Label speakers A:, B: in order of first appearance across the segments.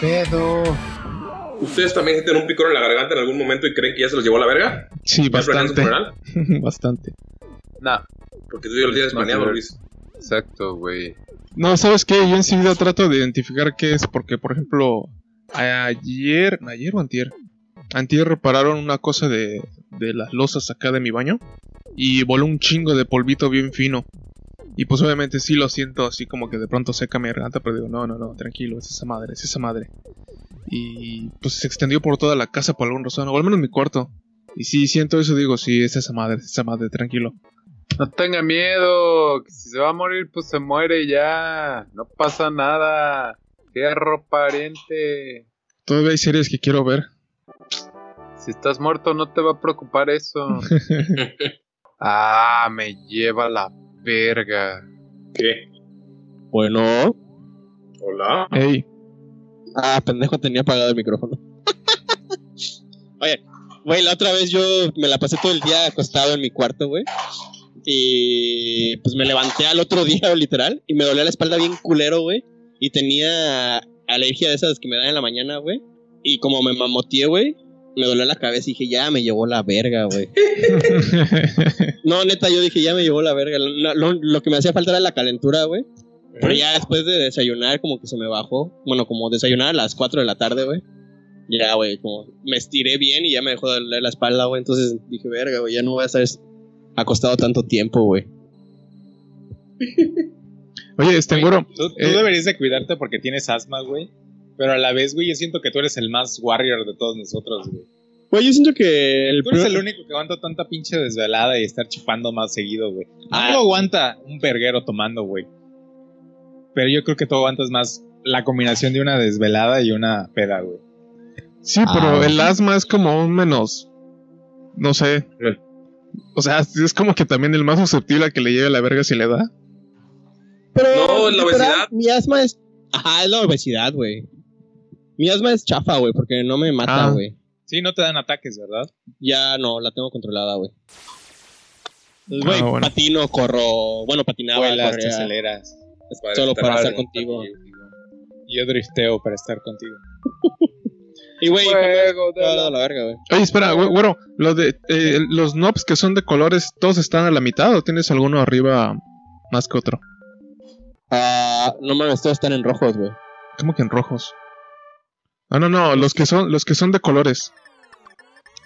A: pedo.
B: ¿Ustedes también tienen un picor en la garganta en algún momento y creen que ya se los llevó a la verga?
C: Sí,
B: ¿Ya planean su
C: bastante.
B: funeral?
C: bastante.
D: Nah,
B: Porque tú ya lo tienes
D: No,
B: planeado,
D: sí,
B: Luis.
D: exacto, güey.
C: No, ¿sabes qué? Yo enseguida trato de identificar qué es, porque, por ejemplo, ayer, ayer o antier, antier repararon una cosa de, de las losas acá de mi baño y voló un chingo de polvito bien fino. Y pues obviamente sí lo siento así como que de pronto seca mi garganta, pero digo, no, no, no, tranquilo, es esa madre, es esa madre. Y pues se extendió por toda la casa por algún razón, o al menos mi cuarto. Y sí, siento eso, digo, sí, es esa madre, es esa madre, tranquilo.
D: No tenga miedo, que si se va a morir, pues se muere ya. No pasa nada. Fierro pariente.
C: Todavía hay series que quiero ver.
D: Si estás muerto, no te va a preocupar eso. ah, me lleva la verga.
B: ¿Qué?
E: Bueno.
B: ¿Hola?
C: Ey,
E: Ah, pendejo, tenía apagado el micrófono. Oye, güey, la otra vez yo me la pasé todo el día acostado en mi cuarto, güey. Y pues me levanté al otro día, literal, y me dolía la espalda bien culero, güey. Y tenía alergia de esas que me dan en la mañana, güey. Y como me mamoteé, güey, me dolió la cabeza y dije, ya me llevó la verga, güey. No, neta, yo dije, ya me llevó la verga. Lo, lo- lo que me hacía falta era la calentura, güey. Pero ya después de desayunar, como que se me bajó. Bueno, como desayunar a las 4 de la tarde, güey. Ya, güey, como me estiré bien y ya me dejó de doler la espalda, güey. Entonces dije, verga, güey, ya no voy a estar es- acostado tanto tiempo, güey.
C: oye, este güero,
F: Tú, tú
C: Eh.
F: deberías de cuidarte porque tienes asma, güey. Pero a la vez, güey, yo siento que tú eres el más warrior de todos nosotros, güey.
E: Güey, yo siento que el
F: Tú eres
E: primer-
F: el único que aguanta tanta pinche desvelada y estar chupando más seguido, güey.
E: Ah.
F: Algo aguanta un verguero tomando, güey. Pero yo creo que tú aguantas más la combinación de una desvelada y una peda, güey.
C: Sí,
E: Ah,
C: pero
E: bueno.
C: el asma es como un menos. No sé.
B: Bueno.
C: O sea, es como que también el más susceptible a que le lleve la verga si le da.
E: Pero,
B: No, es la
E: literal,
B: obesidad.
E: Mi asma es. Ajá, es la obesidad, güey. Mi asma es chafa, güey, porque no me
C: Ah.
E: mata, güey.
F: Sí, no te dan ataques, ¿verdad?
E: Ya no, la tengo controlada, güey. Entonces, güey,
C: Ah, bueno.
E: patino, corro. Bueno, patinaba,
F: Vuelas, te
E: corría,
F: aceleras.
B: para
E: solo
B: estar
E: para estar
B: algo.
E: contigo.
F: Yo drifteo para estar contigo.
E: Y, güey,
D: Juego de
E: me ha
D: la-
E: dado la verga, güey.
C: Oye, espera, güe- güero, lo de, eh, los knobs que son de colores, ¿todos están a la mitad o tienes alguno arriba más que otro?
E: Ah, no mames, todos están en rojos, güey.
C: ¿Cómo que en rojos? Ah, no, no, los que son, los que son de colores.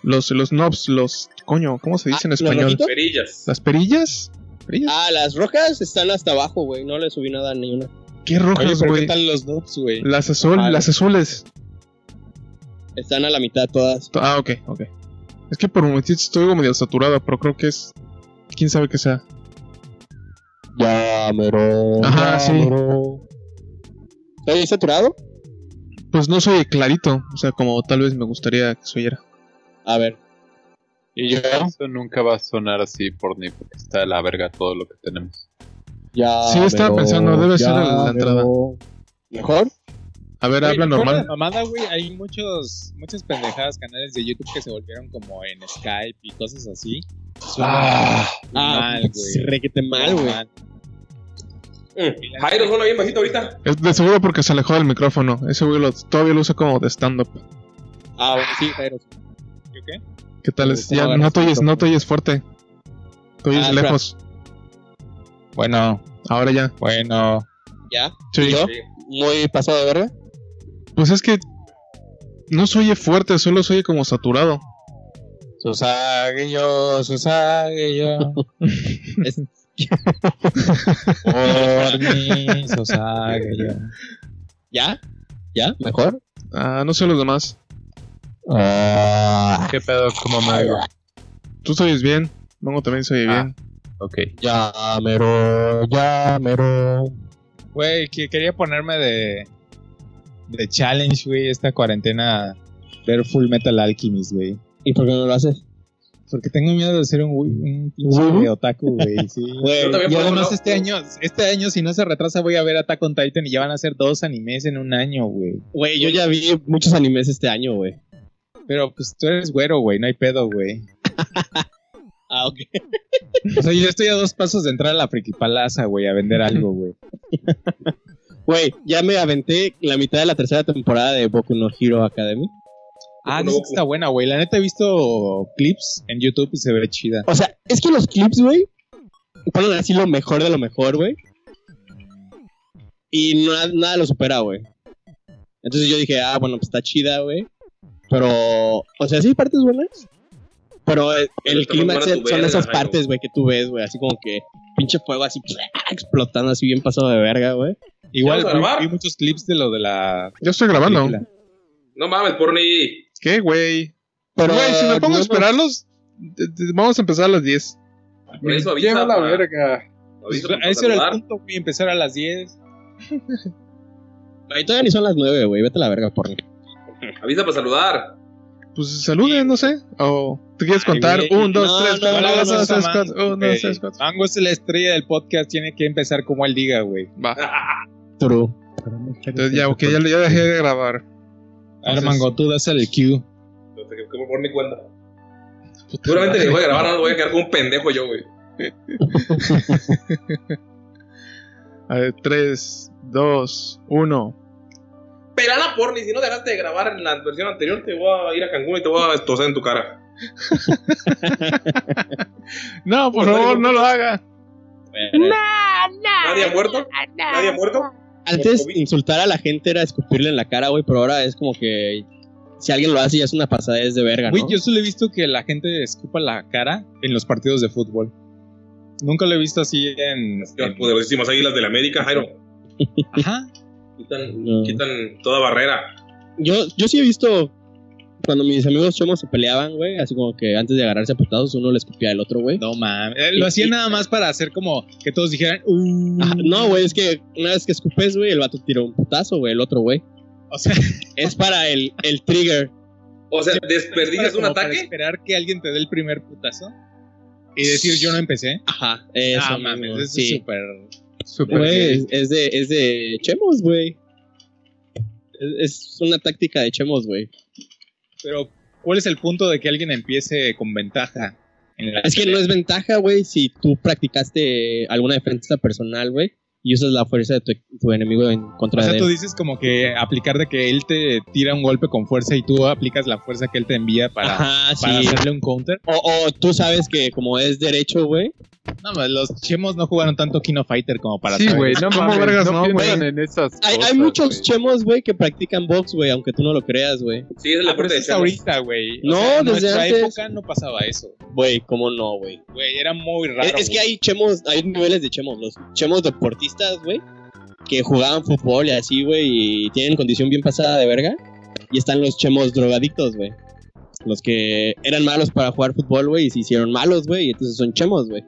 C: Los, los knobs, los. Coño, ¿cómo se dice en
E: Ah, ¿los
C: español?
E: rojitos?
B: Perillas.
C: ¿Las perillas? ¿Perillas?
E: Ah, las rojas están hasta abajo, güey. No le subí nada a ninguna.
C: ¿Qué
F: Oye,
C: rojas,
F: pero ¿qué
C: güey?
F: tal los noobs, güey?
C: Las azul,
E: Ajá.
C: las azules.
E: Están a la mitad todas.
C: To- Ah, ok, ok. Es que por un momentito estoy como medio saturado, pero creo que es. Quién sabe qué sea.
E: Ya, mero.
C: Ajá,
E: ya,
C: sí.
E: mero. ¿Estoy saturado?
C: Pues no soy clarito, o sea, como tal vez me gustaría que se oyera.
E: A ver.
D: Y yo, eso nunca va a sonar así por ni porque está de la verga todo lo que tenemos.
E: Ya.
C: Sí, estaba pensando, debe ser la entrada.
E: mero. ¿Mejor?
C: A ver,
F: Güey,
C: habla
F: fuera de
C: normal.
F: mamada, güey, hay muchos, muchas pendejadas canales de YouTube que se volvieron como en Skype y cosas así.
D: Ah,
E: Ah,
F: mal,
E: sí,
F: güey.
E: requete mal, güey.
B: Mm. Jairo suena bien bajito ahorita.
C: Es de seguro porque se alejó del micrófono. Ese güey lo- todavía lo usa como de stand-up.
E: Ah, bueno, sí, Jairo.
F: ¿Yo qué?
C: ¿Qué tal? es?
E: ¿Cómo
C: Ya
E: agarras
C: no te
E: el
C: oyes, no te
E: micrófono?
C: oyes fuerte. Te oyes
E: Ah, espera.
C: lejos.
F: Bueno,
C: Ahora ya.
F: bueno.
E: Ya.
C: Sí.
E: ¿Yo?
B: Sí.
E: Muy pasado de verga.
C: Pues es que. No se oye fuerte, solo se oye como saturado.
F: Susaguillo, Susaguillo.
E: Es-
F: Por mí, Susaguillo.
E: ¿Ya? ¿Ya? ¿Mejor?
C: Ah, no sé los demás.
F: Ah,
D: ¿Qué pedo? ¿Cómo me oigo?
C: Tú se oyes bien. Mongo también se oye
D: Ah.
C: bien.
D: Ok.
E: Ya, mero, ya, mero.
F: Güey, que quería ponerme de, de challenge, güey, esta cuarentena. Ver Full Metal Alchemist, güey.
E: ¿Y por qué no lo haces?
F: Porque tengo miedo de ser un, güey- un pinche
E: ¿Huevo?
F: de otaku, güey. Sí.
E: Eh,
B: Yo también
F: Y
B: por eso
F: además
B: no-
F: este año, este año si no se retrasa voy a ver Attack on Titan y ya van a ser dos animes en un año, güey.
E: Güey, yo ya vi muchos animes este año, güey.
F: Pero pues tú eres güero, güey, no hay pedo, güey.
E: Ah, ok.
F: O sea, yo estoy a dos pasos de entrar a la friquipalaza, güey, a vender algo, güey.
E: Güey, ya me aventé la mitad de la tercera temporada de Boku no Hero Academy.
F: Ah, dicen que está buena, güey. La neta he visto clips en YouTube y se ve chida.
E: O sea, es que los clips, güey, ponen así lo mejor de lo mejor, güey. Y na- nada lo supera, güey. Entonces yo dije, ah, bueno, pues está chida, güey. Pero, o sea, sí hay partes buenas. Pero el,
B: Pero
E: el
B: está muy
E: clímax
B: buena tu
E: son
B: verga,
E: esas
B: Jairo.
E: partes, güey, que tú ves, güey. Así como que pinche fuego así explotando, así bien pasado de verga, güey.
F: Igual
B: ¿Ya vas a grabar?
F: vi, vi muchos clips de lo de la
C: Ya estoy grabando.
F: película.
B: No mames, porni.
C: ¿Qué, güey?
E: Pero,
C: Güey, si me pongo a
E: no-
C: esperarlos, de- de- vamos a empezar a las 10.
B: Por eso avisa.
D: Lleva la
B: pa-
D: verga.
B: avisa
F: Pues,
B: para
F: ese era el
B: saludar.
F: punto, güey. Empezar a las 10.
E: Ahí todavía ni son las nueve, güey. Vete a la verga, porno.
B: Avisa para saludar.
C: Pues saluden, no sé. O tú quieres
F: Ay,
C: contar.
E: güey.
C: Un, dos,
E: No,
C: tres,
E: no,
C: cuatro,
E: no,
C: uno,
E: no,
C: dos,
E: no,
C: tres,
F: no,
C: cuatro. Uno, dos,
F: güey.
C: tres, cuatro.
F: Mango es la estrella del podcast. Tiene que empezar como él diga, güey.
C: Va.
E: True.
C: Entonces ya, ok, ya, ya dejé de grabar.
F: A ver,
C: Entonces-
F: Mango, tú das el cue.
B: No sé qué- qué Por mi cuenta.
C: Puta
B: Seguramente
C: madre.
B: ni voy a grabar, no voy a quedar como un pendejo yo, güey.
C: A ver, tres, dos, uno.
B: Pelana porni, si no dejaste de grabar en la versión anterior, te voy a ir a Cancún y te voy a tosar en tu cara.
C: No, por
B: Pues,
C: favor,
B: oye,
C: no lo haga.
B: ¿Nadie ha muerto? ¿Nadie ha muerto?
E: Antes
B: Por COVID.
E: insultar a la gente era escupirle en la cara, güey, pero ahora es como que si alguien lo hace ya es una pasadez de verga,
F: Güey,
E: ¿no?
F: yo solo he visto que la gente escupa la cara en los partidos de fútbol. Nunca lo he visto así en.
B: Las
F: en-
B: poderosísimas águilas del América, Jairo.
F: Ajá.
B: Quitan,
E: No.
B: quitan toda barrera.
E: Yo, yo sí he visto cuando mis amigos chomos se peleaban, güey, así como que antes de agarrarse a putazos uno le escupía al otro, güey.
F: No mames. Eh, Lo
E: Y-
F: hacía
E: y-
F: nada más para hacer como que todos dijeran. "Uh".
E: Ajá, Ah, No, güey, es que una vez que escupes, güey, el vato tiró un putazo, güey, el otro, güey.
F: O sea,
E: Es para el, el trigger.
B: O sea,
F: para
B: desperdicias un
F: como para
B: ataque.
F: esperar que alguien te dé el primer putazo y decir yo no empecé.
E: Ajá, eso.
F: ah,
E: mismo,
F: mames, eso es
E: sí.
F: súper.
C: Súper
E: Güey,
C: bien.
E: es, es de, es de chemos, güey. Es, es una táctica de chemos, güey.
F: Pero, ¿cuál es el punto de que alguien empiece con ventaja? en la
E: Es que no
F: pelea?
E: es ventaja, güey, si tú practicaste alguna defensa personal, güey, y usas la fuerza de tu, tu enemigo en
F: O
E: contra
F: sea,
E: de
F: tú
E: él.
F: dices como que aplicar de que él te tira un golpe con fuerza y tú aplicas la fuerza que él te envía para,
E: Ajá,
F: para
E: sí.
F: hacerle un counter.
E: O, o tú sabes que como es derecho, güey,
F: No, mames, los chemos no jugaron tanto Kino Fighter como para
C: Sí,
F: saber.
C: güey,
D: no
C: ¿cómo
D: mames,
C: vergas
D: no,
C: no,
D: piensan
C: güey?
D: en esas
E: hay,
D: cosas,
E: hay muchos
D: güey.
E: chemos, güey, que practican box, güey, aunque tú no lo creas, güey.
B: Sí, es el
F: Ah, pero
B: deporte
F: eso
B: de
F: es
B: Charles.
F: ahorita, güey.
E: No,
F: en
E: desde
F: nuestra
E: antes.
F: época no pasaba eso.
E: Güey, cómo no, güey.
F: Güey, era muy raro.
E: Es, es que
F: güey.
E: hay chemos, hay niveles de chemos, los chemos deportistas, güey, que jugaban fútbol y así, güey, y tienen condición bien pasada de verga. Y están los chemos drogadictos, güey. Los que eran malos para jugar fútbol, güey, y se hicieron malos, güey, y entonces son chemos, güey.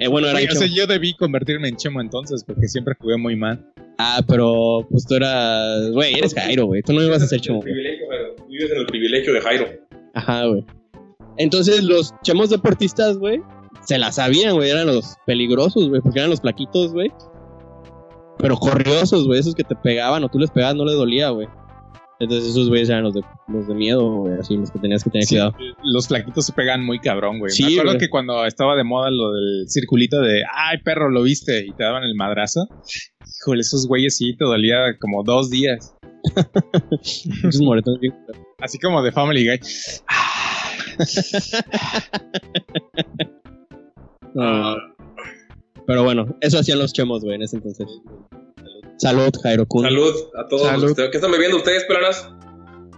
E: Eh, bueno, era
F: Güey, o
E: chemo.
F: sea, yo debí convertirme en chemo entonces porque siempre jugué muy mal.
E: Ah, pero pues tú eras, güey, eres Jairo, güey, tú no ibas a ser chemo.
B: El privilegio, Jairo. Tú Vives en el privilegio de Jairo.
E: Ajá, güey. Entonces los chemos deportistas, güey, se la sabían, güey. Eran los peligrosos, güey, porque eran los plaquitos, güey. Pero corriosos, güey, esos que te pegaban o tú les pegabas no les dolía, güey. Entonces esos güeyes eran los de, los de miedo, güey, así, los que tenías que tener
F: Sí,
E: cuidado.
F: los flaquitos se pegan muy cabrón, güey.
E: Sí,
F: Me acuerdo
E: güey.
F: que cuando estaba de moda lo del circulito de, ay, perro, lo viste y te daban el madrazo. Híjole, esos güeyes sí te dolía como dos días.
E: Esos moretones bien.
F: Así como de Family Guy.
E: Ah, Pero bueno, eso hacían los chemos, güey, en ese entonces. Salud, Jairo Kun.
B: Salud a todos.
C: Salud.
B: ustedes. ¿Qué están bebiendo ustedes, pelanas?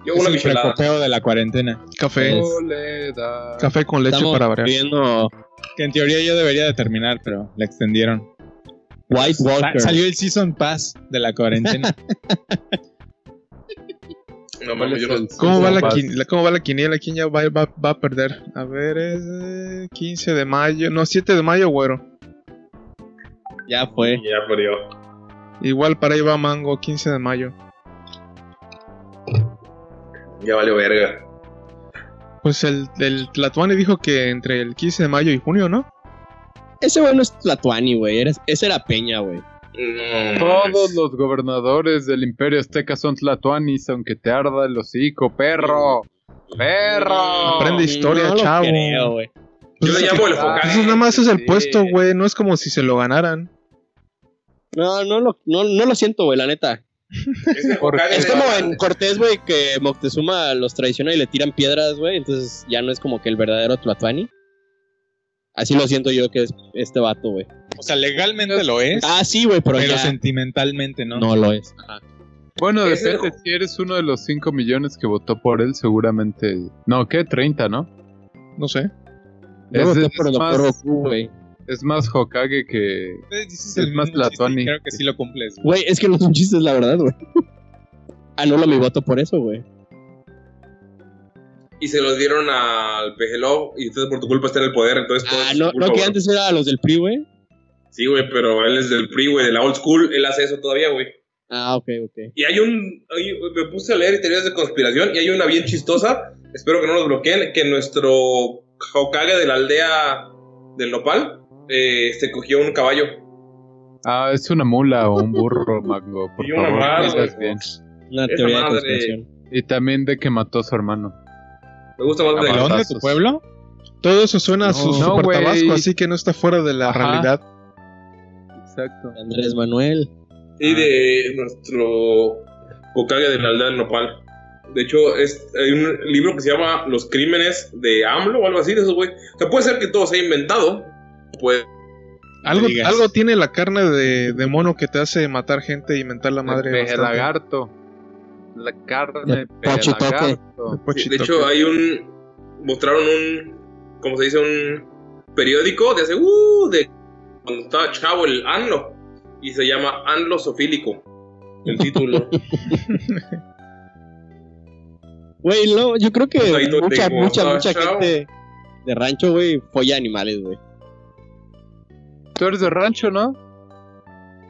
B: Yo
F: Es
B: una
F: el
B: michelada.
F: precopeo de la cuarentena.
C: Café.
E: Pues,
D: Soledad.
C: Café con leche
E: Estamos
C: para variar.
E: viendo
F: Que en teoría yo debería de terminar, pero la extendieron.
E: White
F: Sa-
E: Walker.
F: salió el Season Pass de la cuarentena.
B: No mames, yo no.
C: ¿Cómo
D: Sí,
C: va,
D: no
C: la
D: pasa.
C: quin- la- ¿Cómo va la quiniela? ¿Quién ya va, va- va a perder? A ver, es eh, 15 de mayo. No, 7 de mayo, güero.
E: Ya fue.
B: Ya perdió.
C: Igual para ahí va Mango, 15 de mayo.
B: Ya valió verga.
C: Pues el, el Tlatuani dijo que entre el 15 de mayo y junio, ¿no?
E: Ese güey no es Tlatuani, güey. era- Ese era Peña, güey.
D: Eh,
B: No.
D: Todos los gobernadores del Imperio Azteca son tlatoanis, aunque te arda el hocico, perro. ¡Perro!
C: Aprende historia,
E: no lo
C: chavo.
E: creo, güey.
B: Yo
C: Pues
B: le
C: eso
B: llamo
C: que-
B: el
D: Ah,
C: Eso
B: Hokage.
C: nada más es el
D: Sí.
C: puesto, güey. No es como si se lo ganaran.
E: No, no lo, no, no lo siento, güey, la neta.
B: Este Hokage
E: Es
B: de-
E: como en Cortés, güey, que Moctezuma los traiciona y le tiran piedras, güey. Entonces ya no es como que el verdadero Tlatuani. Así lo siento yo que es este vato, güey.
F: O sea, legalmente lo es,
E: Ah, sí, güey, pero,
F: pero,
E: ya
F: sentimentalmente no.
E: no lo es.
D: Bueno,
B: Ese-
D: depende. Si eres uno de los 5 millones que votó por él, seguramente. No, ¿qué? 30, ¿no?
C: No sé.
E: Yo
D: Ese
E: voté
D: es
E: por Doctor
D: más-
E: Goku, güey.
D: Es más Hokage que.
F: Entonces,
D: Es
F: dices el
D: más
F: mismo chiste y
D: Tlatuani.
F: Creo que sí lo cumples. güey.
E: Güey, es que no son chistes, la verdad, güey. Anulo mi voto por eso, güey.
B: Y se los dieron al Pejelov y entonces por tu culpa está en el poder, entonces todo
E: Ah,
B: es
E: no,
B: tu culpa,
E: no que
B: güey.
E: antes era los del PRI, güey.
B: Sí, güey, pero él es del PRI, güey, de la old school, él hace eso todavía, güey.
E: Ah, ok, ok.
B: Y hay un. hay- me puse a leer teorías de conspiración y hay una bien chistosa. Espero que no nos bloqueen. Que nuestro Hokage de la aldea del Nopal eh, se cogió un caballo.
D: Ah, es una mula o un burro, Mango. Por
B: Y una
D: favor,
B: más,
D: piensas
B: güey.
D: bien.
E: Una
B: Esa
E: teoría
B: madre.
E: de conspiración.
D: Y también de que mató a su hermano.
B: Me gusta más
F: ¿De
B: de
D: Abajo.
F: dónde?
D: Batazos.
F: ¿Tu pueblo?
C: Todo eso suena a
D: No.
C: su
D: No,
C: super
D: güey.
C: tabasco, así que no está fuera de la
D: Ajá.
C: realidad.
D: Exacto.
E: Andrés Manuel.
B: Y de nuestro Hokage de la aldea del Nopal. De hecho, es, hay un libro que se llama Los crímenes de AMLO o algo así de esos, güey. O sea, puede ser que todo se haya inventado. Pues
C: Algo,
F: digas.
C: algo tiene la carne de, de mono que te hace matar gente y mentar la madre.
D: de
C: bastante.
D: lagarto. La carne
E: De Pachitoque.
D: lagarto.
B: Sí,
C: Pochito,
B: de hecho, hay un. Mostraron un. ¿Cómo se dice? Un periódico de hace. Uh, de cuando estaba chavo el ANLO. Y se llama ANLO Sofílico. El título.
E: Güey, no, yo creo que
B: Pues ahí tú
E: mucha,
B: tengo,
E: mucha,
B: ah,
E: mucha
B: chao.
E: gente de rancho, güey, folla animales, güey.
D: Tú eres de rancho, ¿no?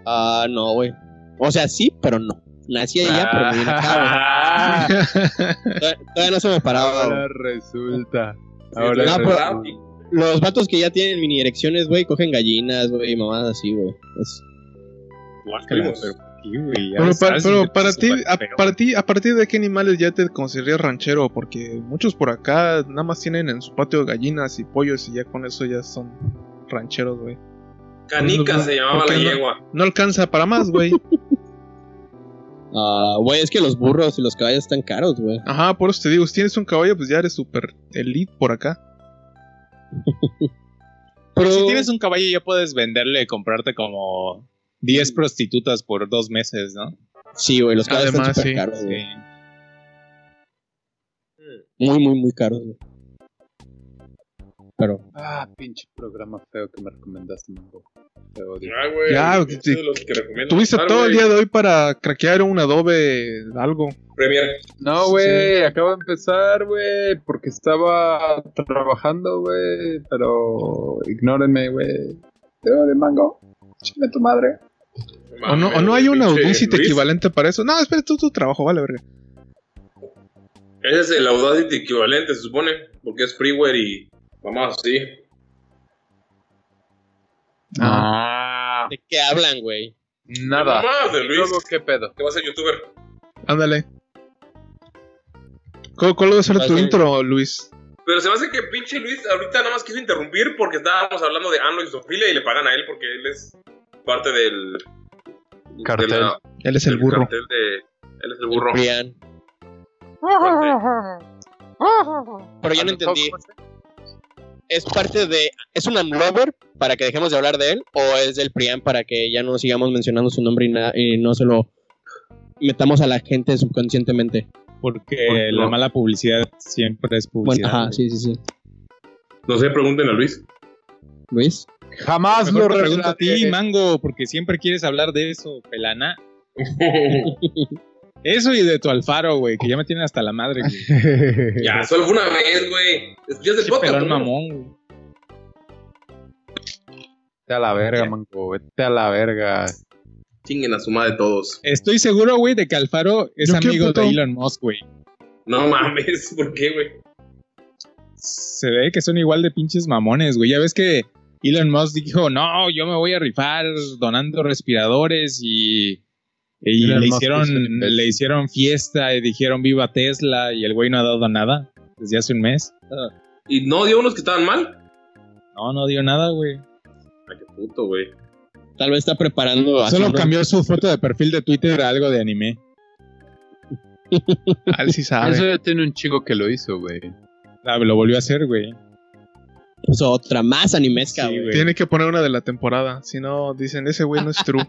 E: Ah, no, güey. O sea, sí, pero no. Nací allá, pero me vine acá, güey.
D: Ah,
E: Todavía- Todavía no se me paraba, güey.
D: Ahora resulta.
B: Sí,
D: Ahora
E: no, pero-
D: resulta.
E: Los vatos que ya tienen mini erecciones, güey, cogen gallinas, güey, y mamadas así, güey. Es-
F: Guácala, pero ¿por qué, güey? Ya
C: Pero,
F: sabes,
C: pa- pero
F: que
C: para
F: te
C: ti,
F: super
C: a,
F: feo.
C: para ti, ¿a partir de qué animales ya te consideras ranchero? Porque muchos por acá nada más tienen en su patio gallinas y pollos y ya con eso ya son rancheros, güey.
B: Canica se llamaba
C: ¿Por
B: la
C: qué no?
B: yegua.
C: No alcanza para más, güey.
E: Ah, güey, es que los burros y los caballos están caros, güey.
C: Ajá, por eso te digo, si tienes un caballo, pues ya eres super elite por acá.
E: Pero
F: Si tienes un caballo ya puedes venderle y comprarte como 10 prostitutas por dos meses, ¿no?
E: Sí, güey, los caballos
C: Además,
E: están súper
C: sí,
E: caros, Ah, güey. Muy, muy, muy caros, güey. Pero,
D: Ah, pinche programa feo que me recomendaste, Mango. Te odio.
B: Ah, güey.
C: Ya,
B: es
C: sí.
B: de los que recomiendo
C: Tuviste
B: comprar,
C: todo el
B: güey.
C: día de hoy para craquear un Adobe algo.
B: Premier.
D: No, güey, acabo de empezar, güey, porque estaba trabajando, güey, pero ignórenme, güey. Te odio, Mango. Chime tu madre.
C: O no, o no hay un
B: Ah, Pinche
C: Audacity
B: Luis.
C: equivalente para eso. No, espera, tú tu trabajo, vale, verga.
B: Ese es el Audacity equivalente, se supone. Porque es freeware y. Vamos, sí.
C: Ah,
D: Ah,
E: ¿de qué hablan, güey?
D: nada.
B: Mamá de Luis.
D: Luego, ¿qué pedo?
B: Que va a ser youtuber.
C: ándale. ¿Cuál, cuál va a ser
E: Ah,
C: tu
E: sí.
C: intro, Luis?
B: Pero se me hace que pinche Luis ahorita nada más quiso interrumpir porque estábamos hablando de Anlo y Sofía y le pagan a él porque él es parte del
D: Cartel.
B: de la-
C: Él es el
B: del
C: burro.
B: cartel de- él es el burro.
E: Brian. Pero yo no entendí. ¿Es parte de. ¿Es un Unlover para que dejemos de hablar de él? ¿O es del Priam para que ya no sigamos mencionando su nombre y, na- y no se lo metamos a la gente subconscientemente?
F: Porque
B: Porque
F: la
B: no.
F: mala publicidad siempre es
E: Bueno,
F: publicidad.
E: ajá, sí, sí, sí.
B: No sé, pregunten a Luis.
E: Luis.
D: Jamás
F: Mejor
D: lo
F: te pregunto a ti,
C: eh.
D: relaté.
F: Mango, porque siempre quieres hablar de eso, pelana. Eso y de tu alfaro, güey, que ya me tienen hasta la madre, güey.
B: ya, solo fue una vez, güey. Escuchaste el
F: Pinche
B: podcast.
F: pelón
B: no?
F: mamón, güey.
D: Vete a la verga, Mango. Vete a la verga.
B: Chinguen a su madre todos.
F: Estoy seguro, güey, de que Alfaro es
C: Yo qué
F: amigo
C: puto.
F: de Elon Musk, güey.
B: No mames, ¿por qué, güey?
F: Se ve que son igual de pinches mamones, güey. Ya ves que Elon Musk dijo, no, yo me voy a rifar donando respiradores y, y
D: Elon Musk
F: le,
D: es un
F: hicieron,
D: imbécil.
F: le hicieron fiesta y dijeron viva Tesla y el güey no ha dado nada desde hace un mes.
B: ¿Y no dio unos que estaban mal?
F: No, no dio nada, güey.
B: Ay, qué Ah, puto, güey.
E: Tal vez está preparando.
F: Solo
E: haciendo-
F: cambió su foto de perfil de Twitter a algo de anime.
C: Al sí
D: Eso
C: sabe.
D: ya tiene un chico que lo hizo, güey.
F: Ah, lo volvió a hacer, güey.
E: Puso pues, otra más animesca,
F: Sí,
E: güey.
F: güey.
C: Tiene que poner una de la temporada. Si no, dicen, ese güey no es true.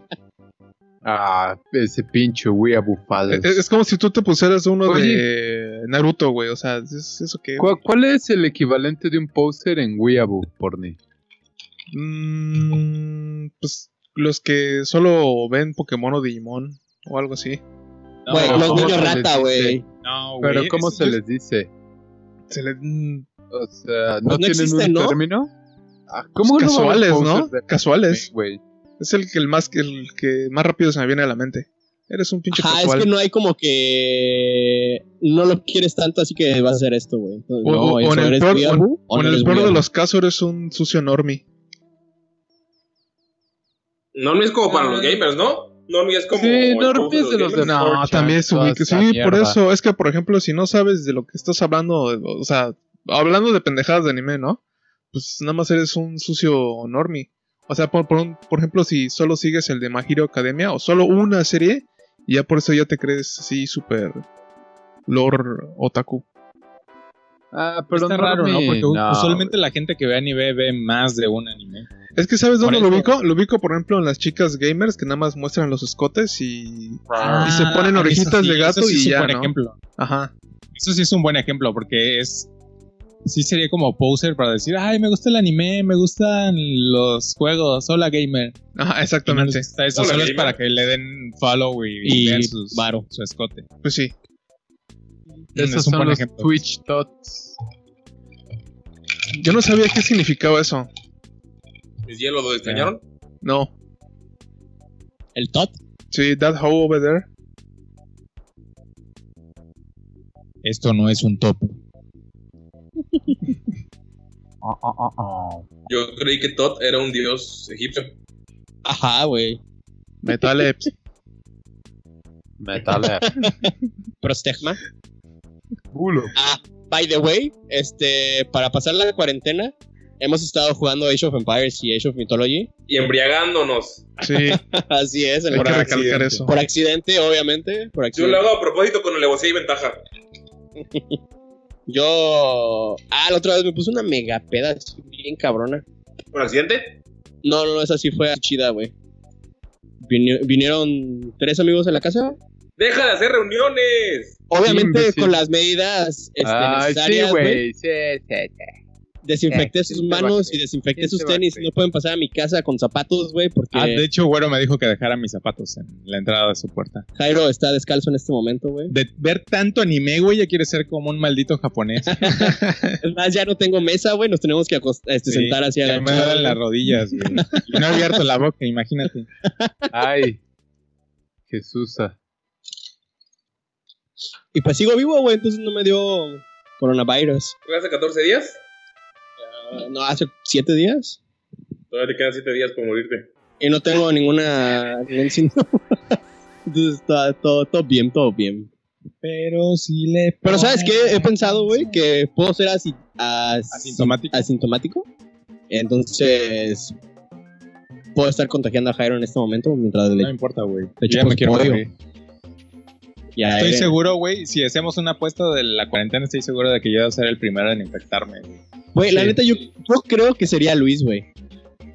D: Ah, ese pinche güey abufado.
C: es, E-, es como si tú te pusieras uno
D: Oye.
C: de Naruto, güey. O sea, ¿es ¿eso qué?
D: ¿Cuál, cuál es el equivalente de un poster en Weeaboo, Porni?
C: Mm, pues los que solo ven Pokémon o Digimon o algo así.
E: Güey,
D: No,
E: los
D: ¿cómo
E: niños
D: se les
E: rata,
D: dice?
E: güey.
F: No, güey.
D: Pero ¿cómo
F: es-
D: se
F: yo-
D: les dice?
C: Se le, mm,
D: O sea, ¿no,
E: Pues no
D: tienen
E: existe,
D: un
E: ¿no?
D: término? Ah, ¿Cómo no va a haber
C: casuales, ¿no?
D: póster de-
C: Casuales.
D: güey?
C: Es el que el más que el que más rápido se me viene a la mente. Eres un pinche
E: Ajá,
C: casual.
E: es que no hay como que. No lo quieres tanto, así que vas a hacer esto, güey. Entonces,
C: O-
E: no,
C: o- o
E: eso
C: en el
E: eres
C: peor-
E: weeaboo, o
C: o en
E: no
C: el
E: eres
C: peor de
E: weeaboo.
C: los casos eres un sucio normie.
B: Normie es como para los gamers, ¿no? Normie es como.
D: Ah. Sí, Normie
B: normies
D: es de los de-
B: gamers.
C: No,
D: 4chan,
C: Ah, también es
D: toda
C: ubica-
D: esa
C: Sí, por
D: mierda.
C: eso. Es que, por ejemplo, si no sabes de lo que estás hablando, o sea, hablando de pendejadas de anime, ¿no? Pues nada más eres un sucio normie. O sea, por, por, un- por ejemplo, si solo sigues el de My Hero Academia o solo una serie, y ya por eso ya te crees así súper lore otaku.
D: Ah, pero
F: Está
D: no,
F: raro, ¿no?
D: mi-
F: Porque
D: no,
F: usualmente la gente que ve anime ve más de un anime.
C: Es que, ¿sabes
F: Por
C: dónde lo
F: eso.
C: ubico? Lo ubico, por ejemplo, en las chicas gamers que nada más muestran los escotes y.
F: Ah,
C: Y se ponen
F: eso
C: orejitas
F: sí,
C: de gato
F: eso sí
C: y
F: es un
C: ya,
F: buen
C: ¿no?
F: ejemplo.
C: Ajá.
F: Eso sí es un buen ejemplo porque es sí sería como poser para decir, "Ay, me gusta el anime, me gustan los juegos, hola gamer."
C: Ajá,
F: Y no les
C: exactamente.
F: gusta eso,
B: Hola,
F: solo es
B: gamer.
F: para que le den follow y,
E: Y
F: vean sus-
E: varo.
F: su escote.
C: Pues sí.
F: Mm,
D: Esos
F: es un
D: son
F: buen
D: los
F: ejemplo.
D: Twitch Tots.
C: Yo no sabía qué significaba eso.
B: ¿Es hielo lo extrañaron?
C: No.
E: El tot.
C: Sí, that hoe over there.
F: Esto no es un topo.
B: Yo creí que Todd era un dios egipcio.
E: Ajá, güey.
C: Metal Eps.
D: Metal.
E: Prostegma.
D: Bulo.
E: Ah, by the way, este, para pasar la cuarentena, hemos estado jugando Age of Empires y Age of Mythology.
B: Y embriagándonos.
C: Sí, hay
E: Así es, el
C: que
E: por,
C: recalcar
E: accidente.
C: eso.
E: por accidente, obviamente. Por
B: Yo
E: accidente.
B: lo hago a propósito con alevosía y ventaja.
E: Yo. Ah, la otra vez me puse una mega peda así, bien cabrona.
B: ¿Por accidente?
E: No, no, no, esa sí fue chida, güey. Vini- vinieron tres amigos en la casa.
B: ¡Deja de hacer reuniones!
E: Obviamente
D: imbécil.
E: con las medidas este,
D: Ay, sí,
E: necesarias, güey.
D: güey. Sí, sí, sí.
E: Desinfecté
D: Sí, Eh,
E: sus
D: sí te
E: manos
D: vacuné.
E: y desinfecté
D: Sí
E: sus
D: te
E: tenis.
D: vacuné.
E: No pueden pasar a mi casa con zapatos, güey, porque
F: Ah, de hecho, Güero me dijo que dejara mis zapatos en la entrada de su puerta.
E: Jairo está descalzo en este momento, güey.
F: De ver tanto anime, güey, ya quiere ser como un maldito japonés.
E: Es más, ya no tengo mesa, güey. Nos tenemos que acost- este,
F: Sí,
E: sentar hacia
F: Ya me duelen las
E: la
F: rodillas, güey. Y no he abierto la boca, imagínate.
D: Ay. Ah, Jesusa.
E: Y pues sigo vivo, güey. Entonces no me dio coronavirus.
B: ¿Fue hace 14 días?
E: Ah, No, hace siete días.
B: Todavía te quedan 7 días para morirte.
E: Y no tengo ninguna. ningún síntoma. Entonces está todo, todo bien, todo bien.
F: Pero si le.
E: Pero ¿sabes qué? He pensado, güey, que puedo ser asi- as-
F: Asintomático.
E: asintomático. Entonces. Puedo estar contagiando a Jairo en este momento mientras
F: No
E: le.
F: me importa, güey. Yo
E: hecho,
F: ya me
E: pues,
F: quiero
E: odio.
F: morir.
E: y a
F: Estoy
E: él-
F: seguro, güey. Si hacemos una apuesta de la cuarentena, estoy seguro de que yo voy a ser el primero en infectarme. güey.
E: Güey, la
F: Sí.
E: neta, yo, yo creo que sería Luis, güey.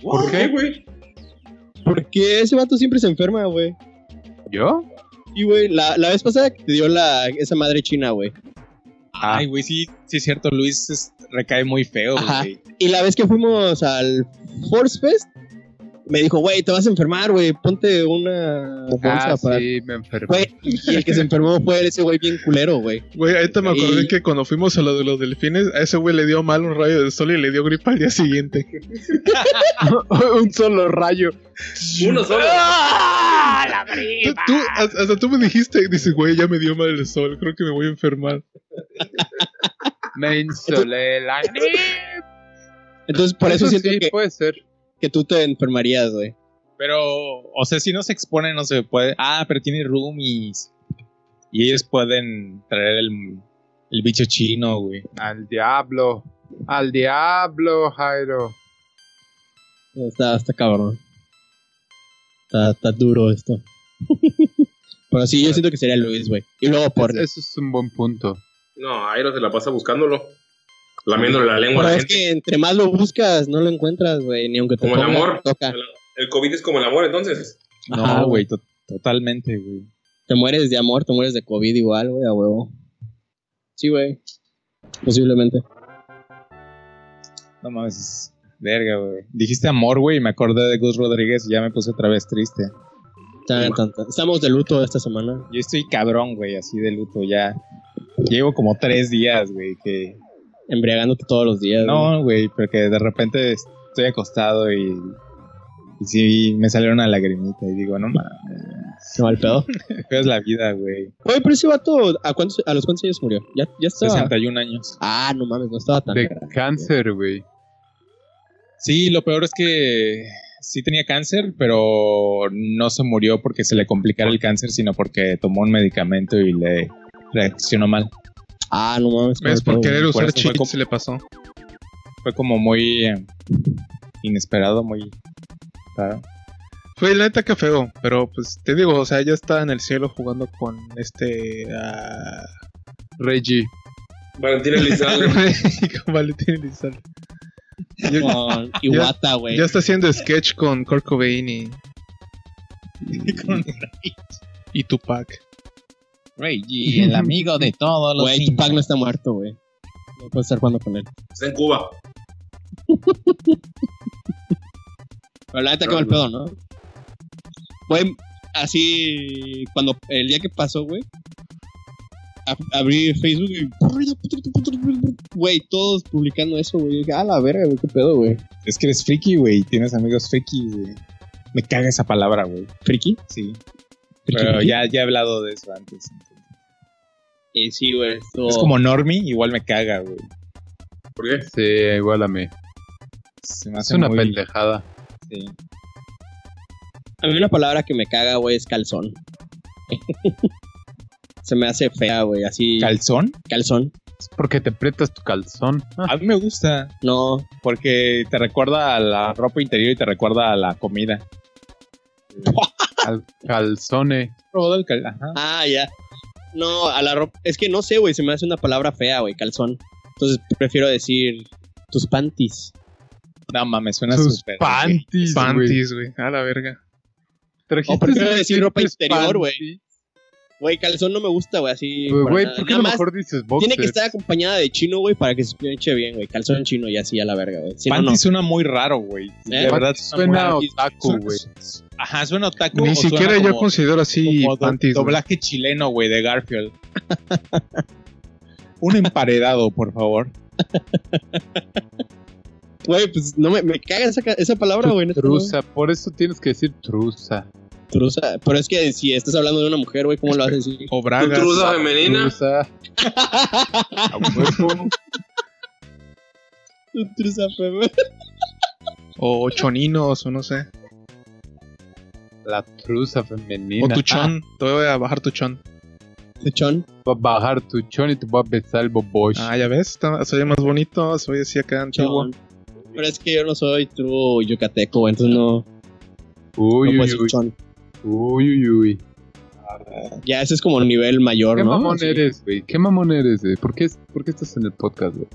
B: ¿Por qué, güey?
E: Porque ese vato siempre se enferma, güey.
D: ¿Yo?
E: Y, güey, la, la vez pasada que te dio la, esa madre china, güey.
D: Ah.
F: Ay, güey, sí, sí es cierto. Luis es- recae muy feo,
E: Ajá.
F: güey.
E: Y la vez que fuimos al Force Fest, me dijo, güey, te vas a enfermar, güey. Ponte una bolsa
D: Ah,
E: para.
D: sí, me enfermé.
E: Güey, y el que se enfermó fue ese güey bien culero, güey.
C: Güey, ahorita me acordé
E: Y-
C: que cuando fuimos a lo de los delfines, a ese güey le dio mal un rayo de sol y le dio gripa al día siguiente.
D: Un solo rayo.
B: Uno solo.
D: ¡Ah!
C: Tú, tú- hasta hasta tú me dijiste, dices, güey, ya me dio mal el sol, creo que me voy a enfermar.
D: Me insolé la
E: Entonces, por eso,
D: sí
E: siento que,
D: puede ser.
E: que tú te enfermarías, güey.
F: Pero, o sea, si no se expone, no se puede. Ah, pero tiene roomies. Y ellos pueden traer el, el bicho chino, güey.
D: Al diablo. Al diablo, Jairo.
E: Está, está cabrón. Está, está duro esto. Pero sí, yo siento que sería Luis, güey. Y luego por.
D: Eso Ah. es un buen punto.
B: No, Airo se la pasa buscándolo. Lamiéndole la lengua a
E: Pero
B: la
E: es
B: gente.
E: que entre más lo buscas, no lo encuentras, güey. Ni aunque te
B: Como el
E: pongas,
B: amor.
E: toca.
B: El COVID es como el amor, entonces.
E: Ajá,
F: No, güey, to- totalmente, güey.
E: Te mueres de amor, te mueres de COVID igual, güey, a huevo. Sí, güey. Posiblemente.
F: No mames, es- verga, güey. Dijiste amor, güey, y me acordé de Gus Rodríguez y ya me puse otra vez triste.
E: Tan, tan, tan. Estamos de luto esta semana.
F: Yo estoy cabrón, güey, así de luto ya. Llevo como tres días, güey, que...
E: Embriagándote todos los días. güey.
F: No, güey, porque de repente estoy acostado y... Y sí, me salió una lagrimita y digo, no mames,
E: Qué mal pedo.
F: fea es la vida, güey.
E: Oye, pero ese vato, ¿a, cuántos, ¿a los cuántos años murió? Ya, ya estaba.
F: 61 años.
E: Ah, no mames, no estaba tan.
D: De cáncer, güey.
F: Sí, lo peor es que sí tenía cáncer, pero no se murió porque se le complicara el cáncer, sino porque tomó un medicamento y le reaccionó mal.
E: Ah, no mames. qué
C: ¿Ves?
E: mal
C: Por
E: pedo,
C: querer
E: güey.
C: usar
F: eso fue
C: cheats
F: como-
C: se le pasó.
F: Fue como muy eh, inesperado, muy raro.
C: Fue la neta que feo, pero pues te digo, o sea, ya está en el cielo jugando con este. ah,
D: Reggie.
B: Valentín Elizalde.
C: con Valentín Elizalde. Yo-
E: Con Iwata, güey.
C: ya está haciendo sketch con Kurt Cobain y. Y, y Tupac.
F: Reggie, el amigo de todos
E: Güey, Tupac no está muerto, güey. No puedo estar jugando con él.
B: Está en Cuba.
E: Pero la neta, qué
F: Ah,
B: No,
E: mal
B: no.
E: pedo, ¿no? Güey, así. Cuando. El día que pasó, güey. ab- Abrí Facebook y. Güey, todos publicando eso, güey. Dije, Ah, la verga, güey, qué pedo, güey.
F: Es que eres friki, güey. Tienes amigos frikis, güey. Me caga esa palabra, güey.
E: ¿Friki?
F: Sí.
E: ¿Friki,
F: Pero
E: friki?
F: ya, ya he hablado de eso antes. entonces.
E: Eh, sí, güey. esto-
F: Es como Normie, igual me caga, güey.
B: ¿Por qué?
D: Sí, igual a mí.
F: Se me
D: Es
F: hace
D: una
F: muy-
D: pendejada.
F: sí.
E: A mí una palabra que me caga, güey, es calzón. Se me hace fea, güey, así.
F: ¿Calzón?
E: calzón.
D: Es porque te aprietas tu calzón. Ah,
F: A mí me gusta.
E: No,
F: Porque te recuerda a la ropa interior y te recuerda a la comida.
D: cal- calzone.
F: Todo el cal- ajá.
E: Ah, ya. No, a la ropa. Es que no sé, güey. Se me hace una palabra fea, güey. Calzón. Entonces prefiero decir tus panties.
F: No mames, suena
D: Tus
F: súper.
D: panties, güey.
C: Panties, güey. A la verga.
D: Trajiste
E: O prefiero
D: sus
E: decir ropa
D: pinches
E: interior, güey.
D: panties.
E: Güey, calzón no me gusta, güey. Así.
D: Pues,
E: para
D: Güey,
E: nada.
D: ¿por qué
E: Nada
D: a lo
E: más
D: mejor dices
E: Tiene que
D: boxers?
E: estar acompañada de chino, güey, para que se escuche bien, güey. Calzón chino y así a la verga, güey. Si no,
F: Panty
E: no.
F: suena muy raro, güey.
E: Eh,
F: De verdad
D: Suena
F: muy-
D: otaku, güey.
F: Ajá, suena otaku.
C: Ni
F: o suena
C: siquiera yo
F: como-
C: considero así
F: como do-
C: panties. güey.
F: doblaje chileno, güey, de Garfield. Un emparedado, por favor.
E: Güey, pues no me, me caga esa, ca- esa palabra, güey. neta, güey.
D: Trusa, por eso tienes que decir trusa.
E: Trusa. Pero es que si estás hablando de una mujer, güey, ¿cómo lo vas a decir?
C: O
B: Tu
C: bragas.
B: truza femenina.
D: Trusa. A huevo.
E: Trusa, feo.
C: O choninos, o no sé.
D: La trusa femenina.
C: O tu chon. Te voy a bajar tu chon.
E: Chon.
D: Ah, voy a bajar tu chon y te voy a besar el bobosh.
C: Ah, ya ves. está- Soy más bonito. Soy así acá antiguo.
E: Chon. Pero es que yo no soy true yucateco, güey, entonces no, no
D: uy,
E: puedo
D: uy,
E: decir
D: uy,
E: chon.
D: uy, uy, uy.
E: Ya, ese es como el nivel mayor,
D: ¿Qué
E: ¿no?
D: mamón
E: Así.
D: eres, güey? ¿Qué mamón eres, güey? ¿Por qué, por qué estás en el podcast, güey?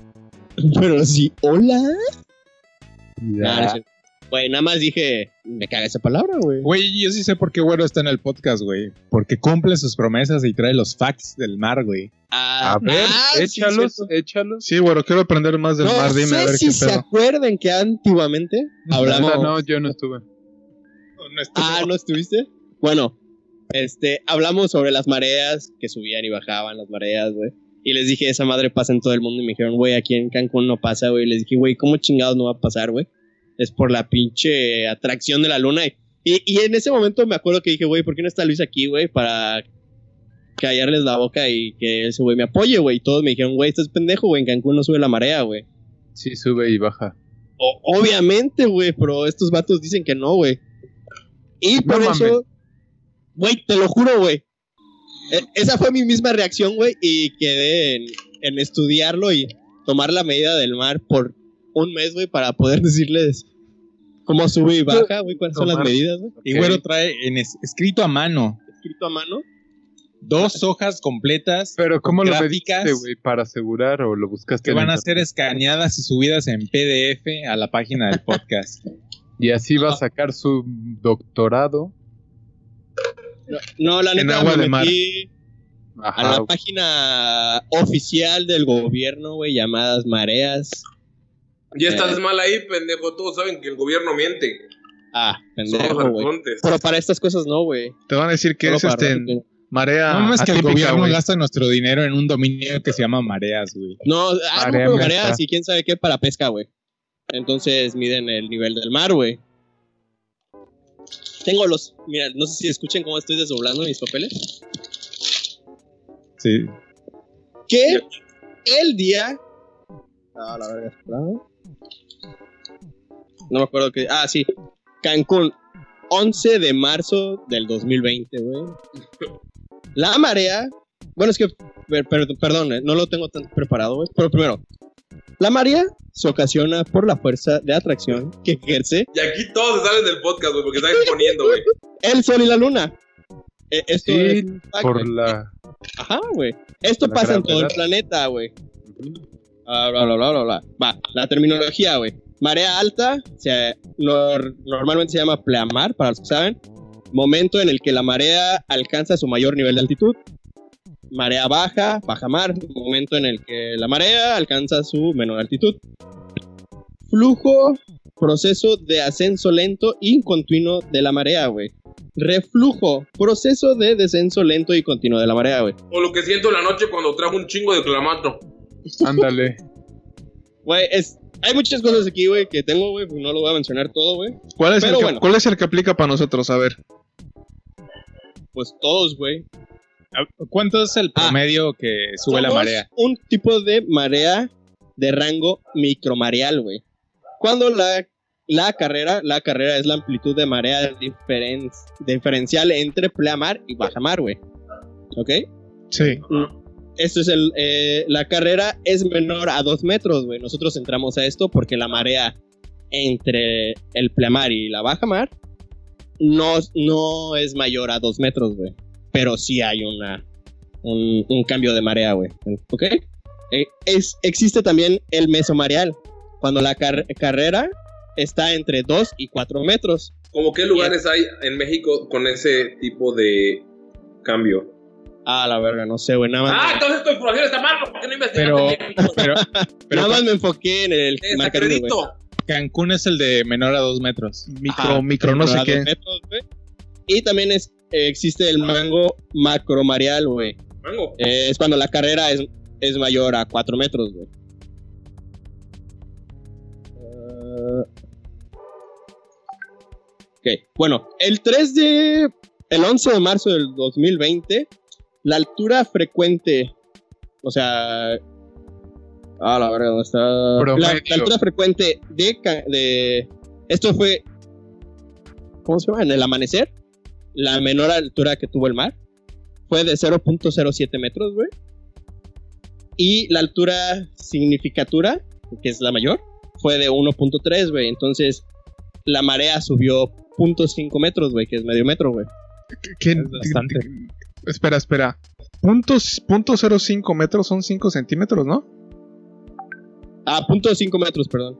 E: Pero sí, hola. Nah, Ah, no es
D: Ya.
E: cierto. Güey, nada más dije, me caga esa palabra, güey.
F: Güey, yo sí sé por qué Güero está en el podcast, güey. Porque cumple sus promesas y trae los facts del mar, güey.
E: Ah,
D: A ver,
E: ah, sí,
D: échalos,
E: es cierto.
D: échalos.
C: Sí, bueno, quiero aprender más del
E: no
C: mar. Dime
E: sé
C: a ver
E: si
C: qué
E: se
C: pedo.
E: acuerdan que antiguamente hablamos.
D: Neta, No, yo no estuve.
E: Ah, ¿no estuviste? Bueno, este, hablamos sobre las mareas que subían y bajaban las mareas, güey. Y les dije, esa madre pasa en todo el mundo. Y me dijeron, güey, aquí en Cancún no pasa, güey. Y les dije, güey, ¿cómo chingados no va a pasar, güey? Es por la pinche atracción de la luna. Y, y en ese momento me acuerdo que dije, güey, ¿por qué no está Luis aquí, güey? Para callarles la boca y que ese güey me apoye, güey. Y todos me dijeron, güey, estás pendejo, güey. En Cancún no sube la marea, güey.
D: Sí, sube y baja.
E: O- obviamente, güey, pero estos vatos dicen que no, güey. Y por
D: mames.
E: eso, güey, te lo juro, güey. E- esa fue mi misma reacción, güey, y quedé en, en estudiarlo y tomar la medida del mar por un mes, güey, para poder decirles cómo sube y baja, güey, cuáles son las
D: Tomar.
E: medidas, güey.
F: Y güero trae en es- escrito a mano
E: Escrito a mano.
F: dos hojas completas
D: Pero ¿cómo lo
F: Gráficas.
D: pediste, güey? Para asegurar o lo buscaste.
F: que
D: en
F: van a
D: internet?
F: ser escaneadas y subidas en PDF a la página del podcast.
D: Y así va a sacar su doctorado.
E: No, la
C: En
E: neta
C: agua
E: me
C: de mar. Ah,
E: metí a
D: Ajá.
E: la página oficial del gobierno, güey, llamadas mareas.
B: Ya estás
E: Eh.
B: mal ahí, pendejo. Todos saben que el gobierno miente.
E: Ah,
B: Somos
E: pendejo, güey.
B: arcontes.
E: Pero para estas cosas no, güey.
C: Te van a decir que
E: Solo
C: es
E: para
C: este en
E: rápido.
C: marea
F: no mames que el
C: atípica,
F: gobierno
C: güey.
F: gasta nuestro dinero en un dominio que se llama mareas, güey.
E: No, ah,
D: Marea
E: no, pero
D: muerta.
E: mareas y quién sabe qué para pesca, güey. Entonces miden el nivel del mar, güey. Tengo los. Mira, no sé si escuchen cómo estoy desdoblando mis papeles.
F: Sí.
E: Que el día. Ah, la verga. ¿verdad? No me acuerdo qué. Ah, sí. Cancún. 11 de marzo del 2020, güey. La marea. Bueno, es que. per- per- perdón, eh, no lo tengo tan preparado, güey. Pero primero. La marea se ocasiona por la fuerza de atracción que ejerce
B: Y aquí todos se salen del podcast, güey, porque están exponiendo, güey.
E: el sol y la luna. Eh, esto
D: Sí,
E: es un fact,
D: por
E: güey.
D: la.
E: Ajá, güey. Esto
D: La
E: pasa en todo el
D: gravedad.
E: planeta, güey. Ah, bla, bla, bla, bla, bla. Va, la terminología, güey. Marea alta, se- nor- normalmente se llama pleamar, para los que saben. Momento en el que la marea alcanza su mayor nivel de altitud. Marea baja, bajamar. Momento en el que la marea alcanza su menor altitud. Flujo, proceso de ascenso lento y continuo de la marea, güey. Reflujo, proceso de descenso lento y continuo de la marea, güey.
B: O lo que siento en la noche cuando trajo un chingo de clamato.
D: Ándale.
E: Güey, es, hay muchas cosas aquí, güey, que tengo, güey, pues no lo voy a mencionar todo, güey.
C: ¿Cuál es, el
E: Pero
C: que,
E: bueno.
C: ¿Cuál es el que aplica para nosotros? A ver,
E: Pues todos, güey.
F: ¿Cuánto es el
E: Ah.
F: promedio que sube la
E: Somos
F: marea?
E: Un tipo de marea de rango micromareal, güey. Cuando la, la carrera, la carrera es la amplitud de marea diferen- diferencial entre pleamar y bajamar, güey. ¿Ok?
C: sí.
E: Esto es el. eh, la carrera es menor a 2 metros, güey. Nosotros entramos a esto porque la marea entre el pleamar y la baja mar no, no es mayor a 2 metros, güey. Pero sí hay una, un, un cambio de marea, güey. ¿Ok? Eh, es, existe también el mesomareal, cuando la car- carrera está entre 2 y 4 metros.
B: Como qué lugares hay en México con ese tipo de cambio.
E: Ah, la verga, no sé, güey. Nada más,
B: Ah, entonces tu información está mal, ¿por qué no investigaste?
F: Pero- Pero, pero
E: nada más me enfoqué en el
B: Te
E: Mar Caribe, güey.
B: desacredito.
F: Cancún es el de menor a dos metros.
C: Micro,
E: Ajá,
C: micro, no sé
E: Colorado
C: qué.
E: Metros, güey. y también es, eh, existe el mango macromareal, güey.
B: Vengo.
E: Eh, es cuando la carrera es, es mayor a 4 metros, güey. Eh, Ok, bueno, el 3 de... El 11 de marzo del 2020, la altura frecuente, o sea... Ah, la verdad, ¿dónde está? La,
D: Promedio.
E: la altura frecuente de, ca- de... Esto fue... ¿Cómo se llama? En el amanecer, la menor altura que tuvo el mar fue de 0.07 metros, güey. Y la altura significatura, que es la mayor, fue de 1.3, güey. Entonces, la marea subió 0.5 metros, güey, que es medio metro, güey.
C: ¿Qué-
F: Es bastante.
C: Espera, espera. Puntos, punto cero cinco metros son 5 centímetros, ¿no?
E: Ah, 0.5 metros, perdón.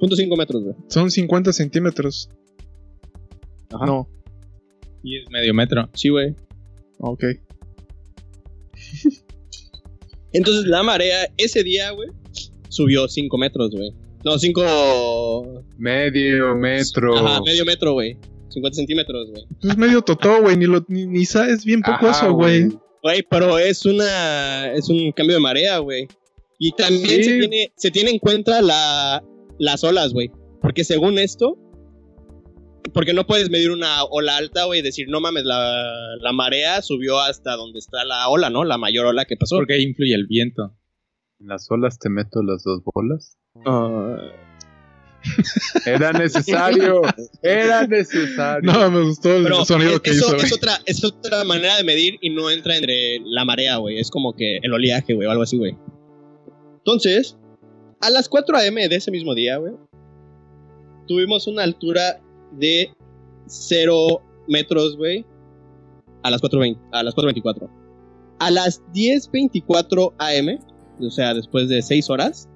E: 0.5 metros, güey.
C: Son 50 centímetros.
E: Ajá.
C: No,
F: Y es medio metro.
E: Sí, güey.
C: ok.
E: Entonces, la marea ese día, güey, subió 5 metros, güey. No, 5...
D: Medio metro.
E: Ajá, medio metro, güey. 50 centímetros, güey.
C: Es Pues medio totó, güey. Ni, lo- ni, ni sabes bien poco
D: Ajá,
C: eso, güey.
E: Güey, pero es una. Es un cambio de marea, güey. Y también
D: Sí.
E: se, tiene, se tiene en cuenta la, las olas, güey. Porque según esto. Porque no puedes medir una ola alta, güey, y decir, no mames, la, la marea subió hasta donde está la ola, ¿no? La mayor ola que pasó.
F: Porque ahí influye el viento.
D: En las olas te meto las dos bolas.
E: Ah,
D: Era necesario. Era necesario.
C: No, me gustó el
E: pero
C: sonido
E: es-
C: que
E: eso
C: hizo. güey.
E: es otra, es otra manera de medir y no entra entre la marea, güey. Es como que el oleaje, güey, o algo así, güey. Entonces, a las 4 a.m. de ese mismo día, güey, tuvimos una altura de 0 metros, güey, a las 4.20 a las 4.24. A las 10.24 AM, o sea, después de 6 horas,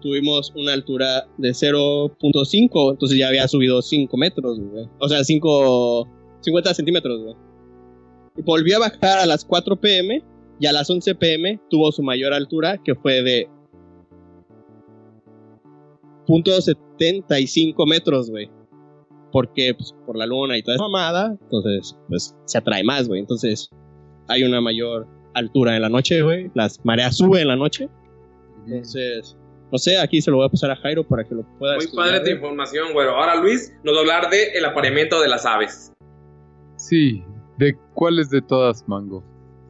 E: tuvimos una altura de 0.5, entonces ya había subido 5 metros, güey. O sea, 5, 50 centímetros, güey. Y volvió a bajar a las 4 pm y a las 11 pm tuvo su mayor altura, que fue de 0.75 metros, güey. Porque pues, por la luna y toda esa mamada, entonces, pues se atrae más, güey. Entonces, hay una mayor altura en la noche, güey. Las mareas suben en la noche. Entonces, no sé, aquí se lo voy a pasar a Jairo para que lo pueda
B: Muy
E: estudiar,
B: padre tu
E: güey.
B: información, güero. Ahora Luis nos va a hablar de el apareamiento de las aves.
D: Sí, ¿de cuáles de todas, Mango?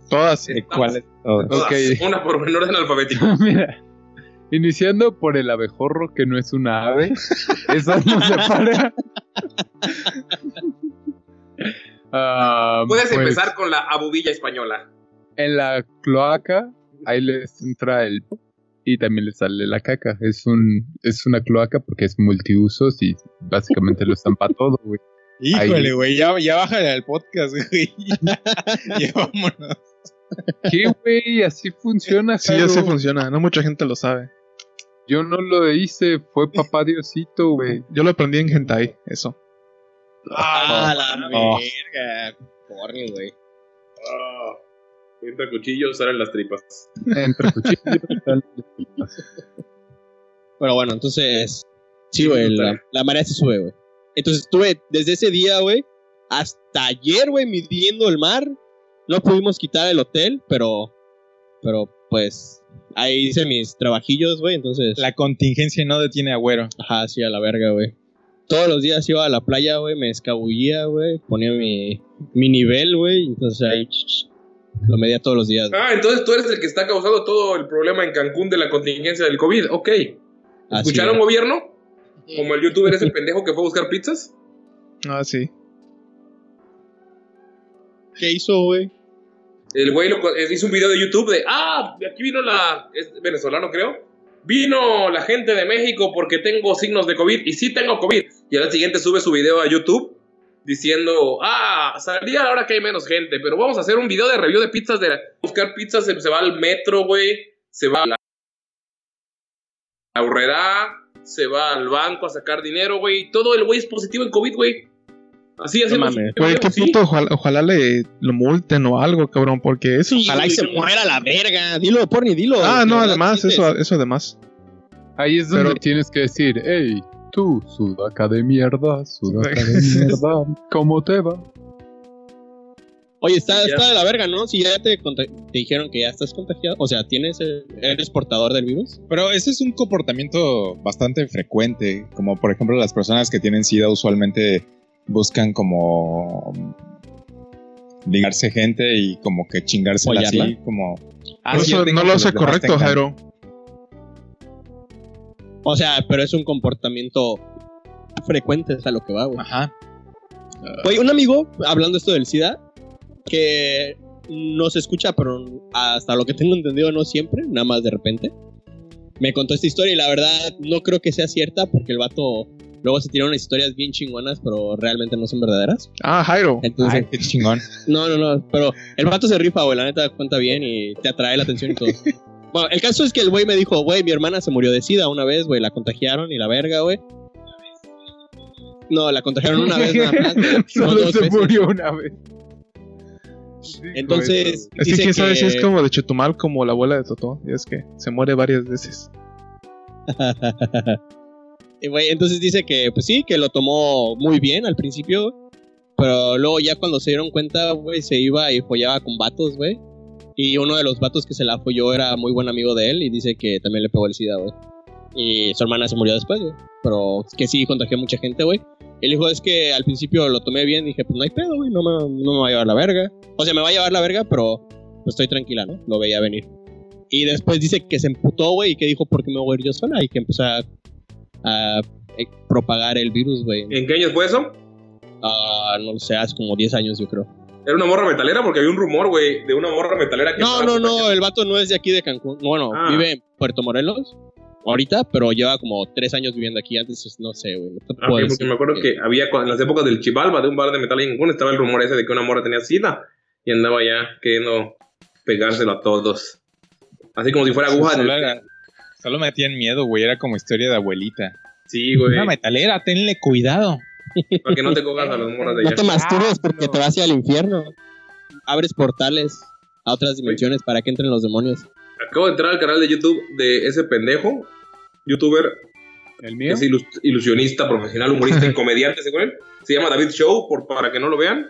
C: Todas.
F: ¿De cuáles? Oh,
B: Todas,
D: Ok.
B: Una por en orden alfabético.
D: Mira, iniciando por el abejorro, que no es una ave. Eso no se para. Ah,
B: Puedes
D: pues,
B: empezar con la abubilla española.
D: En la cloaca, ahí les entra el po- y también les sale la caca. Es un es una cloaca porque es multiusos y básicamente lo están para todo, güey.
F: Híjole, güey, ya, ya bájale al podcast, güey. ya vámonos.
D: ¿Qué, güey? Así funciona,
C: Sí, así
D: Jaro.
C: funciona. No mucha gente lo sabe.
D: Yo no lo hice, fue papá Diosito, güey.
C: Yo lo aprendí en Hentai, eso.
E: Ah, la
F: Oh.
E: verga. Corre, güey.
B: Ah, Entra cuchillo, salen las tripas.
D: Entre cuchillos. tal.
E: Pero bueno, entonces. Sí, güey, la, la marea se sube, güey. Entonces estuve desde ese día, güey, hasta ayer, güey, midiendo el mar. No pudimos quitar el hotel, pero. Pero pues. Ahí hice mis trabajillos, güey, entonces.
F: La contingencia no detiene agüero.
E: Ajá, sí, a la verga, güey. Todos los días iba a la playa, güey, me escabullía, güey, ponía mi, mi nivel, güey, y entonces ahí ch, ch, lo medía todos los días. güey.
B: Ah, entonces tú eres el que está causando todo el problema en Cancún de la contingencia del COVID. Ok.
E: Así,
B: Ah, ¿Escucharon,
E: güey.
B: gobierno? Como el youtuber ese pendejo que fue a buscar pizzas.
C: Ah, sí.
E: ¿Qué hizo, güey?
B: El güey lo co- eh, hizo un video de YouTube de, ah, de aquí vino la, es venezolano creo, vino la gente de México porque tengo signos de COVID y sí tengo COVID. Y al día siguiente sube su video a YouTube diciendo, ah, salía ahora que hay menos gente, pero vamos a hacer un video de review de pizzas, de buscar pizzas, se, se va al metro, güey, se va a la, la Urrera, se va al banco a sacar dinero, güey, todo el güey es positivo en COVID, güey. Así, así.
E: mames.
C: Güey, qué puto, ojalá, ojalá le lo multen o algo, cabrón, porque eso.
E: Ojalá y se muera la verga. Dilo, porni, dilo.
C: Ah, no,
E: ¿Verdad?
C: además,
E: ¿Dices?
C: eso, eso además.
D: Ahí es donde
C: Pero-
D: tienes que decir, hey, tú, sudaca de mierda, sudaca de mierda, ¿cómo te va?
E: Oye, está,
B: Ya.
E: está de la verga, ¿no? Si ya te, conta- te dijeron que ya estás contagiado, o sea, tienes el- eres portador del virus.
F: Pero ese es un comportamiento bastante frecuente, como por ejemplo las personas que tienen SIDA usualmente buscan como mm, ligarse gente y como que chingarse así,
E: Follarla.
F: como...
C: Por
F: Ah, sí,
C: eso
F: yo
C: no
F: tengo
C: lo
F: que los
C: hace
F: demás
C: correcto,
F: tengan.
C: Jairo.
E: O sea, pero es un comportamiento frecuente, es a lo que va, güey.
F: Ajá.
E: Oye, un amigo, hablando esto del SIDA, que nos escucha, pero hasta lo que tengo entendido no siempre, nada más de repente, me contó esta historia y la verdad no creo que sea cierta porque el vato luego se tiraron historias bien chingonas, pero realmente no son verdaderas.
C: Ah, Jairo.
E: Entonces,
F: Ay, pues, qué chingón.
E: no, no, no, pero el vato se rifa, güey, la neta cuenta bien y te atrae la atención y todo. bueno, el caso es que el güey me dijo, güey, mi hermana se murió de sida una vez, güey, la contagiaron y la verga, güey. No, la contagiaron una vez nada más. güey, no
D: Solo
E: dos
D: se
E: veces.
D: murió una vez.
E: Entonces,
C: Es que
E: dice
C: quién sabe si es
E: que-
C: como de Chetumal, como la abuela de Totó. Y es que se muere varias veces.
E: Y, güey, entonces dice que, pues sí, que lo tomó muy bien al principio. Pero luego ya cuando se dieron cuenta, güey, se iba y follaba con vatos, güey. Y uno de los vatos que se la folló era muy buen amigo de él y dice que también le pegó el SIDA, güey. Y su hermana se murió después, güey. Pero que sí, contagió a mucha gente, güey. El hijo es que al principio lo tomé bien, dije, pues no hay pedo, güey, no me, no me va a llevar la verga. O sea, me va a llevar la verga, pero pues, estoy tranquila, ¿no? Lo veía venir. Y después dice que se emputó, güey, y que dijo, ¿por qué me voy a ir yo sola? Y que empezó a, a, eh, propagar el virus, güey.
B: ¿En qué año fue eso?
E: Ah, no lo sé, hace como 10 años, yo creo.
B: Era una morra metalera porque había un rumor, güey, de una morra metalera que
E: No, eh,
B: estaba
E: no, no,
B: contagiada.
E: el vato no es de aquí de Cancún. Bueno,
B: Ah.
E: vive en Puerto Morelos. ahorita, pero lleva como tres años viviendo aquí antes, pues, no sé, güey. No te
B: Ah,
E: puedo
B: sí, porque
E: decir
B: me acuerdo que había cu- en las épocas del Chivalba, de un bar de metal en Cancún, estaba el rumor ese de que una morra tenía sida y andaba ya queriendo pegárselo a todos. Así como si fuera aguja
F: solo,
B: de...
F: era- solo metían miedo, güey. Era como historia de abuelita.
B: Sí, güey.
F: Una metalera, tenle cuidado.
B: Para que no te cogas a las morras de
E: No te
B: allá.
E: masturbes porque te vas hacia el infierno. Abres portales a otras dimensiones para que entren los demonios.
B: Acabo de entrar al canal de YouTube de ese pendejo, youtuber
D: ¿El
B: que
D: mío?
B: es ilus- ilusionista, profesional, humorista y comediante, según él. Se llama David Show, por, para que no lo vean.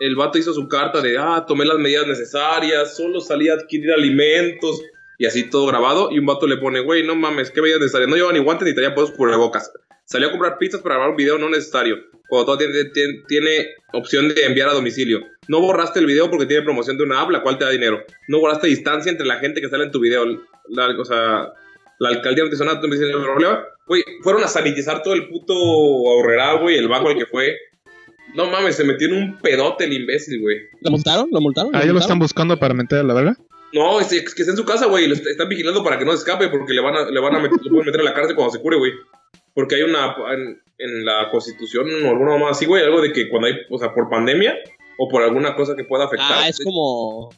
B: El vato hizo su carta de, ah, tomé las medidas necesarias, solo salí a adquirir alimentos y así todo grabado. Y un vato le pone, güey, no mames, ¿qué medidas necesarias? No llevaba ni guantes ni traía podos cubrebocas. Salió a comprar pizzas para grabar un video no necesario. Cuando todo tiene, tiene- tiene opción de enviar a domicilio. No borraste el video porque tiene promoción de una app, la cual te da dinero. No borraste distancia entre la gente que sale en tu video. La- o sea, la alcaldía no te hizo nada, tú me dices el problema. Güey, fueron a sanitizar todo el puto ahorrera, güey, el banco al que fue. No mames, se metió en un pedote el imbécil, güey.
E: ¿Lo multaron? ¿Lo multaron?
C: Ah, ya lo están
E: multaron?
C: buscando para meter a la verga.
B: No, es, es que está en su casa, güey, lo est- están vigilando para que no escape porque le van a, le van a meter, lo pueden meter a la cárcel cuando se cure, güey. Porque hay una, en, en la constitución o alguna más así, güey, algo de que cuando hay, o sea, por pandemia o por alguna cosa que pueda afectar.
E: Ah, es como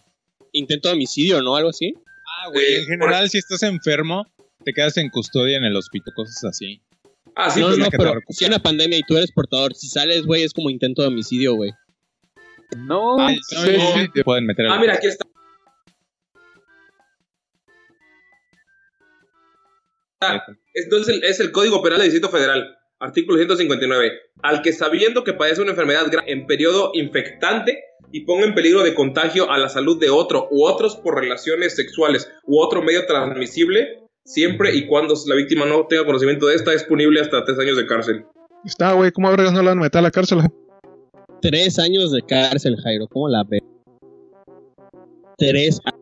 E: intento de homicidio, ¿no? Algo así.
F: Ah,
B: güey,
F: en
B: por-
F: general, si estás enfermo, te quedas en custodia en el hospital, cosas así.
B: Ah, sí,
E: no,
B: pues,
E: no,
F: la que te
E: pero
F: recupera.
E: si hay una pandemia y tú eres portador, si sales, güey, es como intento de homicidio, güey. Ah,
D: No,
F: No, pues,
D: sé.
F: no, te pueden meter a
B: Ah,
F: la
B: mira, aquí está. Ah, Entonces el- es el Código Penal del Distrito Federal, artículo 159. Al que sabiendo que padece una enfermedad grave en periodo infectante y ponga en peligro de contagio a la salud de otro u otros por relaciones sexuales u otro medio transmisible, siempre y cuando la víctima no tenga conocimiento de esta, es punible hasta tres años de cárcel.
C: Está, güey, ¿cómo vergas no la van a meter a la cárcel?
E: Tres años de cárcel, Jairo. ¿Cómo la ve? Tres a-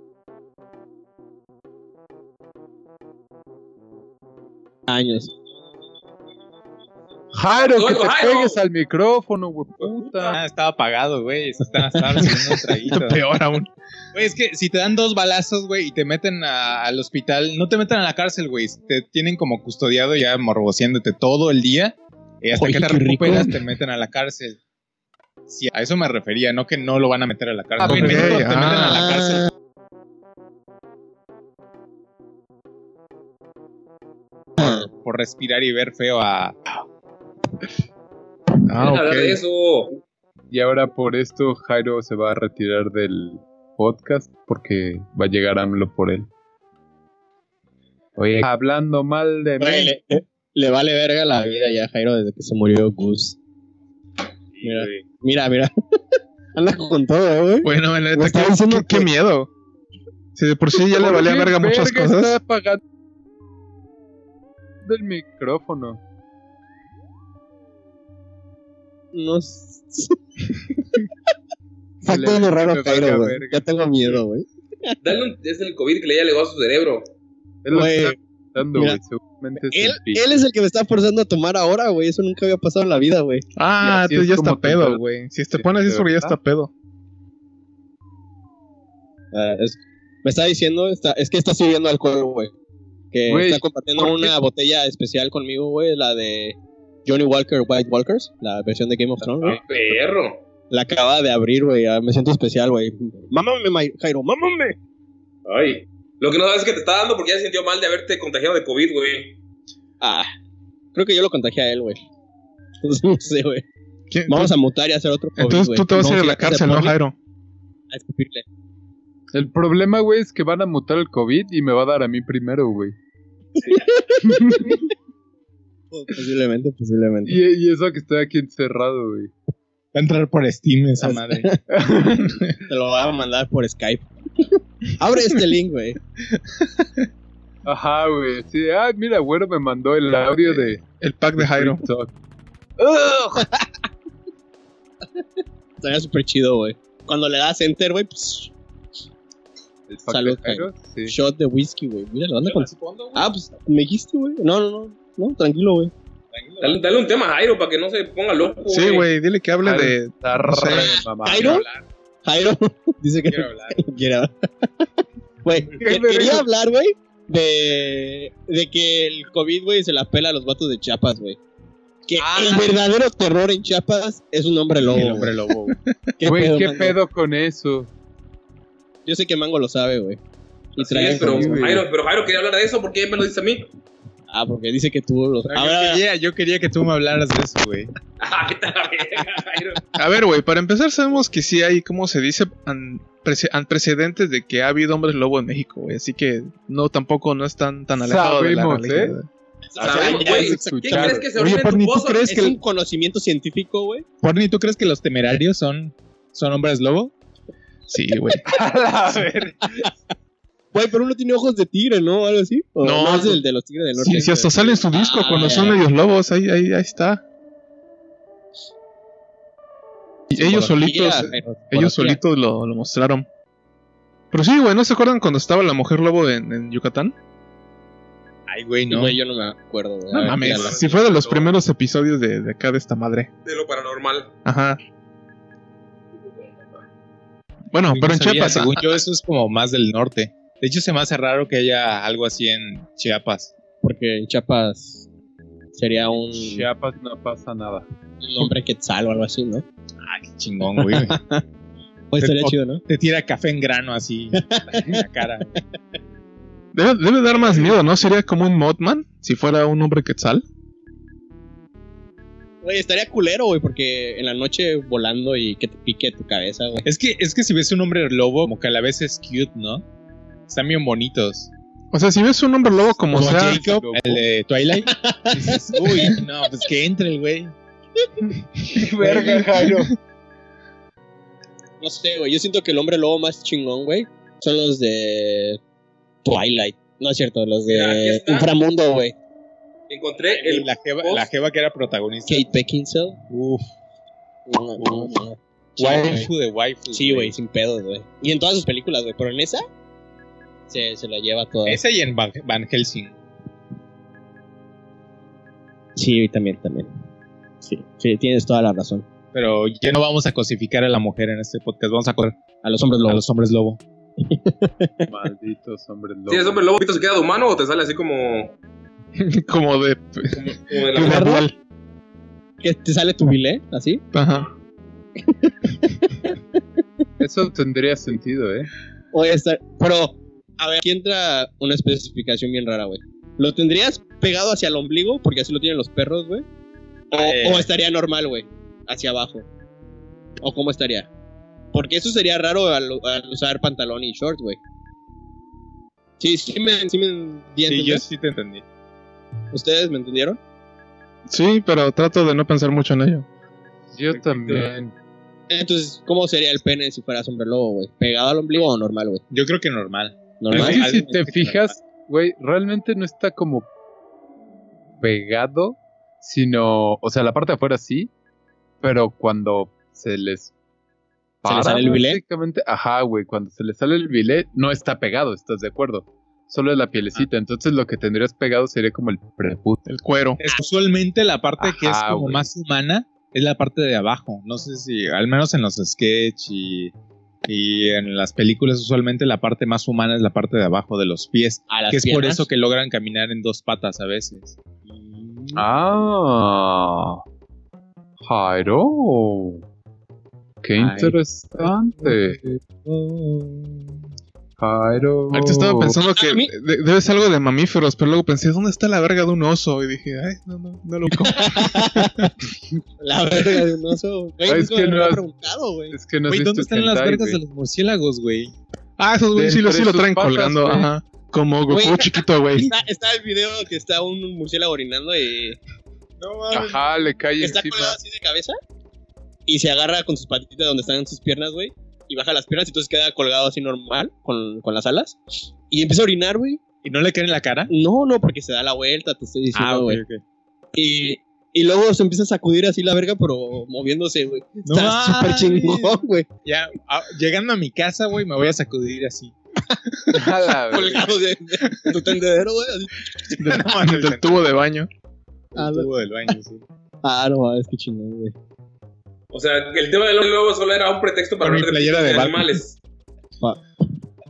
E: años.
D: Jairo, que
B: Oigo,
D: te
B: Jairo.
D: pegues al micrófono, güey, puta.
F: Ah, estaba apagado, güey. Estaba, estaba recibiendo un traguito.
C: Peor aún.
F: Güey, es que si te dan dos balazos, güey, y te meten a- al hospital, no te meten a la cárcel, güey. Te tienen como custodiado ya morboseándote todo el día. Y hasta
E: Oye,
F: que te
E: qué rico.
F: recuperas, te meten a la cárcel. Sí, a eso me refería, no que no lo van a meter a la cárcel.
D: Ah,
F: Güey, en
D: ok,
F: México te meten a la
E: ah.
F: cárcel. Por, por respirar y ver feo a.
C: Ah,
B: Hablar de
C: ok.
B: eso.
D: Y ahora por esto Jairo se va a retirar del podcast porque va a llegar AMLO por él. Oye, hablando mal de
E: Güey,
D: mí.
E: le, le vale verga la vida ya, a Jairo, desde que se murió Gus. Mira, mira, mira. Anda con todo, eh, güey.
C: Bueno, la
E: Me
C: neta,
E: está
C: qué,
E: diciendo
C: qué- qué miedo. Si de por sí ya le
D: ¿por
C: valía
D: qué
C: verga muchas
D: verga
C: cosas.
D: está apagando del micrófono.
E: No s-
D: Se
E: Está
D: le ve
E: actuando
D: que
E: raro,
D: me
E: Jairo,
D: valga
E: güey.
D: verga.
E: Ya tengo miedo, güey.
B: Dale un, es el COVID que le haya legado a su cerebro.
D: Él lo
E: Güey,
D: está dando,
E: mira,
D: güey. Seguramente es
E: Él,
D: el
E: él es el que me está forzando a tomar ahora, güey. Eso nunca había pasado en la vida, güey.
C: Ah,
D: así
C: tú
D: es
C: ya
D: como
C: está
D: te
C: pedo,
D: enteras.
C: güey. Si
D: Sí,
C: te pones
D: de
C: eso, porque ya
D: verdad.
C: está pedo.
E: Ah, es- me está diciendo, está, es que está sirviendo alcohol, güey. Que
D: Güey,
E: está compartiendo
D: ¿por qué?
E: una botella especial conmigo, güey. La de Johnny Walker White Walkers, la versión de Game of Thrones, güey.
B: Ah, perro.
E: La acaba de abrir, güey. ah, Me siento especial, güey. Mámame, Ma- Jairo, mámame.
B: Ay. Lo que no sabes es que te está dando porque ya se sintió mal de haberte contagiado de COVID, güey.
E: Ah, creo que yo lo contagié a él, güey. Entonces, no sé, güey.
C: ¿Quién-
E: Vamos
C: tú-
E: a mutar y hacer otro COVID,
C: entonces
E: güey.
C: tú te vas a ir a
E: Vamos
C: la
E: casa de
C: cárcel, ¿no,
E: Poli
C: Jairo?
E: a escupirle.
D: El problema, güey, es que van a mutar el COVID y me va a dar a mí primero, güey.
E: Posiblemente, posiblemente.
D: Y, y eso que estoy aquí encerrado, güey.
F: Va a entrar por Steam esa
E: Así-
F: madre.
E: Te lo va a mandar por Skype. Abre este link, güey.
D: Ajá, güey. Sí, ah, mira, güero me mandó el audio de
C: El pack de Jairo.
D: TikTok.
E: Estaría súper chido, güey. Cuando le das enter, güey, pues,
D: El pack
E: Salud,
D: de Jairo, Sí.
E: shot de whisky, güey. Mira, lo anda con... Ah, pues, me dijiste, güey. No, no, no. No, tranquilo, güey.
B: Dale, dale un tema a Jairo para que no se ponga loco.
C: Sí, güey, dile que hable
D: Jairo
C: de.
D: Está
C: sé.
D: re mamado.
E: ¿Jairo? Jairo dice que no quiere hablar. Güey,
D: Qué
E: que- quería
D: verga.
E: hablar, güey, de, de que el COVID, güey, se la pela a los vatos de Chiapas, güey. Que el verdadero terror en Chiapas es un hombre lobo.
F: El
E: güey.
F: hombre lobo. güey.
E: ¿Qué
D: Güey,
E: pedo,
D: ¿qué
E: Mango?
D: pedo con eso?
E: Yo sé que Mango lo sabe, güey. Y
B: Así
E: trae
B: es, pero,
D: conmigo.
B: Jairo, pero Jairo quería hablar de eso porque me lo dice a mí.
E: Ah, porque dice que tú lo
F: Yo
E: Ahora,
F: quería- yo quería que tú me hablaras de eso, güey.
B: Ah, vete a la verga, Jairo.
C: A ver, güey, para empezar sabemos que sí hay, ¿cómo se dice? An- prece- antecedentes de que ha habido hombres lobo en México, güey. Así que no, tampoco no están tan alejados de la
D: Sabemos,
C: realidad.
B: Sabemos,
E: Ah, ya
B: güey,
E: se
B: ¿Qué
E: escucharon.
B: crees que se
F: Oye,
B: orina en tu
F: Barney, ¿tú
B: pozo?
F: crees
E: es
F: que-
E: un conocimiento científico, güey.
F: Porni, ¿tú crees que los temerarios son, son hombres lobo?
C: Sí, güey.
D: A ver,
E: Güey, pero uno tiene ojos de tigre, ¿no? Algo así. ¿O
C: No,
E: no es
C: no.
E: el de los tigres del norte.
C: Sí, sí, hasta sale en su disco
E: Ah,
C: cuando
E: ya,
C: son
E: ya.
C: ellos lobos, ahí, ahí, ahí está. Y ellos
E: Psicología,
C: solitos,
E: pero-
C: ellos
E: psicología.
C: solitos lo, lo mostraron. Pero sí, güey, ¿no se acuerdan cuando estaba la mujer lobo en, en Yucatán?
F: Ay, güey,
E: Sí,
F: no.
E: Güey, yo no me acuerdo, güey.
C: No
E: A ver,
C: mames,
E: míralo.
C: si fue de los primeros episodios de, de acá de esta madre.
B: De lo paranormal.
C: Ajá. Bueno,
F: Yo
C: pero
F: no
C: en
F: sabía,
C: Chiapas,
F: Según
C: ah,
F: yo, eso es como más del norte. De hecho, se me hace raro que haya algo así en Chiapas.
E: Porque en Chiapas sería un
D: Chiapas no pasa nada.
E: un hombre quetzal o algo así, ¿no?
F: Ay, qué chingón, güey.
E: Pues estaría
F: O-
E: chido, ¿no?
F: Te tira café en grano así en la cara.
C: debe, debe dar más miedo, ¿no? Sería como un Mothman si fuera un hombre quetzal.
E: Güey, estaría culero, güey, porque en la noche volando y que te pique tu cabeza, güey.
F: Es que, es que si ves un hombre lobo, como que a la vez es cute, ¿no? Están bien bonitos.
C: O sea, si ves un hombre lobo como
F: Como
C: sea,
F: Jacob, el de Twilight. Dices, Uy, no, pues que entre el güey.
D: Verga, Jairo.
E: No sé, güey. Yo siento que el hombre lobo más chingón, güey, son los de Twilight. No es cierto, los
B: Mira, aquí
E: de
B: está.
E: Inframundo, güey.
B: Encontré el
F: La jeva,
B: post.
F: la jeva que era protagonista.
E: Kate Beckinsale.
F: Uf,
E: No, no, no.
F: waifu de waifu.
E: Sí, güey, sin pedos, güey. Y en todas sus películas, güey. Pero en esa se, se la lleva toda.
F: Esa y en Van, Van Helsing.
E: Sí, también, también. Sí, sí, tienes toda la razón.
F: Pero ya no vamos a cosificar a la mujer en este podcast. Vamos a correr
E: A los hombres
F: a
E: lobos.
F: los hombres lobo.
D: Malditos hombres lobos.
B: Si es hombre lobo, ¿pito se queda de humano o te sale así como, como,
C: como de,
B: como de la
C: como de
E: ¿Verdad?
C: Dual.
E: ¿Qué te sale tu bilé? ¿Así?
C: Ajá.
D: Eso tendría sentido, ¿eh?
E: Oye, está- este, Pero, a ver, aquí entra una especificación bien rara, güey. ¿Lo tendrías pegado hacia el ombligo? Porque así lo tienen los perros, güey. O,
F: Eh.
E: o estaría normal, güey. Hacia abajo. ¿O cómo estaría? Porque eso sería raro al, al usar pantalón y shorts, güey. Sí, sí me, sí me di a
F: Sí, yo
E: entender.
F: sí te entendí.
E: ¿Ustedes me entendieron?
C: Sí, pero trato de no pensar mucho en ello.
D: Yo también.
E: Entonces, ¿cómo sería el pene si fuera hombre lobo, güey? ¿Pegado al ombligo o normal, güey?
F: Yo creo que normal.
D: Es
E: ¿Normal?
D: que
F: Algo
D: si te
F: que-
D: fijas, güey, realmente no está como pegado, sino, o sea, la parte de afuera sí, pero cuando se les para
E: sale el bilé?
D: básicamente- ajá, güey, cuando se les sale el bilé no está pegado, ¿estás de acuerdo? Solo es la pielecita, entonces lo que tendrías pegado sería como el prepucio.
C: El cuero.
F: Es usualmente la parte que es
D: Ajá,
F: como
D: güey.
F: más humana es la parte de abajo. No sé si, al menos en los sketch y, y en las películas, usualmente la parte más humana es la parte de abajo de los pies.
E: a las
F: Que es por
E: piernas?
F: eso que logran caminar en dos patas a veces.
D: Ah, Jairo. Qué
F: Ay.
D: interesante. Jairo.
C: Ahorita estaba pensando que
E: A mí-
C: de- debe ser algo de mamíferos, pero luego pensé, ¿dónde está la verga de un oso? Y dije, ay, no, no, no lo ubico.
E: La verga de un oso. Güey,
D: Ah, es
E: nunca
D: que
E: me
D: no
E: lo había
D: has-
E: preguntado, güey.
D: Es que no has
F: Güey, ¿dónde
D: visto este
F: están las
D: hentai,
F: vergas
D: güey.
F: de los murciélagos, güey?
C: Ah, esos güeyes sí, lo- sí lo
D: Entre
C: traen
D: sus patas,
C: colgando,
D: güey.
C: ajá. Como Goku
E: Güey.
C: chiquito, güey.
E: Está, está el video que está un murciélago orinando y. No mames.
D: Ajá, le cae
E: Está
D: encima.
E: colgado así de cabeza y se agarra con sus patitas donde están sus piernas, güey. Y baja las piernas y entonces queda colgado así normal con, con las alas. Y empieza a orinar, güey.
F: ¿Y no le caen en la cara?
E: No, no, porque se da la vuelta, te estoy diciendo,
F: ok,
E: Ah, güey.
F: Ah, ok.
E: y, y luego se empieza a sacudir así la verga, pero moviéndose, güey.
F: No
E: Está súper
F: mames.
E: chingón, güey.
F: Ya, ah, llegando a mi casa, güey, me voy a sacudir así.
D: A la verga.
E: Colgado de, de tu tendedero, güey. así.
C: Del,
F: No mames,
C: del tubo de baño.
E: Ah,
F: el tubo del baño, sí.
E: Ah, no, es que chingón, güey.
B: O sea, el tema del hombre lobo solo era un pretexto para
F: Con mi
B: hablar
F: playera de Batman.
B: animales.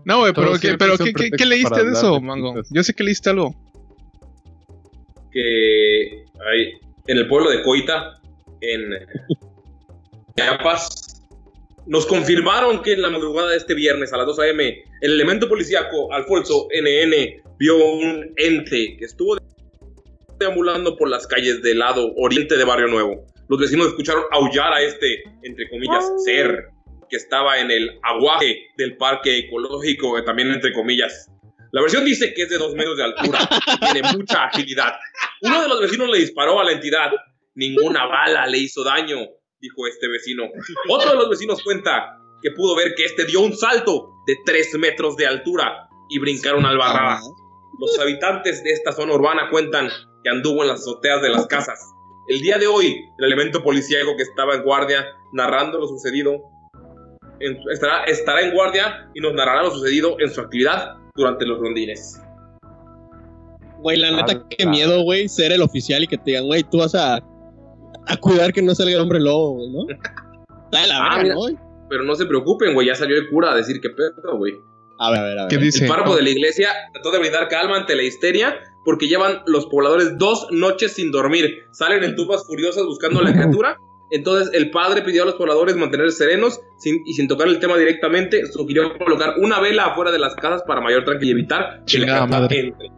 C: No, güey, pero,
D: Todo
C: ¿qué,
D: siempre
C: pero
D: es un
C: ¿qué, qué,
D: pretexto
C: qué leíste
D: para
C: de
D: hablar
C: eso,
D: de
C: Mango?
D: putas.
C: Yo sé que leíste algo.
B: que hay en el pueblo de Coita, en eh, Chiapas, nos confirmaron que en la madrugada de este viernes a las 2 a.m., el elemento policíaco Alfonso NN vio un ente que estuvo deambulando por las calles del lado oriente de Barrio Nuevo. Los vecinos escucharon aullar a este, entre comillas, ser que estaba en el aguaje del parque ecológico, eh, también entre comillas. La versión dice que es de dos metros de altura, tiene mucha agilidad. Uno de los vecinos le disparó a la entidad. Ninguna bala le hizo daño, dijo este vecino. Otro de los vecinos cuenta que pudo ver que este dio un salto de tres metros de altura y brincaron al barrada. Los habitantes de esta zona urbana cuentan que anduvo en las azoteas de las casas. El día de hoy, el elemento policíaco que estaba en guardia narrando lo sucedido en- estará, estará en guardia y nos narrará lo sucedido en su actividad durante los rondines.
E: Güey, la neta,
D: Ah,
E: qué
D: claro.
E: miedo, güey, ser el oficial y que te digan, güey, tú vas a, a cuidar que no salga el hombre lobo, güey, ¿no? Está de la
B: Ah,
E: verga,
B: mira.
E: ¿no, güey?
B: Pero no se preocupen, güey, ya salió el cura a decir qué pedo, güey.
E: A ver, a ver, a
C: ¿Qué
E: ver.
C: dice?
B: El párroco de la iglesia trató de brindar calma ante la histeria porque llevan los pobladores dos noches sin dormir. Salen en tumbas furiosas buscando a la criatura. Entonces el padre pidió a los pobladores mantenerse serenos sin- y sin tocar el tema directamente. Sugirió colocar una vela afuera de las casas para mayor tranquilidad y evitar que la
C: Chingada
B: criatura
C: madre.
B: entre.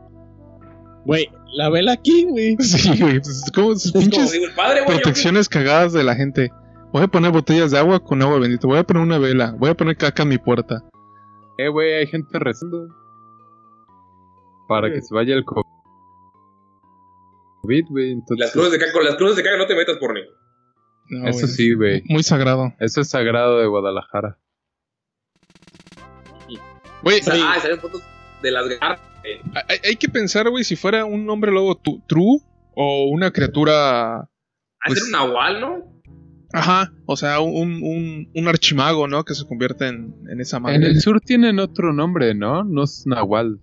E: Güey, la vela aquí, güey.
C: Sí, güey. Pues, ¿Cómo sus
B: Es como
C: pinches
B: digo el padre, güey. yo-
C: protecciones cagadas de la gente? Voy a poner botellas de agua con agua bendita. Voy a poner una vela. Voy a poner caca en mi puerta.
D: Eh, güey, hay gente rezando. Para que se vaya el co- COVID, güey.
B: Las
D: Entonces,
B: cruces de caca, con las cruces de caca no te metas por mí.
C: No,
D: eso
C: güey.
D: sí, güey.
C: Muy sagrado.
D: Eso es sagrado de Guadalajara.
C: Güey,
E: Sí.
B: Ah, salen fotos de las ah, garras.
C: hay, hay que pensar, güey, si fuera un hombre lobo tu- true o una criatura.
B: Hacer
C: Pues-
B: un nahual, ¿no?
C: Ajá, o sea, un, un, un archimago, ¿no? Que se convierte en, en esa madre.
D: En el sur tienen otro nombre, ¿no? No es Nahual.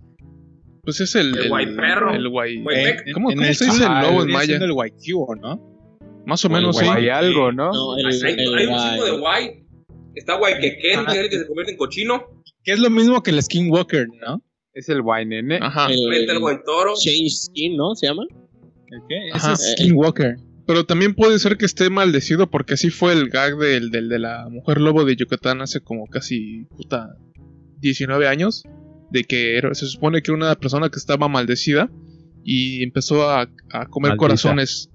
C: Pues es el.
B: El guayperro.
C: El guay.
B: Guaypec.
C: ¿Cómo, cómo se dice el lobo en maya?
F: el Waikibo, ¿no?
C: Más o
F: o el
C: menos, sí.
F: guay-
D: Hay algo, ¿no?
E: No, el,
B: Ah, Hay,
E: el
B: hay un
E: guay.
B: chico de guay. Está guay que Ken,
F: Ah.
B: que se convierte en cochino.
F: Que es lo mismo que el Skinwalker, ¿no?
D: Es el Wainene.
C: Ajá.
E: El-
F: Eh,
B: Frente al buen toro.
E: Change Skin, ¿no? ¿Se llama?
F: ¿El qué?
C: Ajá.
F: Ese es Skinwalker.
C: Pero también puede ser que esté maldecido porque así fue el gag del, del de la mujer lobo de Yucatán hace como casi puta 19 años. De que era- se supone que era una persona que estaba maldecida y empezó a, a comer
D: Maldita.
C: corazones.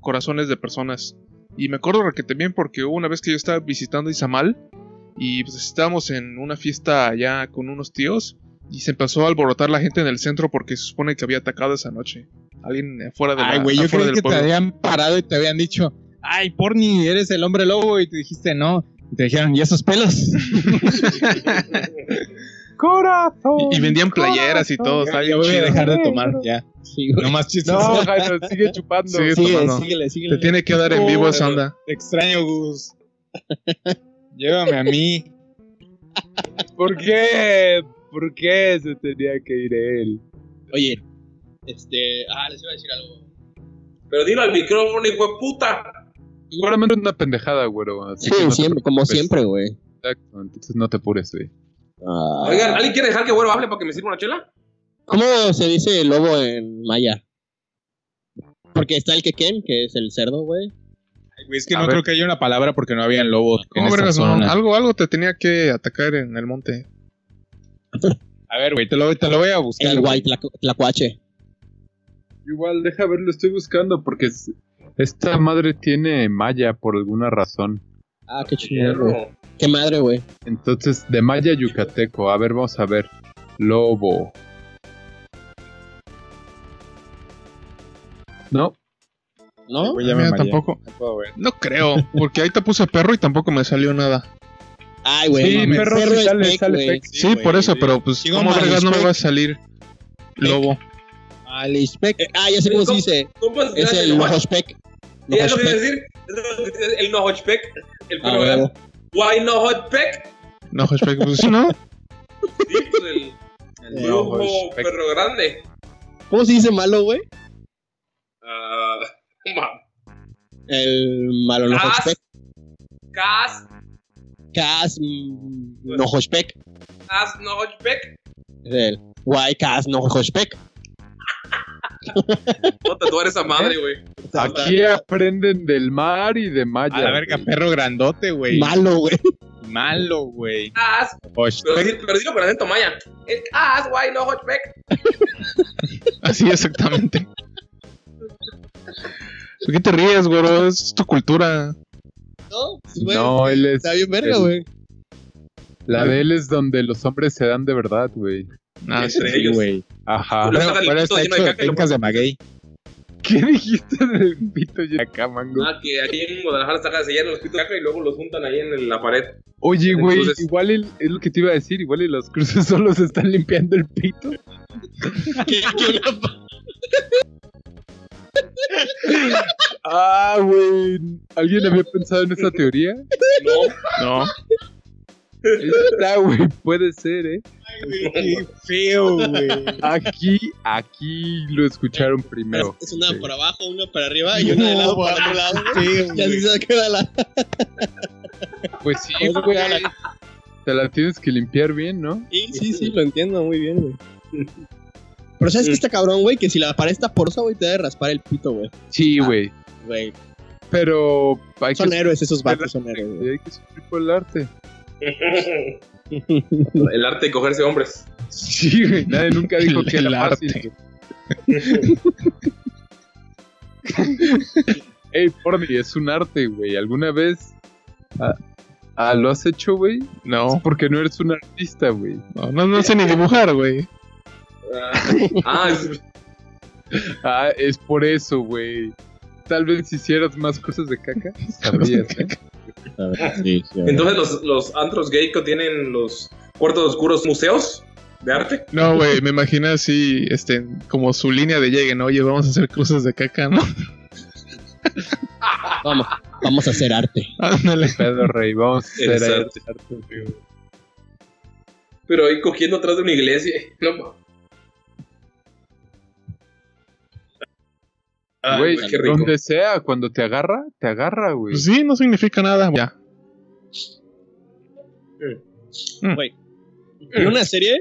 C: Corazones de personas. Y me acuerdo que también porque hubo una vez que yo estaba visitando Izamal y pues estábamos en una fiesta allá con unos tíos y se empezó a alborotar la gente en el centro porque se supone que había atacado esa noche. Alguien afuera, de la-
F: Ay, güey, yo
C: afuera
F: creí
C: del
F: que
C: pueblo.
F: te habían parado y te habían dicho, ay, Porni, eres el hombre lobo, y tú dijiste no. Y te dijeron, ¿y esos pelos?
D: ¡Corazón!
C: Y, y vendían playeras y todo, está
F: ya
C: bien
F: voy a
C: chido.
F: dejar de tomar, ya.
E: Sí, güey.
F: No más chistes.
D: No, Jairo, sigue chupando.
C: Sigue
E: Sigue,
C: tomando.
E: síguele, síguele.
C: Te tiene que dar en vivo esa onda.
F: Te extraño, Gus. Llévame a mí.
D: ¿Por qué? ¿Por qué se tenía que ir él?
E: Oye, este... Ah, les iba a decir algo.
B: Pero dilo al micrófono, hijo de puta.
D: Seguramente una pendejada, güero. así
E: Sí,
D: que no te
E: siempre, como
D: preocupes.
E: siempre, güey.
D: Exacto, entonces no te apures, güey.
E: Ah.
B: Oigan, ¿alguien quiere dejar que güero hable para que me sirva una chela?
E: ¿Cómo se dice lobo en maya? Porque está el quequén, que es el cerdo, güey.
F: Ay, güey, es que
D: A
F: no
D: ver.
F: creo que haya una palabra porque no habían lobos en
C: ¿Cómo
F: esta
C: vergas, no?
F: zona.
C: Algo, algo te tenía que atacar en el monte.
F: A ver, güey, te lo, te lo voy a buscar.
E: El
F: güey.
E: guay tlacu- tlacuache.
D: Igual, deja ver, lo estoy buscando porque es- esta madre tiene malla por alguna razón.
E: Ah, qué chido, güey. Qué madre, güey.
D: Entonces, de malla yucateco. A ver, vamos a ver. Lobo. No,
E: ¿No?
F: Güey, ya me
C: Mira,
F: mareé.
C: Ah, tampoco.
F: No puedo ver.
C: No creo, porque ahí te puse perro y tampoco me salió nada.
E: Ay, güey.
D: Sí,
E: mames.
D: perro, sí
E: es
D: sale-
E: pec,
D: sale
E: güey.
D: pec.
C: Sí, por eso, pero pues,
F: Digo,
C: ¿cómo
F: Malispec.
C: vergas no me va a salir lobo?
E: Malispec. Ah, ya sé cómo se dice.
B: Compas,
E: Es el nojospec.
B: pues, ¿Y es lo que iba a
E: Nojospec.
B: decir? Es lo que iba a decir, El no hot peck. El
E: Ah,
B: pelo
E: güey.
B: verde. Why no hot peck?
C: No, Joshua, pues, sí, ¿no?
B: Sí, pues el
D: Eh,
B: brujo
D: hot peck.
B: perro grande.
E: ¿Cómo se dice malo, güey?
B: Ah, ma-
E: El malo nojospec.
B: Cas.
E: Cas. mm, Nojospec.
B: As no Hodgeback.
E: El White Cast No Hoshbeck.
B: No tatuar esa madre, güey.
D: Aquí aprenden del mar y de Maya.
F: A la verga, perro grandote, güey.
E: Malo, güey.
F: Malo, güey.
B: As,
F: Osh,
B: pero, sí- pero dilo con acento maya. El As, why no Hodgeback.
C: Así exactamente. ¿Por qué te ríes, güey? Es tu cultura.
E: No, pues, güey.
D: No, él es.
E: Está bien verga,
D: el-
E: güey.
D: La de él es donde los hombres se dan de verdad, güey.
C: Ah, sí.
B: Entre
F: sí,
B: ellos.
F: güey.
D: Ajá.
B: Lo
F: Pero,
B: saca el
F: pero
B: pito
F: está
B: lleno
F: hecho
B: de
F: de
B: caca y lo
F: pencas de maguey.
D: ¿Qué dijiste del pito y acá, mango?
B: Ah, que aquí en Guadalajara sacan, se llenan los pitos de caca y luego los juntan ahí en la pared.
D: Oye, güey,
B: Entonces-
D: igual el- es lo que te iba a decir, igual y los cruces solo se están limpiando el pito.
E: Que- que una pa-
D: Ah, güey. ¿Alguien había pensado en esa teoría?
B: No,
C: No.
D: Está, güey, puede ser, ¿eh?
E: Qué feo, güey.
D: Aquí, aquí lo escucharon primero.
E: Es una
D: Sí.
E: por abajo, una para arriba y una de lado para el otro lado. Sí, y así se queda la.
D: Pues sí, güey. Te la tienes que limpiar bien, ¿no?
E: Sí, sí, sí, lo entiendo muy bien, güey. Pero sabes que está cabrón, güey, que si la pared está porosa, güey, te debe raspar el pito, güey.
D: Sí, güey.
E: Güey.
D: Ah, Pero hay
E: Son
D: que,
E: héroes esos vatos, son héroes, güey.
D: hay que sufrir por el arte.
B: el arte de cogerse hombres.
D: Sí, güey. Nadie nunca dijo
C: El-
D: que
C: el
D: era fácil.
C: arte.
D: Ey, porni, es un arte, güey. ¿Alguna vez ah, ah, lo has hecho, güey? Es
C: No.
D: porque no eres un artista, güey.
C: No, no, no sé ni dibujar, güey.
B: Ah, ah, es-
D: Ah, es por eso, güey. Tal vez si hicieras más cosas de caca, sabrías, ¿eh?
F: Sí, sí,
B: entonces los, los antros gay que tienen los cuartos oscuros museos de arte.
C: No, güey, me imagino así, este, como su línea de llegue, ¿no? Oye, vamos a hacer cruces de caca, ¿no?
E: Vamos, vamos a hacer arte.
C: Ándale.
D: Pedro Rey, vamos a hacer
B: Eres
D: ahí
B: arte.
D: arte, güey.
B: Pero ahí cogiendo atrás de una iglesia. No, ma- Ay,
D: Güey,
B: qué rico.
D: donde sea, cuando te agarra, te agarra, güey.
C: Pues sí, no significa nada. Ya.
E: Hay una serie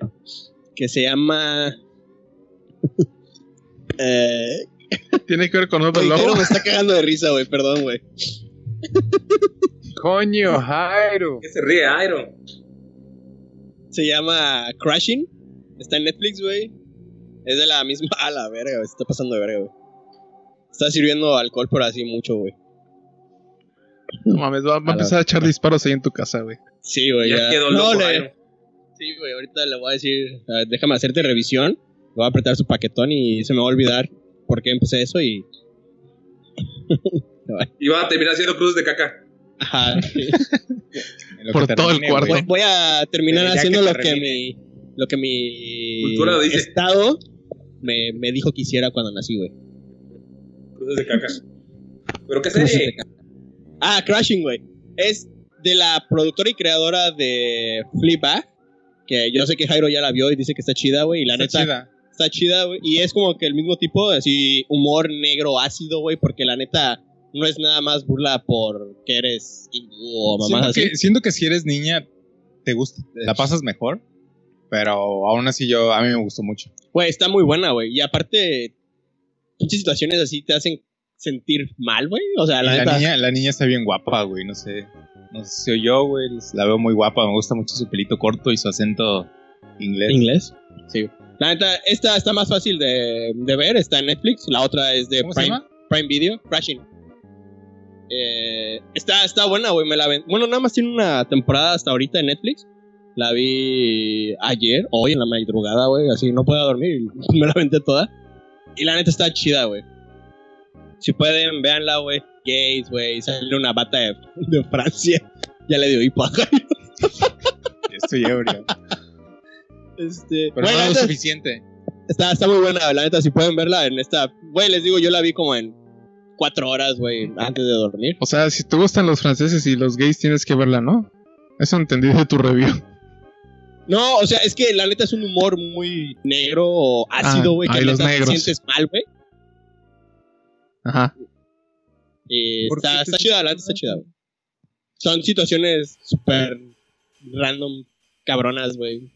E: que se llama. eh,
C: Tiene que ver con otro
E: güey, Jairo
C: lobo.
E: me está cagando de risa, güey, perdón, güey.
D: Coño, Jairo.
B: ¿Qué se ríe, Iron?
E: Se llama Crashing. Está en Netflix, güey. Es de la misma. A la verga, güey. Se está pasando de verga, güey. Está sirviendo alcohol, pero así mucho, güey.
C: No mames, va, va a empezar a echar disparos ahí en tu casa, güey.
E: Sí, güey.
B: Ya,
E: Ya
B: quedó
E: No,
B: loco,
E: le-
B: Iron.
E: Sí, güey. Ahorita le voy a decir. a ver, déjame hacerte revisión. Le voy a apretar su paquetón y se me va a olvidar por qué empecé eso y.
B: Y van a terminar haciendo cruces de caca.
E: Ajá. sí.
F: En lo
C: Por
F: que
C: todo el
F: termine,
C: cuarto.
F: güey.
E: Voy, voy a terminar
F: Ya que
E: haciendo lo que
F: termine.
E: mi. Lo que mi.
B: Cultura dice.
E: Estado me, me dijo que hiciera cuando nací, güey.
B: Cruces de caca. ¿Pero qué
E: Cruces de
B: serie?
E: Ah, Crashing, güey. Es de la productora y creadora de Flipa. Que yo sé que Jairo ya la vio y dice que está chida, güey. Y la
F: Está
E: neta
F: chida.
E: está chida, güey. Y es como que el mismo tipo, así, humor negro ácido, güey. Porque la neta no es nada más burla por que eres hindú o mamás
F: Siento
E: así.
F: que, siento que si eres niña, te gusta, la pasas mejor. Pero aún así, yo a mí me gustó mucho.
E: Güey, está muy buena, güey. Y aparte, muchas situaciones así te hacen sentir mal, güey. O sea,
F: Y
E: la
F: La,
E: neta.
F: niña, la niña está bien guapa, güey. No sé. No sé si soy yo, güey. La veo muy guapa. Me gusta mucho su pelito corto y su acento inglés.
E: ¿Inglés? Sí. La neta, esta está más fácil de, de ver, está en Netflix. La otra es de
F: ¿Cómo se
E: Prime,
F: llama?
E: Prime Video, Crashing. Eh, está, está buena, güey, me la ven. Bueno, nada más tiene una temporada hasta ahorita en Netflix. La vi ayer, hoy en la madrugada, güey, así no podía dormir y me la aventé toda. Y la neta está chida, güey. Si pueden, véanla, güey. Gays, güey, sale una bata de, de Francia. Ya le dio hipo a Jairo.
F: Estoy ebrio.
E: Este,
F: Pero
E: güey, la
F: no lo
E: neta-
F: suficiente.
E: Está, está muy buena, la neta, si pueden verla en esta... Güey, les digo, yo la vi como en cuatro horas, güey, antes de dormir.
C: O sea, si te gustan los franceses y los gays, tienes que verla, ¿no? Eso entendí de tu review.
E: No, o sea, es que la neta es un humor muy negro o ácido,
C: Ah,
E: güey, que
C: ay, los
E: neta te
C: negros.
E: sientes mal, güey.
C: Ajá.
E: Y
F: ¿Por
E: Eh, está,
F: qué te-
E: está chida, la neta está chida, güey. Son situaciones súper random, cabronas, güey.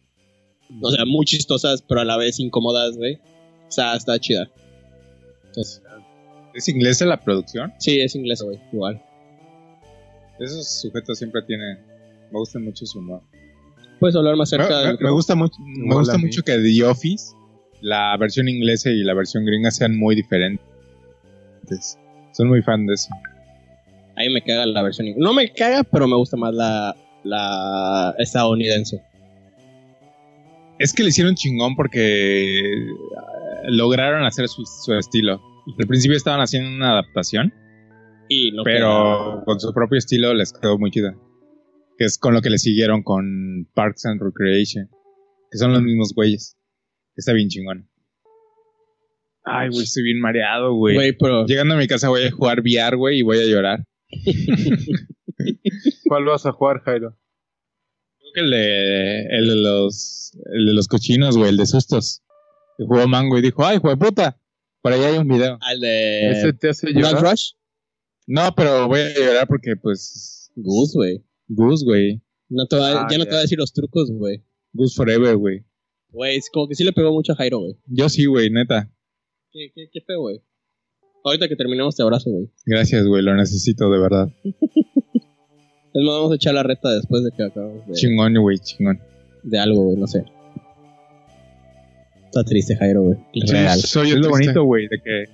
E: O sea, muy chistosas, pero a la vez incómodas, güey. O sea, está chida. Entonces,
F: ¿Es inglesa la producción?
E: sí, es inglés, güey, igual.
F: Esos sujetos siempre tienen. Me gusta mucho su humor.
E: Puedes hablar más
F: Me,
E: cerca
F: Ah, me-
E: del
F: me
E: micrófono.
F: gusta, mucho, me
D: Mola a
F: gusta
D: mí.
F: mucho que The Office, la versión inglesa y la versión gringa sean muy diferentes. Son muy fan de eso.
E: A mí me caga la versión. ing- No me caga, pero me gusta más la, la estadounidense.
F: Es que le hicieron chingón porque eh, lograron hacer su, su estilo. Al principio estaban haciendo una adaptación,
E: Y no
F: pero
E: queda-
F: con su propio estilo les quedó muy chida. Que es con lo que le siguieron con Parks and Recreation, que son los mismos güeyes. Está bien chingón. Ay, güey, estoy bien mareado,
E: Güey, pero.
F: Llegando a mi casa voy a jugar VR, güey, y voy a llorar.
D: ¿Cuál vas a jugar, Jairo?
F: Creo que el de, el de los el de los cochinos, güey, el de sustos. Que jugó Mango y dijo, ay, güey, puta. Por ahí hay un video.
E: Al de.
D: ¿Ese te hace
E: Blood
D: llorar?
E: Rush?
F: No, pero voy a llorar porque, pues,
E: Gus, güey.
F: Goose, güey.
E: No te va-
D: Ah,
E: ya no te
D: ya.
E: va a decir los trucos, güey.
F: Goose Forever, güey.
E: Güey, es como que sí le pegó mucho a Jairo, güey.
F: Yo sí, güey, neta.
E: ¿Qué, qué, qué feo, güey. Ahorita que terminemos te abrazo, güey.
F: Gracias, güey, lo necesito, de verdad.
E: Es más, vamos a echar la reta después de que acabamos de,
F: Chingón, güey, chingón.
E: de algo, güey, no sé. Está triste, Jairo, güey.
C: Sí,
E: Real.
C: soy
F: es lo
C: triste.
F: bonito, güey, de que...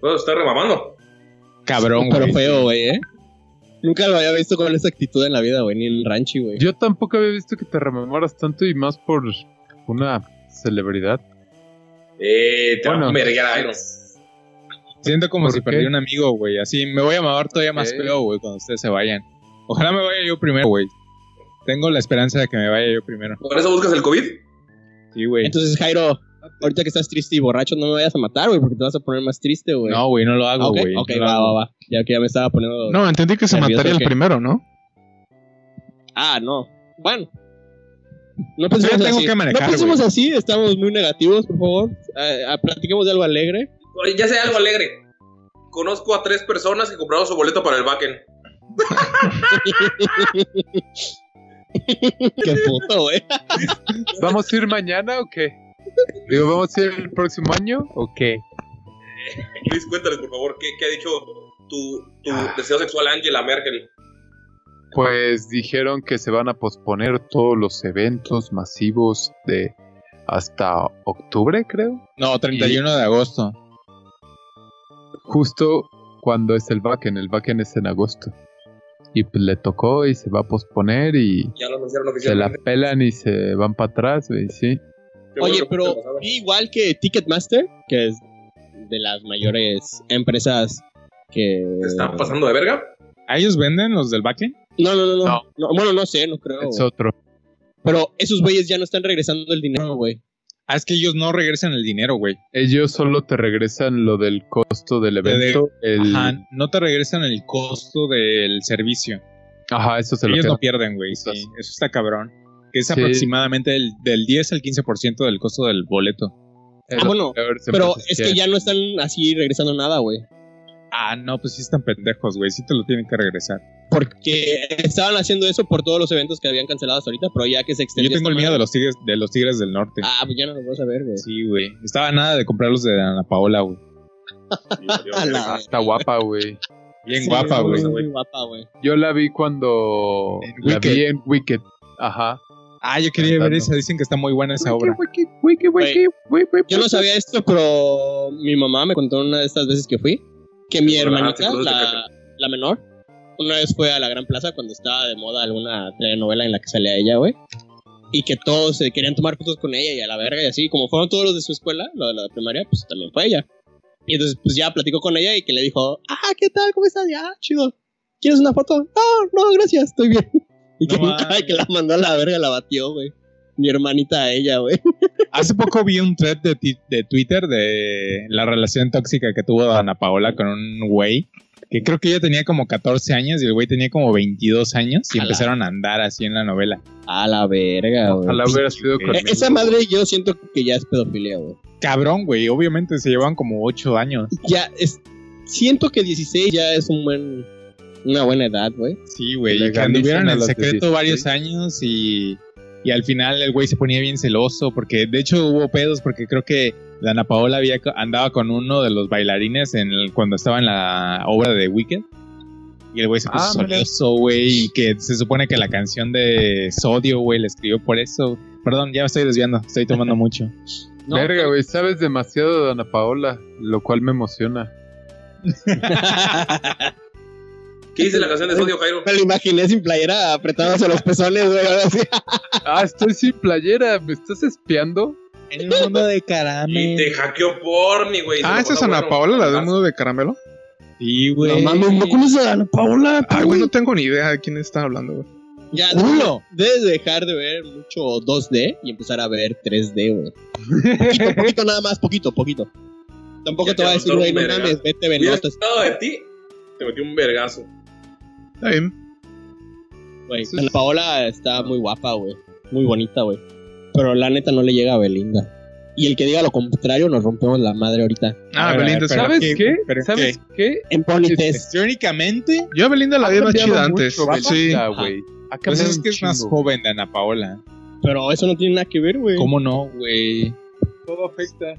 B: Todo está remamando.
F: Cabrón,
E: Pero
F: güey.
E: feo, güey, ¿eh? Nunca lo había visto con esa actitud en la vida, güey, ni en Ranchi, güey.
D: Yo tampoco había visto que te rememoras tanto y más por una celebridad.
B: Eh, te
D: Bueno.
B: va a merguear Iron.
F: Siento como
D: ¿Por
F: si
D: qué?
F: perdí un amigo, güey. Así me voy a mamar todavía más
D: Ok.
F: feo, güey, cuando ustedes se vayan. Ojalá me vaya yo primero, güey. Tengo la esperanza de que me vaya yo primero.
B: ¿Por eso buscas el COVID?
F: Sí, güey.
E: Entonces, Jairo, ahorita que estás triste y borracho, no me vayas a matar, güey, porque te vas a poner más triste, güey.
F: No, güey, no lo
E: Ah,
F: hago,
E: ok,
F: güey.
E: ok,
F: No lo
E: va,
F: hago.
E: va, va. Ya que ya me estaba poniendo.
C: No, entendí que se
E: Pues, ¿Nervioso
C: mataría
E: o
C: el
E: qué?
C: primero, ¿no?
E: Ah, no. Bueno. No pensemos
F: Yo tengo
E: así.
F: que manejar,
E: no pensemos
F: güey.
E: así, estamos muy negativos, por favor. Eh, ah, platiquemos de algo alegre.
B: Oye, Ya sea algo alegre. Conozco a tres personas que compraron su boleto para el Backen.
E: Qué puto, güey.
D: ¿Vamos a ir mañana o qué? Digo, ¿vamos a ir el próximo año o qué?
B: Luis, cuéntales, por favor, ¿qué, qué ha dicho tu, tu deseo sexual Angela Merkel?
D: Pues dijeron que se van a posponer todos los eventos masivos de hasta octubre, creo.
F: No, 31 de agosto.
D: Justo cuando es el Backen. El Backen es en agosto. Y pues le tocó y se va a posponer y
B: Pues Ya lo anunciaron
D: se la
B: oficialmente.
D: pelan y se van para atrás, güey, sí.
B: Qué bueno
E: Oye,
B: que
E: pero
B: te pasaba.
E: vi igual que Ticketmaster, que es de las mayores empresas que.
B: ¿Te están pasando de verga?
F: ¿A ellos venden los del backend?
E: No, no, no, no,
D: No.
E: No, Bueno, no sé, no creo.
D: Es
E: güey.
D: otro.
E: Pero esos güeyes ya no están regresando el dinero, güey.
F: Ah, es que ellos no regresan el dinero, güey.
D: Ellos solo te regresan lo del costo del evento. el-
F: Ajá, no te regresan el costo del servicio.
D: Ajá, eso se lo
F: ellos
D: quedan.
F: no pierden, güey. Sí,
D: Estás-
F: eso está cabrón. Que es
D: Sí.
F: aproximadamente el- del 10 al 15% del costo del boleto.
D: Eso
E: Ah, bueno,
D: debe haberse
E: Pero
D: empezado
E: es
D: a
E: que ya no están así regresando nada, güey.
F: Ah, no, pues sí están pendejos, güey. Sí te lo tienen que regresar.
E: Porque estaban haciendo eso por todos los eventos que habían cancelado hasta ahorita, pero ya que se extendió.
F: Yo tengo el
E: esta
F: miedo de
E: madre-
F: los tigres, de los tigres del norte.
E: Ah, pues ya no los vas a ver, güey.
F: Sí, güey. Estaba nada de comprarlos de Ana Paola, güey.
E: A la-
D: Ah, está guapa, güey.
F: Bien
E: Sí,
F: guapa,
E: muy,
F: güey.
E: Muy guapa, güey.
D: Yo la vi cuando
F: En
D: la
F: Wicked.
D: vi en Wicked. Ajá.
F: Ah, yo quería ver
D: Cantando.
F: esa. Dicen que está muy buena esa obra.
D: Wicked, Wicked, Wicked, Wicked,
E: Yo no sabía esto, pero mi mamá me contó una de estas veces que fui que
B: Ah,
E: mi
B: sí,
E: hermanita,
B: claro, te
E: la,
B: cacho.
E: la menor, una vez fue a la Gran Plaza cuando estaba de moda alguna telenovela en la que salía ella, güey. Y que todos se querían tomar fotos con ella y a la verga y así. Como fueron todos los de su escuela, lo de la primaria, pues también fue ella. Y entonces, pues ya platicó con ella y que le dijo, ah, ¿qué tal? ¿Cómo estás? Ya, chido. ¿Quieres una foto? No, no, gracias, estoy bien. Y
F: No
E: que,
F: mames.
E: que la mandó a la verga, la batió, güey. Mi hermanita a ella, güey.
F: Hace poco vi un thread de, ti- de Twitter de la relación tóxica que tuvo Ana Paola con un güey. Que creo que ella tenía como 14 años y el güey tenía como 22 años y
E: Ala.
F: empezaron a andar así en la novela.
E: A la verga, güey.
D: Ojalá hubiera sido
F: Eh,
E: Eh,
D: conmigo.
E: Esa madre yo siento que ya es pedofilia, güey.
F: Cabrón, güey. Obviamente se llevan como 8 años.
E: Ya es... Siento que 16 ya es un buen... Una buena edad, güey.
F: Sí, güey. y Que
D: Legalizan
F: anduvieron
D: a
F: en
D: los
F: secreto
D: 16.
F: varios años y Y al final el güey se ponía bien celoso porque de hecho hubo pedos porque creo que Dana Paola había, andaba con uno de los bailarines en el- cuando estaba en la obra de Wicked. Y el güey se puso
D: Ah, mira.
F: celoso, güey, y que se supone que la canción de Sodio, güey, la escribió por eso. Perdón, ya me estoy desviando, estoy tomando mucho.
E: No,
D: Verga, güey, sabes demasiado de Ana Paola, lo cual me emociona.
B: ¿Qué dice la canción de Sodio Jairo?
E: me lo imaginé sin playera apretándose los pezones, güey. ahora sí.
D: Ah, estoy sin playera, ¿me estás espiando?
F: En un mundo de
B: Y
F: caramelo.
B: te hackeó porni, güey.
C: eh, Ah, esa es Ana Paola, la de un mundo de caramelo.
F: Sí, güey. Ah,
E: No mames, no conoces a Ana Paola,
C: Ay,
E: Ah, güey.
C: güey, no tengo ni idea de quién están hablando, güey.
E: Ya,
F: culo.
E: debes dejar de ver mucho 2D y empezar a ver 3D, güey. Poquito, poquito nada más, poquito, poquito. Tampoco
B: Ya
E: te va a
B: te
E: decir,
B: aventó
E: güey,
B: un
E: no
B: vergazo.
E: mames, vete,
B: Hubiera
E: venotas,
B: estado de ti, te metí un vergazo.
C: Está bien.
E: güey.
D: Eso es-
E: Ana Paola está muy guapa, güey. Muy bonita, güey. Pero la neta no le llega a Belinda. Y el que diga lo contrario, nos rompemos la madre ahorita.
C: Ah,
F: A ver,
C: Belinda,
F: a ver,
C: sí.
D: ¿Sabes
F: Pero qué,
D: qué?
F: pero
D: ¿Sabes qué?
E: En Pony
F: Pues,
E: Test.
F: Históricamente,
C: Yo a Belinda la
D: Ha
C: vi más
D: cambiado
C: chida
D: mucho,
C: antes.
D: ¿verdad?
C: Sí.
D: Ya, güey. Ha
F: pues
D: cambiado
F: es
D: un
F: que es más
D: chingo.
F: joven de Ana Paola.
E: Pero eso no tiene nada que ver, güey.
F: ¿Cómo no, güey?
D: Todo afecta.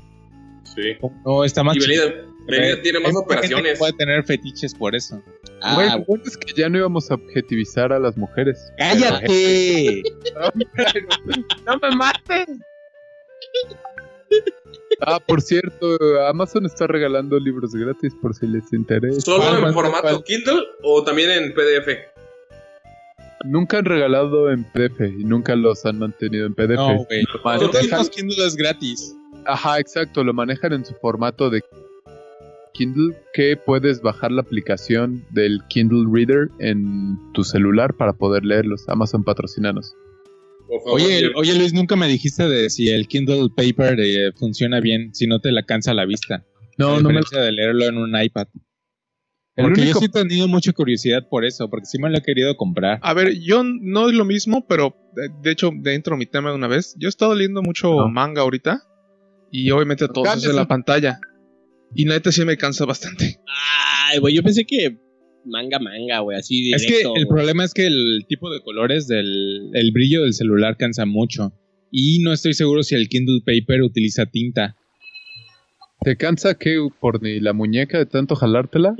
B: Sí.
F: ¿Cómo No, está más
B: Y
F: chiquita.
B: Belinda, Belinda tiene
F: Hay
B: más
C: Este,
F: mucha Eh, gente que
B: operaciones.
F: Puede tener fetiches por eso.
E: Ah,
D: Güey,
E: güey.
D: lo bueno es que ya no íbamos a objetivizar a las mujeres.
E: ¡Cállate!
D: ¡No me mates! Ah, por cierto, Amazon está regalando libros gratis por si les interesa.
B: ¿Solo
F: ¿Cuál,
B: en
F: cuál,
B: formato
F: cuál?
B: Kindle o también en PDF?
D: Nunca han regalado en PDF y nunca los han mantenido en PDF.
F: No, güey.
B: Pero
D: Lo
F: Todos
B: deja-
D: manejan-
F: los Kindle es gratis.
D: ajá, exacto, lo manejan en su formato de Kindle que puedes bajar la aplicación del Kindle Reader en tu celular para poder leerlos. Amazon patrocinanos.
B: Por favor,
F: Oye,
B: yo-
F: oye, Luis, nunca me dijiste de si el Kindle Paper eh, funciona bien, si no te la cansa la vista.
D: No,
F: A
D: no me
F: diferencia de leerlo en un iPad.
D: El
F: Porque yo
D: único-
F: sí he tenido mucha curiosidad por eso, porque sí me lo he querido comprar.
C: A ver, yo no es lo mismo, pero de, de hecho, dentro de mi tema de una vez, yo he estado leyendo mucho
D: Ajá.
C: manga ahorita. Y obviamente todo se hace en
D: Cámbiaselo.
C: la pantalla. Y neta sí me cansa bastante.
E: Ay, güey, yo pensé que manga, manga, güey, así
F: es que
E: directo.
F: el
E: güey.
F: problema es que el tipo de colores del el brillo del celular cansa mucho. Y no estoy seguro si el Kindle Paper utiliza tinta.
D: ¿Te cansa que por ni la muñeca de tanto jalártela?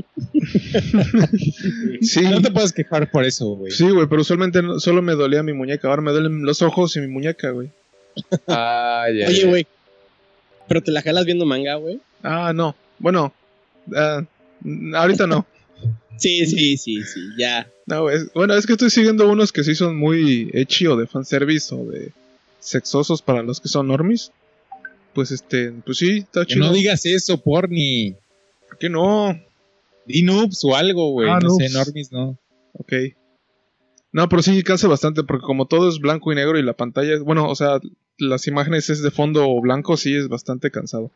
C: Sí.
F: No te puedes quejar por eso, güey.
C: Sí, güey, pero usualmente no- solo me dolía mi muñeca. Ahora me duelen los ojos y mi muñeca, güey.
D: Ah, ya.
E: Oye,
D: ya.
E: güey. Pero te la jalas viendo manga, güey.
C: Ah, no. Bueno, ah, n- ahorita no.
E: Sí, sí, sí, sí, ya.
C: No, es- bueno, es que estoy siguiendo unos que sí son muy ecchi o de fanservice o de sexosos para los que son normis. Pues este, pues sí, está
F: Que
C: chido.
F: no digas eso, porni.
C: ¿Por qué no?
F: Di noobs o algo, güey.
C: Ah,
F: no sé,
C: noobs.
F: normis, no.
C: Ok. No, pero sí cansa bastante porque como todo es blanco y negro y la pantalla, bueno, o sea, las imágenes es de fondo blanco, sí es bastante cansado.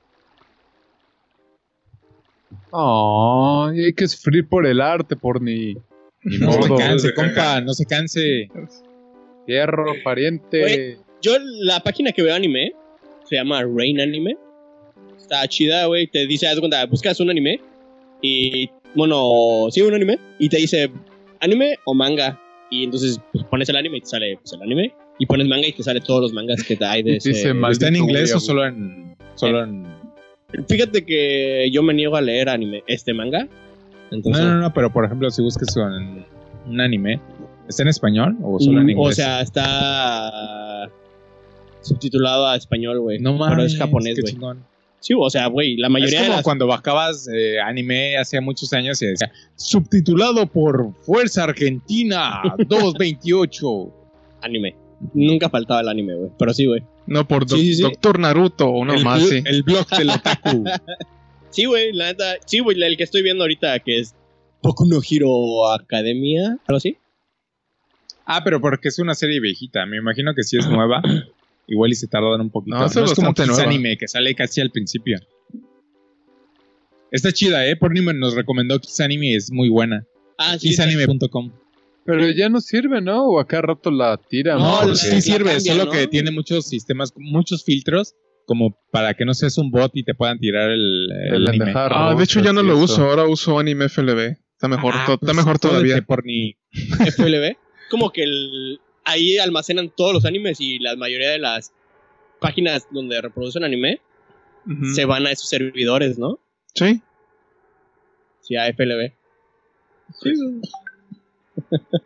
D: Ay, hay que sufrir por el arte, por ni
F: Ni modo,
D: modo,
F: no se canse,
B: de cagar.
F: compa, no se canse.
D: hierro, pariente.
E: Yo, la página que veo anime se llama Rain Anime. Está chida, güey. Te dice, haz de cuenta, buscas un anime. Y, bueno, sí, un anime. Y te dice, anime o manga. Y entonces pues, pones el anime y te sale pues, el anime. Y pones manga y te sale todos los mangas que hay de
D: Y
E: ese.
D: dice mal-
F: ¿Está en
D: Maldito
F: inglés
D: William.
F: o solo en. Solo en...
E: Fíjate que yo me niego a leer anime, este manga.
F: No,
E: Entonces,
F: no, no, pero por ejemplo, si buscas con un anime, ¿está en español o solo en
E: Mm,
F: inglés?
E: O sea, está subtitulado a español, güey.
F: no mames.
E: Pero es japonés,
F: qué
E: güey.
F: chingón.
E: Sí, o sea, güey, la mayoría
F: Es como
E: de las...
F: cuando bajabas eh, anime hace muchos años y decía subtitulado por Fuerza Argentina 228.
E: Anime. Nunca faltaba el anime, güey. Pero sí, güey.
C: No por
E: Sí, sí, sí.
C: Doctor Naruto o no
F: el,
C: más,
F: blo-
C: sí.
F: el blog del otaku.
E: Sí, güey, la neta... Sí, güey, el que estoy viendo ahorita que es Boku no Hero Academia, algo así.
F: ah, pero porque es una serie viejita. Me imagino que si es nueva. Igual y se tardan un poquito.
C: No,
F: No,
C: eso
F: es
C: es
F: como que
C: bastante
F: es
C: nueva.
F: anime que sale casi al principio. Está chida, ¿eh? Porni nos recomendó Kiss Anime es muy buena.
E: Ah, sí. está-
F: Kissanime.com.
D: Pero ya no sirve, ¿no? O acá rato la tira.
F: No,
E: porque-
F: sí sirve,
E: la cambia,
F: solo
E: ¿no?
F: que tiene muchos sistemas, muchos filtros, como para que no seas un bot y te puedan tirar el, el
D: El
F: anime.
D: andejar,
C: Ah,
D: ¿no?
C: de hecho ya
D: Es
C: no lo
D: cierto.
C: uso, ahora uso anime FLB. Está mejor,
F: Ah,
C: to-
F: pues,
C: está mejor
F: jódete,
C: todavía.
F: Porni.
E: FLB. Como que el... ahí almacenan todos los animes y la mayoría de las páginas donde reproducen anime
C: Ujú.
E: se van a esos servidores, ¿no?
C: Sí.
E: Sí, a FLB.
D: Sí.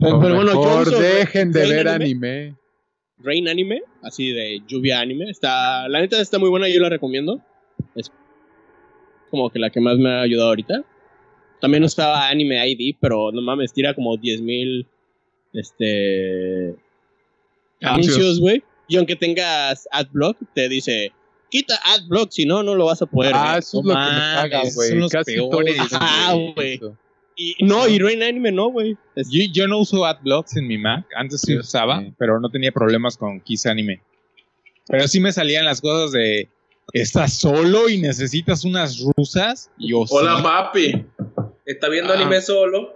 E: Pero, pero bueno, yo
D: mejor
E: uso
D: dejen de
E: Rain
D: ver
E: Anime.
D: anime.
E: Rain Anime, así de lluvia anime. Está, la neta está muy buena, yo la recomiendo. Es como que la que más me ha ayudado ahorita. También estaba Anime ID, pero no mames, tira como 10.000 este, anuncios, güey. Y aunque tengas adblock, te dice, quita adblock, si no, no lo vas a poder
D: Ah,
E: ver".
D: eso es
E: No
D: lo que me
E: mames.
D: caga,
F: son
D: güey.
F: los
D: Casi
F: peores,
D: todos.
E: Ah, güey. Y, no, y Rain Anime no, güey. Es-
F: Yo, yo no uso AdBlocks en mi Mac. Antes sí
D: Sí.
F: usaba, pero no tenía problemas con Kiss Anime. Pero sí me salían las cosas de. Estás solo y necesitas unas rusas. Y yo
B: Hola,
F: sí.
B: papi. ¿Está viendo
E: Ah.
B: anime solo?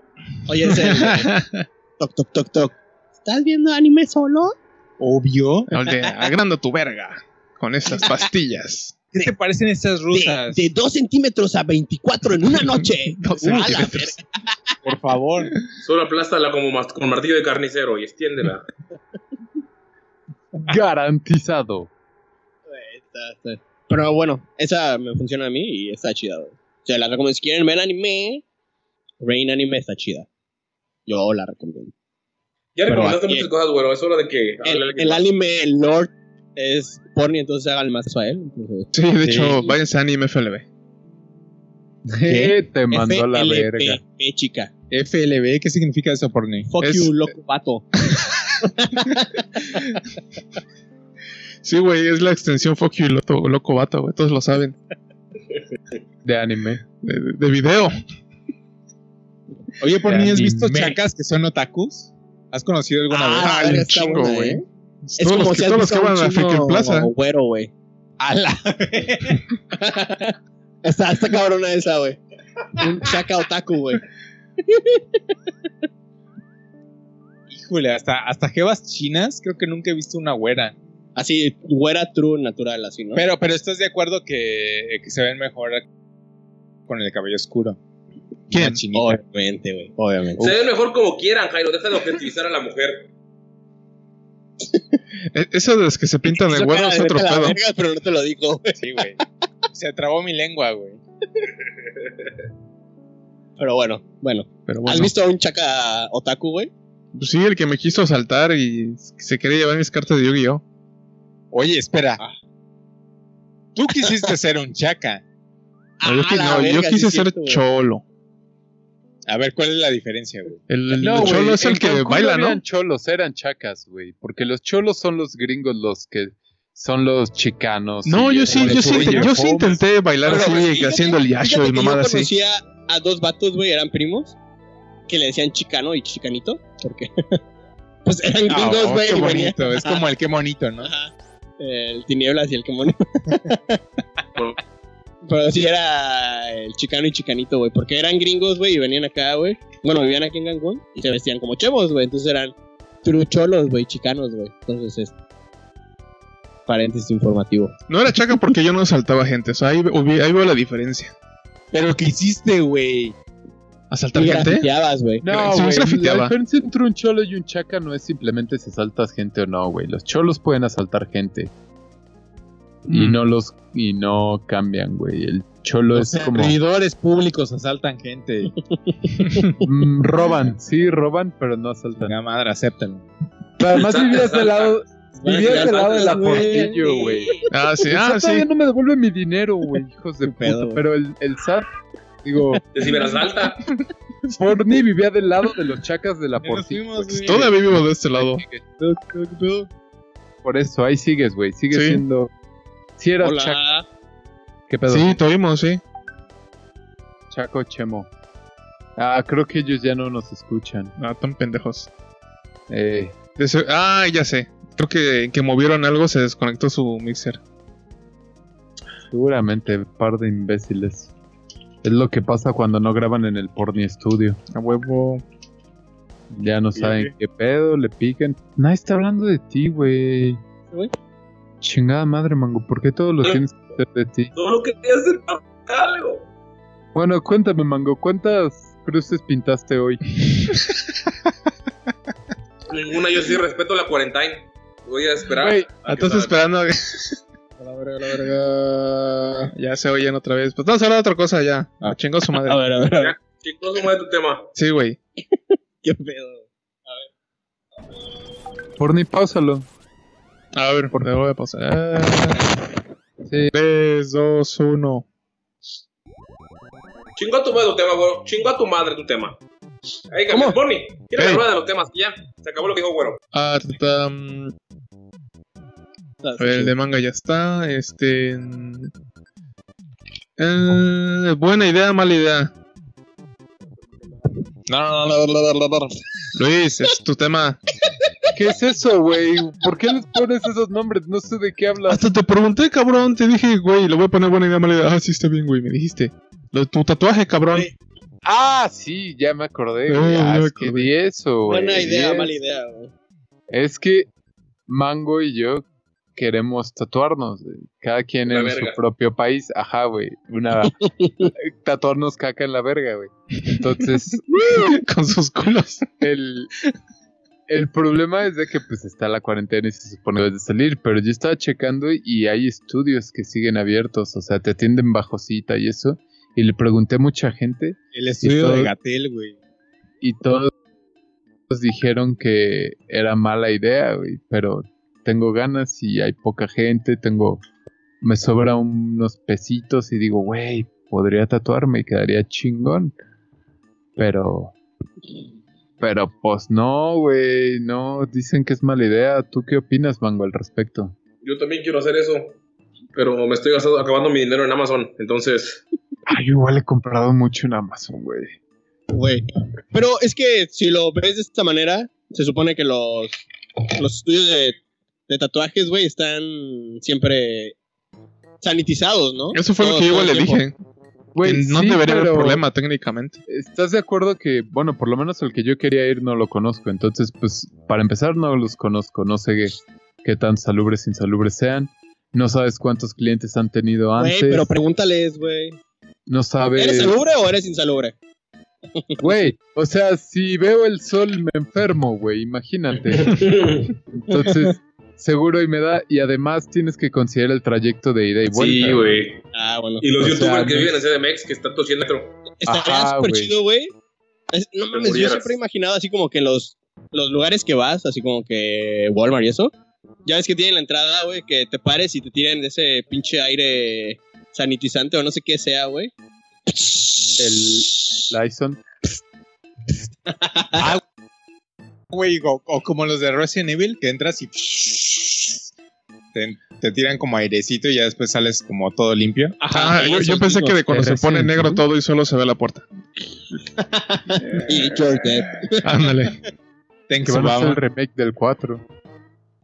E: Oye, es el de- toc, toc, toc, toc. ¿Estás viendo anime solo?
F: obvio.
C: El de agrando tu verga con estas pastillas.
F: ¿Qué te parecen estas
E: De,
F: rusas?
E: de 2 centímetros a 24 en una noche.
C: Dos
E: A la
C: centímetros.
F: Por favor.
B: Solo aplástala como mas- con martillo de carnicero y extiéndela.
D: Garantizado.
E: verga. Está- está. Pero bueno, esa me funciona a mí y está chida, güey. O sea, la recomiendo. Si quieren ver anime, Rain Anime está chida. Yo la recomiendo.
B: Ya
E: Pero
B: recomendaste
E: aquí-
B: muchas cosas, güero. Es hora de que hable
E: El,
B: alguien
E: el
B: más.
E: anime, el Lord, es porni, entonces hagan más a él. Entonces,
C: Sí, de
F: Sí.
C: hecho, váyanse a anime FLB.
D: ¿Qué? Te mandó a la
E: FLP,
D: verga.
E: chica.
F: FLB, ¿qué significa eso por mí?
E: Fuck
C: Es-
E: you, loco vato.
C: Sí, güey, es la extensión Fuck You Loco, loco Vato, güey. Todos lo saben.
D: De anime.
C: De, de- de video.
F: Oye, por mí, ¿has visto
D: Anime.
F: chacas que son otakus? ¿Has conocido alguna vez?
E: Ah,
C: Ah, un
E: verga, está
C: chingo,
E: buena,
C: güey.
E: ¿eh? Es
C: Todos
E: como
C: los
E: si
C: que,
E: has
C: todos los que
E: visto a
C: van
E: un
C: a Freaking
E: chino
C: Plaza.
E: güero, güey.
F: A la-
E: Está, está cabrona esa, güey. Un chaca otaku, güey.
F: Híjole, hasta, hasta jevas chinas creo que nunca he visto una güera.
E: Así, güera true natural, así, ¿no?
F: Pero, pero estás de acuerdo que, que se ven mejor con el cabello oscuro.
C: ¿Quién?
F: Una chinita.
E: Obviamente, güey. Obviamente.
B: Se ven mejor como quieran, Jairo. Deja de objetivizar a la mujer.
C: E- Eso de los que se pintan de
E: Hizo
C: güero
E: cara
C: es
E: de
C: otro
E: vete a la
C: pedo.
E: verga, pero no te lo digo, güey.
F: Sí, güey. Se trabó mi lengua, güey.
E: Pero bueno, bueno.
C: Pero
E: ¿Has
C: bueno.
E: visto a un chaca otaku, güey?
C: Pues sí, el que me quiso asaltar y se quería llevar mis cartas de Yu-Gi-Oh!
F: Oye, espera.
E: Ah.
F: Tú quisiste ser un chaca.
C: No, yo,
E: Ah,
C: qui-
E: la
C: no, yo
E: verga, sí
C: quise
E: es
C: ser
E: cierto, güey.
C: cholo.
F: A ver, ¿cuál es la diferencia, güey?
C: El, el
D: No, güey,
C: cholo es
D: en
C: el que
D: Cancún
C: baila,
D: No eran
C: ¿no?
D: cholos, eran chacas, güey. Porque los cholos son los gringos los que son los chicanos.
C: No,
D: y
C: yo
D: es
C: sí,
D: como
C: yo
D: de
C: sí,
D: Sweet
C: int- yo sí
D: Home.
C: intenté bailar
E: Pero, güey,
C: así,
E: fíjate-
C: Pues haciendo el yacho
E: fíjate
C: y
E: que
C: mamada
E: Yo
C: así.
E: conocía a dos vatos, güey, eran primos, que le decían chicano y chicanito, porque pues eran
F: Ah,
E: gringos,
F: oh,
E: güey.
F: qué
E: y venían-
F: bonito. Es como el qué bonito, ¿no?
E: Ajá. El tinieblas y el que mono.
B: Por-
E: Pero sí era el chicano y chicanito, güey. Porque eran gringos, güey, y venían acá, güey. Bueno, vivían aquí en Cancún y se vestían como chemos, güey. Entonces eran trucholos, güey, chicanos, güey. Entonces es. Paréntesis informativo.
C: No era chaca porque yo no asaltaba gente, o sea, ahí, hubi- ahí veo la diferencia.
F: Pero ¿qué hiciste, güey?
C: ¿Asaltar
E: Tú
C: gente?
E: grafiteabas, güey.
D: No,
C: Sí,
D: güey.
C: sí la fiteaba.
D: la diferencia entre un cholo y un chaca no es simplemente si asaltas gente o no, güey. Los cholos pueden asaltar gente. Y
C: Mm.
D: no los. Y no cambian, güey. El cholo
F: Los
D: es como.
F: servidores públicos asaltan gente.
D: mm, roban, sí, roban, pero no asaltan. Ah,
F: La madre, acéptalo.
D: Pero además
B: Exacto,
D: vivías del lado. Vivías
E: Grafitabas,
D: del lado de la
E: güey.
D: portillo, güey.
C: Ah, sí,
D: El
C: ah,
D: SAT
C: sí.
D: todavía no me devuelve mi dinero, güey, hijos de
E: Qué
D: puta.
E: pedo, güey.
D: pero el, el SAT, digo,
B: De ciberasalta.
D: Forni vivía del lado de los chacas de la portilla.
F: Pues
C: Todavía vivo de este lado.
D: Por eso, ahí sigues, güey. Sigues
C: Sí.
D: siendo. Si eras chaco.
E: Hola.
D: ¿Qué pedo?
C: Sí, tuvimos, sí.
D: Chaco Chemo. Ah, creo que ellos ya no nos escuchan.
C: Ah, tan pendejos.
D: Eh,
C: De se- Ah, ya sé. Creo que, que movieron algo, se desconectó su mixer.
D: seguramente, par de imbéciles. Es lo que pasa cuando no graban en el Porni Studio.
C: A huevo.
D: Ya no
C: Sí,
D: saben qué pedo, le pican. Nadie está hablando de ti, güey.
E: Güey.
D: Chingada madre, mango. ¿Por qué todo lo
C: Ah.
B: Eh.
D: tienes que hacer de ti?
B: Solo quería hacer algo.
D: Bueno, cuéntame, Mango, ¿cuántas cruces pintaste hoy?
B: ninguna. Yo sí respeto la cuarentena. Voy a esperar.
D: Güey,
B: a que
C: Entonces
B: salga.
C: Ah, esperando a que ah,
D: A la verga, a la verga.
C: ya se oyen otra vez. Pues vamos a hablar de otra cosa ya.
F: Ah.
C: A chingo su madre.
E: A ver, a ver, a ver.
B: Chicos, ¿cómo es tu tema?
C: Sí, güey.
E: ¿Qué pedo?
D: Por ni pausalo.
C: A ver, por favor, voy a pasar.
D: Sí.
C: 3, 2, 1.
B: Chingo a tu madre tu tema, güey. Chingo a tu madre tu tema. Ahí,
C: ¿Cómo?
B: ¿Cómo? Bonnie, ¿quieres
C: Ey.
B: hablar de los temas? Ya, se acabó lo que dijo Güero.
C: Ah, ta, ta, mm, a ver, el de manga ya está. Este. mm, eh, buena idea, mala idea.
F: No, no, no, no, no, no, no.
C: Luis, es tu tema.
D: ¿Qué es eso, güey? ¿Por qué les pones esos nombres? No sé de qué hablas.
C: Hasta te pregunté, cabrón. Te dije, güey, le voy a poner buena idea, mala idea. Ah, sí, está bien, güey. Me dijiste. Lo- tu tatuaje, cabrón.
E: Güey,
D: Ah, sí, ya me acordé.
C: Eh,
D: güey. Ah,
C: ya
D: es que
C: acordé.
D: di eso, güey.
E: Buena
D: di
E: idea,
D: eso.
E: mala idea, güey.
D: Es que Mango y yo queremos tatuarnos, güey. Cada quien
B: La
D: en
B: verga.
D: su propio país. Ajá, güey. Una... tatuarnos caca en la verga, güey. Entonces,
C: Con sus culos.
D: el... El problema es de que pues está la cuarentena y se supone que debes de salir, pero yo estaba checando y hay estudios que siguen abiertos, o sea, te atienden bajo cita y eso. Y le pregunté a mucha gente
F: El estudio
D: todo-
F: de Gatel, güey.
D: y todos dijeron que era mala idea, güey, pero tengo ganas y hay poca gente, tengo me sobra unos pesitos y digo, güey, podría tatuarme y quedaría chingón. Pero pero pues no, güey, no dicen que es mala idea. ¿Tú qué opinas, Mango, al respecto?
B: Yo también quiero hacer eso. Pero me estoy gastando, acabando mi dinero en Amazon. Entonces,
D: Ay, igual he comprado mucho en Amazon, güey.
E: Güey. Pero es que si lo ves de esta manera, se supone que los, los estudios de, de tatuajes, güey, están siempre sanitizados, ¿no?
C: Eso fue lo
E: Todo-
C: que yo
E: todo
C: igual le
E: el tiempo.
C: dije.
D: Güey,
C: Que no
D: sí,
C: debería haber
D: pero-
C: problema técnicamente.
D: ¿Estás de acuerdo que, bueno, por lo menos el que yo quería ir no lo conozco? Entonces, pues, para empezar, no los conozco. No sé qué, qué tan salubres, insalubres sean. No sabes cuántos clientes han tenido
E: Güey,
D: antes.
E: pero pregúntales, güey.
D: no
C: Pues,
E: ¿Eres
D: sabes.
E: salubre o eres insalubre?
D: Güey, o sea, si veo el sol me enfermo, güey, imagínate. Entonces, seguro y me da. Y además tienes que considerar el trayecto de ida y vuelta.
B: sí, güey.
E: Ah, bueno.
B: Y los
D: O sea,
B: youtubers que
D: no-
B: viven en CDMX que están tosiendo.
E: Estaría
D: Ajá,
E: súper
D: güey.
E: chido, güey. Es- No mames, yo
B: murieras.
E: siempre he imaginado así como que los, los lugares que vas, así como que Walmart y eso. Ya ves que tienen la entrada, güey, que te pares y te tiren de ese pinche aire sanitizante o no sé qué sea, güey.
D: El Lyson.
F: Güey, o, o como los de Resident Evil, que entras y te, te tiran como airecito y ya después sales como todo limpio.
C: Ah, yo, yo pensé que de cuando se pone
D: Resident
C: negro
D: Evil.
C: todo y solo se ve la puerta.
E: Y you're dead.
C: Ándale.
F: Thanks,
D: Que van a hacer
F: Obama.
D: el remake del 4.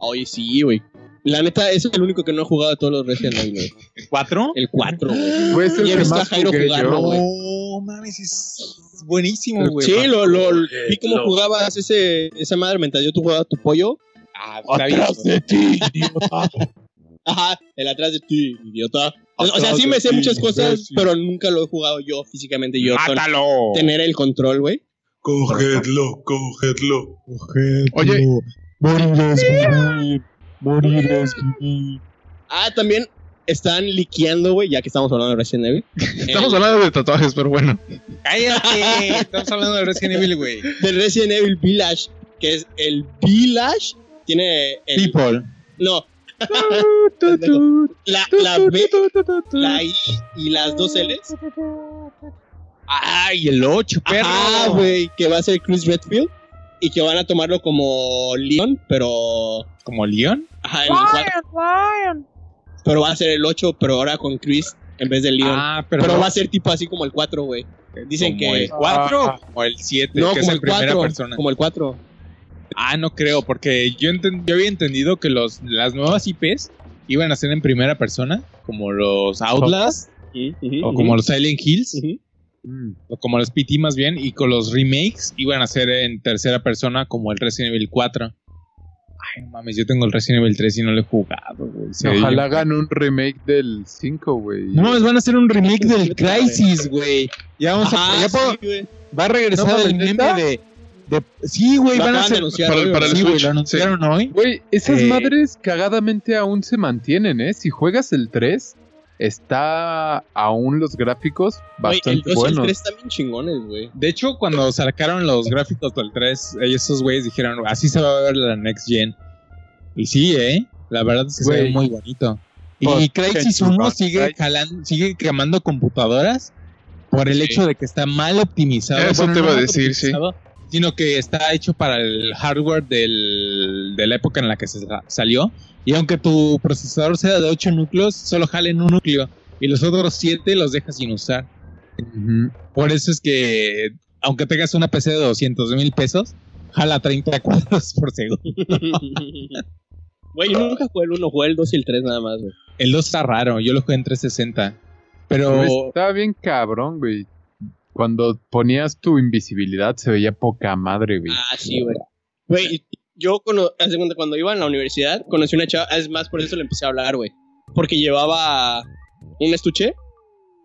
E: Oye, sí, güey. La neta, ese es el único que no ha jugado de todos los Resident Evil, güey.
F: ¿Cuatro?
E: El 4, güey.
D: Güey, es el
E: Y he
D: que
E: visto a
D: más
E: Jairo
D: jugué
E: jugarlo,
D: yo.
E: güey.
F: No mames, es Oh, buenísimo,
D: El
F: güey.
E: Sí, lo, lo,
B: Eh,
E: vi cómo
B: Lo-
E: jugabas ese, esa madre mientras yo tú jugabas tu pollo.
F: Ah, está bien. güey.
E: Ajá, el atrás de ti, idiota. O- O sea,
F: Atrás
E: sí
F: de
E: me sé
F: ti,
E: muchas cosas,
F: imbécil. Ah,
E: pero nunca lo he jugado yo físicamente. Yo con
F: ¡Mátalo!
E: tener el control, güey.
B: Cogedlo, cogedlo.
C: Oye,
E: Ah, también están liqueando, güey, ya que estamos hablando de Resident Evil.
C: estamos hablando de tatuajes, pero bueno.
F: ¡Cállate! Estamos hablando de Resident Evil, güey.
E: De Resident Evil Village, que es el Village, tiene el...
F: People.
E: No, la, la B, la I y las dos L's.
F: ¡Ay, el 8, perro!
E: Ah, güey, que va a ser Chris Redfield y que van a tomarlo como Leon, pero...
F: ¿Como Leon?
E: Ajá, en el cuatro. Pero va a ser el 8, pero ahora con Chris en vez de Leon.
F: Ah,
E: pero va a ser tipo así como el 4, güey. Dicen
F: como
E: que...
F: el 4
D: Ah.
F: o el 7,
E: No, como
F: que es
E: el,
F: en primera
E: 4,
F: persona.
E: como el 4.
F: Ah, no creo, porque yo, enten- yo había entendido que los, las nuevas IPs iban a ser en primera persona, como los Outlast, o como los Silent Hills,
D: Mm.
F: o como los PT más bien, y con los remakes iban a ser en tercera persona, como el Resident Evil 4. Ay, no mames, yo tengo el Resident Evil 3 y no lo he jugado, güey. Se
D: Ojalá
F: veía-
D: hagan un remake del 5, güey.
F: No mames, van a hacer un remake del Crisis, güey. Ya vamos a...
E: Ajá,
F: ya puedo-
E: sí, güey.
F: Va a regresar
D: No mames,
F: el meme
D: ¿neta?
F: de,
A: de- sí, güey,
E: Lo
A: van a
E: acaban de
A: hacer.
E: anunciar,
C: para-
E: güey,
C: para
E: güey.
C: el-
A: Sí, güey,
C: Switch,
A: lo anunciaron hoy.
D: Güey, esas
A: Eh.
D: madres cagadamente aún se mantienen, ¿eh? Si juegas el 3, está aún los gráficos
E: Güey, el
D: bastante
E: 2 y el
D: buenos.
E: 3 están bien chingones, güey.
F: De hecho, cuando sacaron los gráficos del 3, esos güeyes dijeron, así se va a ver la next gen. Y sí, ¿eh? La verdad es que se ve
D: Güey.
F: muy bonito.
A: Por
F: Y Crysis 1
A: Christ.
F: sigue, jalan- sigue quemando computadoras por el
C: Sí.
F: hecho de que está mal optimizado.
C: Eso te iba a
F: mal
C: decir, sí.
F: optimizado, Sino que está hecho para el hardware del- de la época en la que se sa- salió. Y aunque tu procesador sea de 8 núcleos, solo jalen un núcleo. Y los otros 7 los dejas sin usar.
D: Ujú.
F: Por eso es que, aunque tengas una PC de 200 mil pesos, jala 30 cuadros por segundo.
E: Güey, yo nunca jugué el 1, jugué el 2 y el 3 nada más, güey.
F: El 2 está raro, yo lo jugué en 360. Pero,
D: Pero Estaba bien cabrón, güey. Cuando ponías tu invisibilidad se veía poca madre, güey.
E: Ah, sí, güey. Güey, yo cuando, haz de cuenta, cuando iba en la universidad, conocí una chava, es más, por eso le empecé a hablar, güey. Porque llevaba un estuche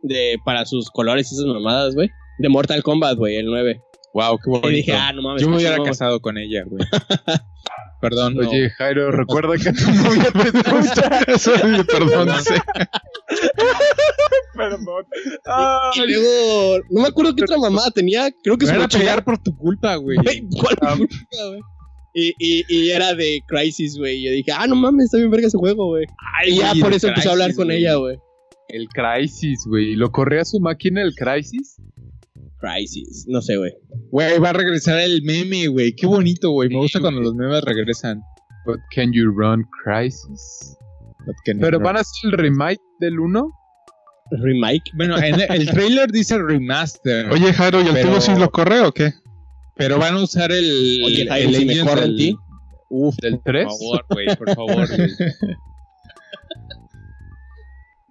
E: de para sus colores y esas mamadas, güey. De Mortal Kombat, güey, el 9.
F: wow, qué bonito.
E: Y dije, ah, no mames.
F: yo me
E: qué
F: hubiera
E: chingón,
F: casado con ella, güey. Perdón. no.
D: Oye, Jairo, recuerda que a tu novia te gusta.
C: Eso, perdón, no sé.
E: güey. Y luego, no me acuerdo qué otra mamada tenía, creo que
F: Me
E: se
F: van
E: me
F: a pegar Ah. por tu culpa, güey.
E: Güey, ¿cuál puta, güey? Y, y, y era de Crisis, güey. Y yo dije, ah, no mames, está bien verga ese juego, güey. Y ya
F: güey,
E: por
F: de
E: eso empecé a
F: Crysis,
E: hablar con
F: güey.
E: ella, güey.
D: El Crisis, güey. ¿Lo corría su máquina el Crisis?
E: Crisis, no sé, güey.
F: Güey, va a regresar el meme, güey. Qué bonito, güey. Me
D: Sí,
F: gusta cuando
D: güey.
F: los memes regresan.
D: But can you run Crisis? Pero
F: Pero
D: van a hacer el remake del 1?
E: Remake.
F: Bueno, en el, el trailer dice remaster.
C: Oye, Jairo, ¿y el
F: Pero-
C: tuyo sí lo corre o qué?
F: pero van a usar el.
E: Oye,
F: el
E: Jairo, si me
F: engine
E: corro en
F: del-
E: ti.
D: Uf, del 3.
F: Por favor, güey, por favor. güey.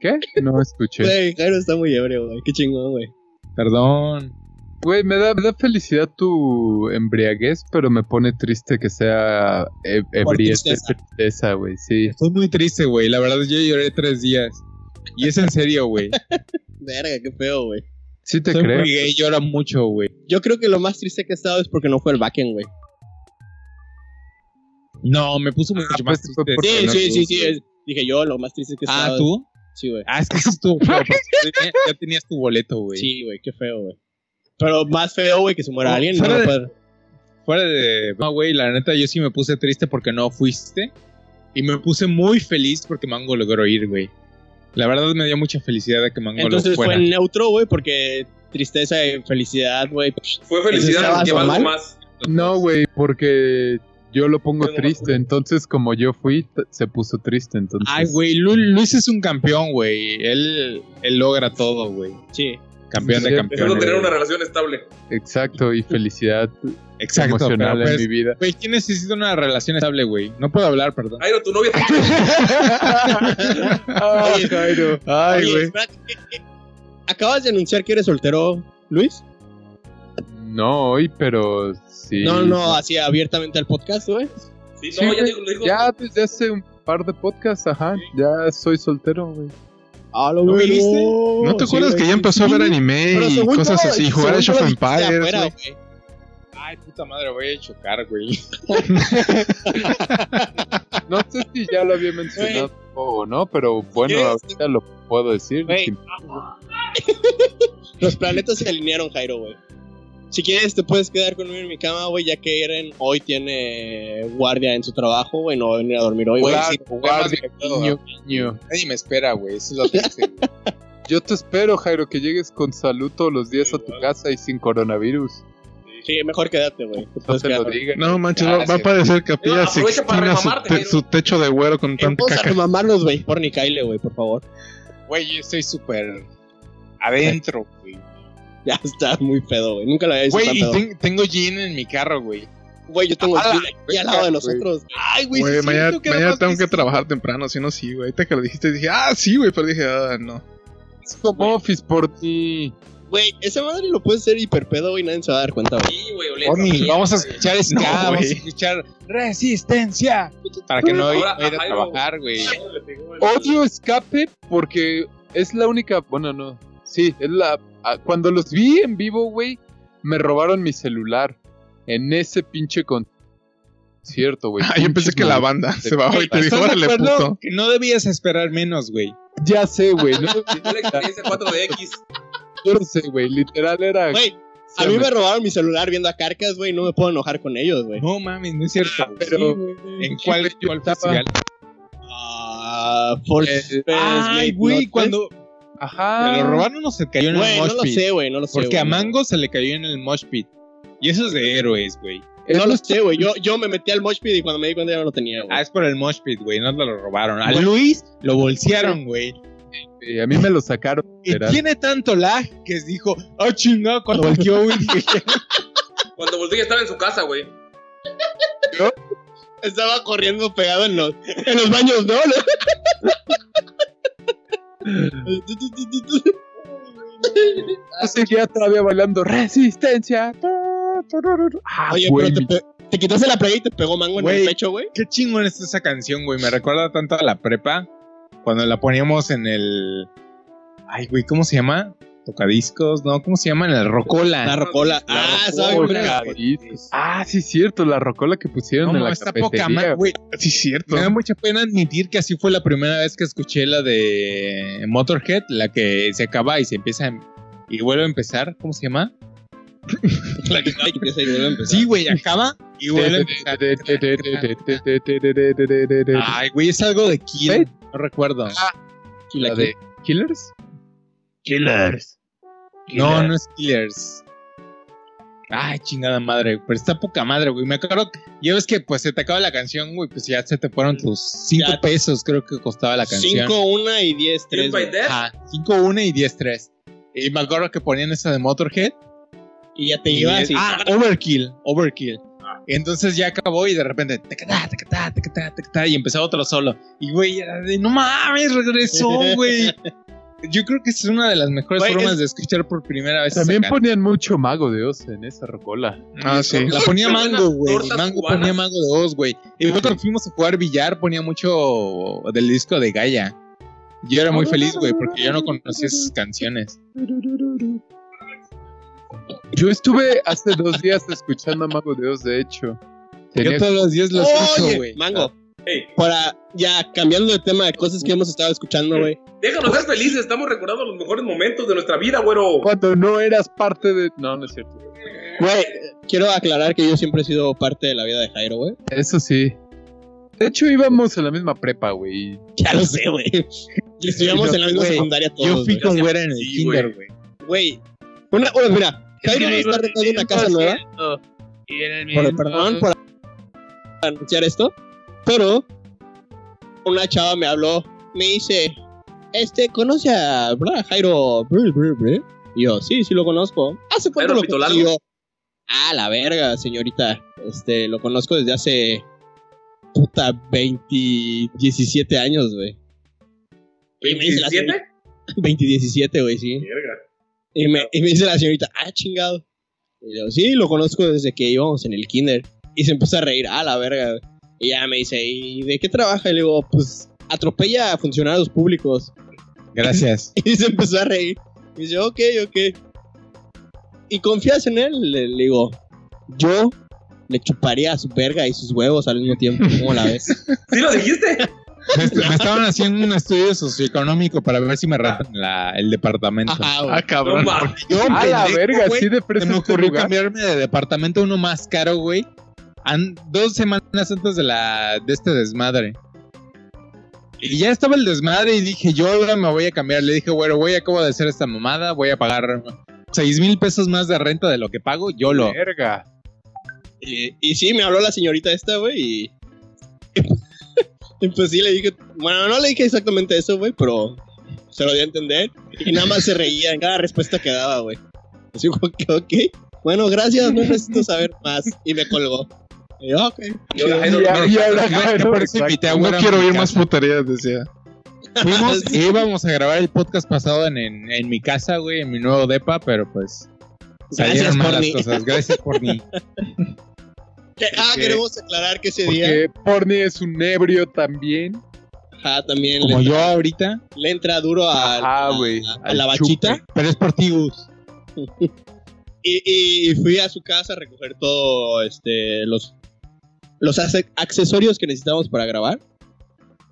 D: ¿Qué? No escuché.
E: Güey, Jairo está muy ebrio, güey. Qué chingón, güey.
F: Perdón.
D: Güey, me da, me da felicidad tu embriaguez, pero me pone triste que sea e- ebriez de
E: tristeza.
D: tristeza, güey. Sí.
F: Estoy muy triste, güey. La verdad, yo lloré tres días. Y es en serio, güey.
E: Verga, qué feo, güey.
D: Sí te
F: Soy
D: creo.
F: muy gay, lloro mucho, güey.
E: Yo creo que lo más triste que he estado es porque no fue el backend, güey.
F: No, me
C: Ah,
F: puso mucho más
D: pues, fue por-
F: triste.
D: Porque
E: Sí,
D: no
E: sí,
D: tú,
E: sí, sí. es- Dije yo, lo más triste que he
F: Ah,
E: estado.
F: ¿tú?
E: Sí, güey.
F: Ah, es que eso estuvo feo, porque tú tenías- ya tenías tu boleto, güey.
E: Sí, güey, qué feo, güey. Pero más feo, güey, que se muera
F: No,
E: alguien.
F: Oh, fuera
E: no,
F: de-
E: padre.
F: Fuera de... No, güey, la neta, yo sí me puse triste porque no fuiste. Y me puse muy feliz porque Mango logró ir, güey. La verdad me dio mucha felicidad de que Mango
E: Entonces
F: lo fuera.
E: fue neutro, güey, porque tristeza y felicidad, güey.
B: Fue
E: ¿Eso
B: felicidad
E: estaba
B: que algo
E: normal?
B: más.
D: No, güey, porque yo lo pongo
B: Tengo
D: triste. Entonces, como yo fui, t- se puso triste. Entonces,
F: Ay, güey, Lu- Luis es un campeón, güey. Él, él logra todo, güey.
E: Sí.
F: Campeón
D: Sí,
F: de
B: Dejando
F: campeones.
B: tener una relación estable.
D: exacto. Y felicidad
F: Exacto,
D: emocional
F: pero
D: en
F: pues,
D: mi vida.
F: Güey, ¿quién necesita una relación estable, güey? No puedo hablar, perdón.
B: Jairo, tu novia.
E: Oye,
D: Ay,
E: Oye,
D: güey.
E: espera, ¿qué- qué- ¿Acabas de anunciar que eres soltero, Luis?
D: No hoy, pero sí.
E: No, no, así abiertamente al podcast, güey.
B: Sí,
D: Sí,
B: no, ya
D: güey.
B: digo, lo dijo.
D: Ya desde hace un par de podcasts, ajá. Ya soy soltero, güey.
E: Ah, lo
F: ¿No
E: güey,
F: viniste?
C: ¿No te
E: Oh, sí,
C: acuerdas
E: güey.
C: que ya empezó a ver anime
E: Pero
C: y
E: según
C: cosas
E: yo-
C: así? Y
E: según
C: jugar a
E: yo
C: Age of
E: dijiste
C: Empires,
E: afuera,
C: güey.
E: güey.
F: Ay, puta madre, voy a chocar, güey.
D: No sé si ya lo había mencionado o no, pero bueno,
E: ¿Quieres?
D: ahorita lo puedo decir.
E: Güey.
D: sin-
E: Los planetas se alinearon, Jairo, güey. Si quieres, te puedes quedar conmigo en mi cama, güey, ya que Eren hoy tiene guardia en su trabajo, güey, no va a venir a dormir hoy, güey.
F: Claro,
E: Sí,
F: guardia,
D: Guiño, guiño.
F: Nadie me espera, güey. Eso es lo triste. güey.
D: Yo te espero, Jairo, que llegues con salud todos los días a tu casa y sin coronavirus.
E: sí, mejor quédate, güey. Te
D: No
E: puedes
D: te lo
E: quedar.
D: digas.
C: No manches, va, va a
F: Gracias.
C: aparecer
B: No,
C: Capilla
B: aprovecha para
C: Sixtina, su,
B: remamarte,
C: te-
B: Jairo.
C: su techo de güero con tanta
E: Vamos a
C: caca.
E: remamarlos, güey, por ni Kyle, güey, por favor.
F: Güey, yo estoy súper adentro, güey.
E: Ya está muy pedo, güey. Nunca lo había visto
F: Güey,
E: tan
F: y
E: pedo.
F: ten- tengo gin en mi carro, güey.
E: Güey, yo tengo
F: Ah,
E: el Gil aquí al lado de nosotros. güey.
F: Ay, sí
C: Güey,
F: es
C: mañana,
F: cierto que era
C: mañana
F: más
C: tengo que
F: triste.
C: trabajar temprano, si no sí, güey. Ahorita que lo dijiste dije, ah, sí, güey, pero dije, ah, no.
D: Es como office por ti.
E: Güey, esa madre lo puede ser hiperpedo, güey, nadie se va a dar cuenta, güey.
B: Sí, güey, olé.
F: Oni, vamos a escuchar ska, vamos a
C: güey.
F: escuchar resistencia. Para que no,
B: Ahora,
F: no ir a
B: ajá,
F: trabajar, güey.
D: Odio escape porque es la única. Bueno, no. Sí, es la. ah, Cuando los vi en vivo, güey, me robaron mi celular. en ese pinche concierto, güey.
C: Ah, yo pensé
D: Pinches
C: que la
D: mal-
C: banda se bajó y te dijo,
F: ¿Estás de
C: órale,
F: acuerdo
C: puto.
F: que no debías esperar menos, güey?
D: Ya sé, güey. No,
B: Fue la experiencia 4DX.
D: yo lo sé, güey. Literal era.
E: Güey, a mí me robaron mi celular viendo a Carcas, güey. No me puedo enojar con ellos, güey.
F: No mames, no es cierto. güey.
D: pero-
F: Sí, güey. ¿En cuál,
D: yo
F: cuál
D: estaba-
F: festival?
E: Ah, Force
D: Eh,
E: Fest,
F: Ay, güey,
E: Bloodfest.
F: cuando
D: Ajá.
F: se lo robaron o se cayó en
E: Güey,
F: el
E: no
F: mosh
E: lo
F: pit.
E: sé, güey, no lo sé.
F: porque a
E: güey.
F: Mango se le cayó en el mosh pit. Y eso es de héroes, güey.
D: Eso
E: No lo sé, güey. Yo, yo me metí al mosh pit y cuando me di cuenta ya no lo tenía, güey.
F: Ah, es por el mosh pit, güey, no te lo robaron. A
E: Güey.
F: Luis lo bolsearon, güey.
D: Eh, a mí me lo sacaron.
F: Y
D: Literal.
F: tiene tanto lag que dijo, oh chingado, cuando volteó, güey. dije,
B: Cuando volteé ya estaba en su casa, güey.
E: Estaba corriendo pegado en los, en los baños, ¿no?
D: Yo seguía todavía bailando resistencia. Ta, tararara. Ah,
E: Oye,
D: güey,
E: pero te, pe- te quitaste la playa y te pegó mango en
F: Güey.
E: el pecho, güey.
F: Qué chingón está esa canción, güey. Me recuerda tanto a la prepa. Cuando la poníamos en el. Ay, güey, ¿cómo se llama? Tocadiscos, ¿no? ¿Cómo se llama? En el Rocola.
E: La rocola. ah, ¿sabes?
D: rocola,
E: Mira,
D: discos. Ah, sí, cierto, la rocola que pusieron
F: No,
D: en
F: no,
D: la
F: está poca
D: cafetería.
F: madre, güey.
C: Sí, cierto.
F: Me da mucha pena admitir que así fue la primera vez que escuché la de Motorhead, la que se acaba y se empieza a- y vuelve a empezar. ¿Cómo se llama?
E: la que ay, que empieza y vuelve a empezar.
F: Sí, güey, acaba y vuelve a empezar. Ay, güey, Ah, es algo de Kill. No recuerdo.
D: La de Killers.
F: No, no es Killers. Ay, chingada madre, pero está poca madre, güey. Me acuerdo, ya ves que pues se te acaba la canción, güey, pues ya se te fueron tus cinco
E: Ya.
F: pesos, creo que costaba la canción.
E: 5, 1 y 10, 3.
B: Trip by Death.
F: Ajá, cinco, una y diez, tres. Y me acuerdo que ponían esa de Motorhead.
E: Y ya te
F: Y
E: ibas
F: es-
E: y.
F: Ah, Overkill, Overkill. Entonces ya acabó y de repente, tacatá, tacatá, tacatá, tacatá, y empezó otro solo. Y güey, era de, no mames, regresó, güey. Yo creo que es una de las mejores
E: Güey,
F: formas
E: es-
F: de escuchar por primera vez. esa
D: También
F: canción.
D: ponían mucho Mago de Oz en esa rocola.
C: Ah, sí.
F: La ponía
B: Pero
F: Mango,
B: unas
F: güey.
B: tortas
F: Mango
B: cubanas.
F: ponía Mango de Oz, güey. Y nosotros fuimos a jugar billar, ponía mucho del disco de Gaia. Yo era muy feliz, güey, porque yo no conocía esas canciones.
D: Yo estuve hace dos días escuchando a Mago de Oz, de hecho.
F: Yo
D: Tenía-
F: todos los días las escucho,
E: Oye,
F: güey.
E: mango.
B: Ey,
E: Para, ya cambiando de tema de cosas que hemos estado escuchando, güey.
B: déjanos ser felices. Estamos recordando los mejores momentos de nuestra vida, güero.
D: Cuando no eras parte de... No, no es cierto.
E: Güey, quiero aclarar que yo siempre he sido parte de la vida de Jairo, güey.
D: Eso sí. De hecho, íbamos a la misma prepa, güey.
E: Ya lo sé, güey. Y Estudiamos en la misma
F: Güey,
E: secundaria todos.
F: Yo fui
E: güey.
F: con güera en el
B: Sí,
F: kinder, güey.
E: Güey, una, una- mira, Jairo nos está rentando una casa nueva. Por- perdón por anunciar esto, pero una chava me habló, me dice, este, ¿conoce a bra- Jairo? Br- br- br-?" Y yo, sí, sí lo conozco. ¿Hace
B: Jairo
E: cuánto lo
B: Pito
E: conozco?
B: Largo.
E: ah, la verga, señorita. Este, lo conozco desde hace, puta, 20, 17 años, güey. Y me dice la señorita-
B: ¿27?
E: 20, 17, güey, sí.
B: Verga.
E: Y me, y me dice la señorita, ah, chingado. Y yo, sí, lo conozco desde que íbamos en el kinder. Y se empezó a reír, ah, la verga. güey". Y ya me dice, ¿y de qué trabaja? Y le digo, pues atropella a funcionarios públicos.
F: Gracias.
E: Y se empezó a reír. Y dice, ok, ok. ¿Y confías en él? Le, le digo, yo le chuparía a su verga y sus huevos al mismo tiempo. ¿Cómo la ves?
B: ¿Sí lo dijiste?
F: me, est- Este, me estaban haciendo un estudio socioeconómico para ver si me ratan la- el departamento.
E: Ajá, güey.
C: Ah,
B: No
C: cabrón.
B: mames.
F: Yo,
D: A la
F: pendejo,
D: verga,
F: güey,
D: sí de este
F: Se me
D: preso
F: ocurrió cambiarme de departamento a uno más caro, güey. an- dos semanas antes de la de este desmadre. Y ya estaba el desmadre y dije, yo ahora me voy a cambiar. Le dije, bueno, güey, acabo de hacer esta mamada, voy a pagar seis mil pesos más de renta de lo que pago, yo lo.
D: Verga.
E: Y, Eh, y sí, me habló la señorita esta, güey, y... y pues sí, le dije... Bueno, no le dije exactamente eso, güey, pero se lo di a entender. Y nada más se reía en cada respuesta que daba, güey. Así como que, ok, bueno, gracias, no necesito saber más. Y me colgó. Y yo, ok.
B: Y ahora
D: Y,
B: Jairo-
D: a- y ahora,
F: Yo por eso invité a
C: No
F: güera a
C: quiero
F: mi
C: oír
F: casa.
C: más puterías, decía.
F: Fuimos, íbamos a grabar el podcast pasado en, en- en mi casa, güey, en mi nuevo depa, pero pues
E: Gracias,
F: salieron malas
E: Porni.
F: cosas. Gracias, Porni.
E: Que- ah,
D: Porque-
E: queremos aclarar que ese día...
D: porque Porni es un ebrio también.
E: Ajá, ah, también le
F: Como yo
E: entra,
F: ahorita,
E: le entra duro a,
D: Ajá,
E: a-
D: güey,
E: a- a
D: al
E: la bachita.
F: pero es por ti, Gus.
E: y, y- y fui a su casa a recoger todo este los los ace- accesorios que necesitábamos para grabar.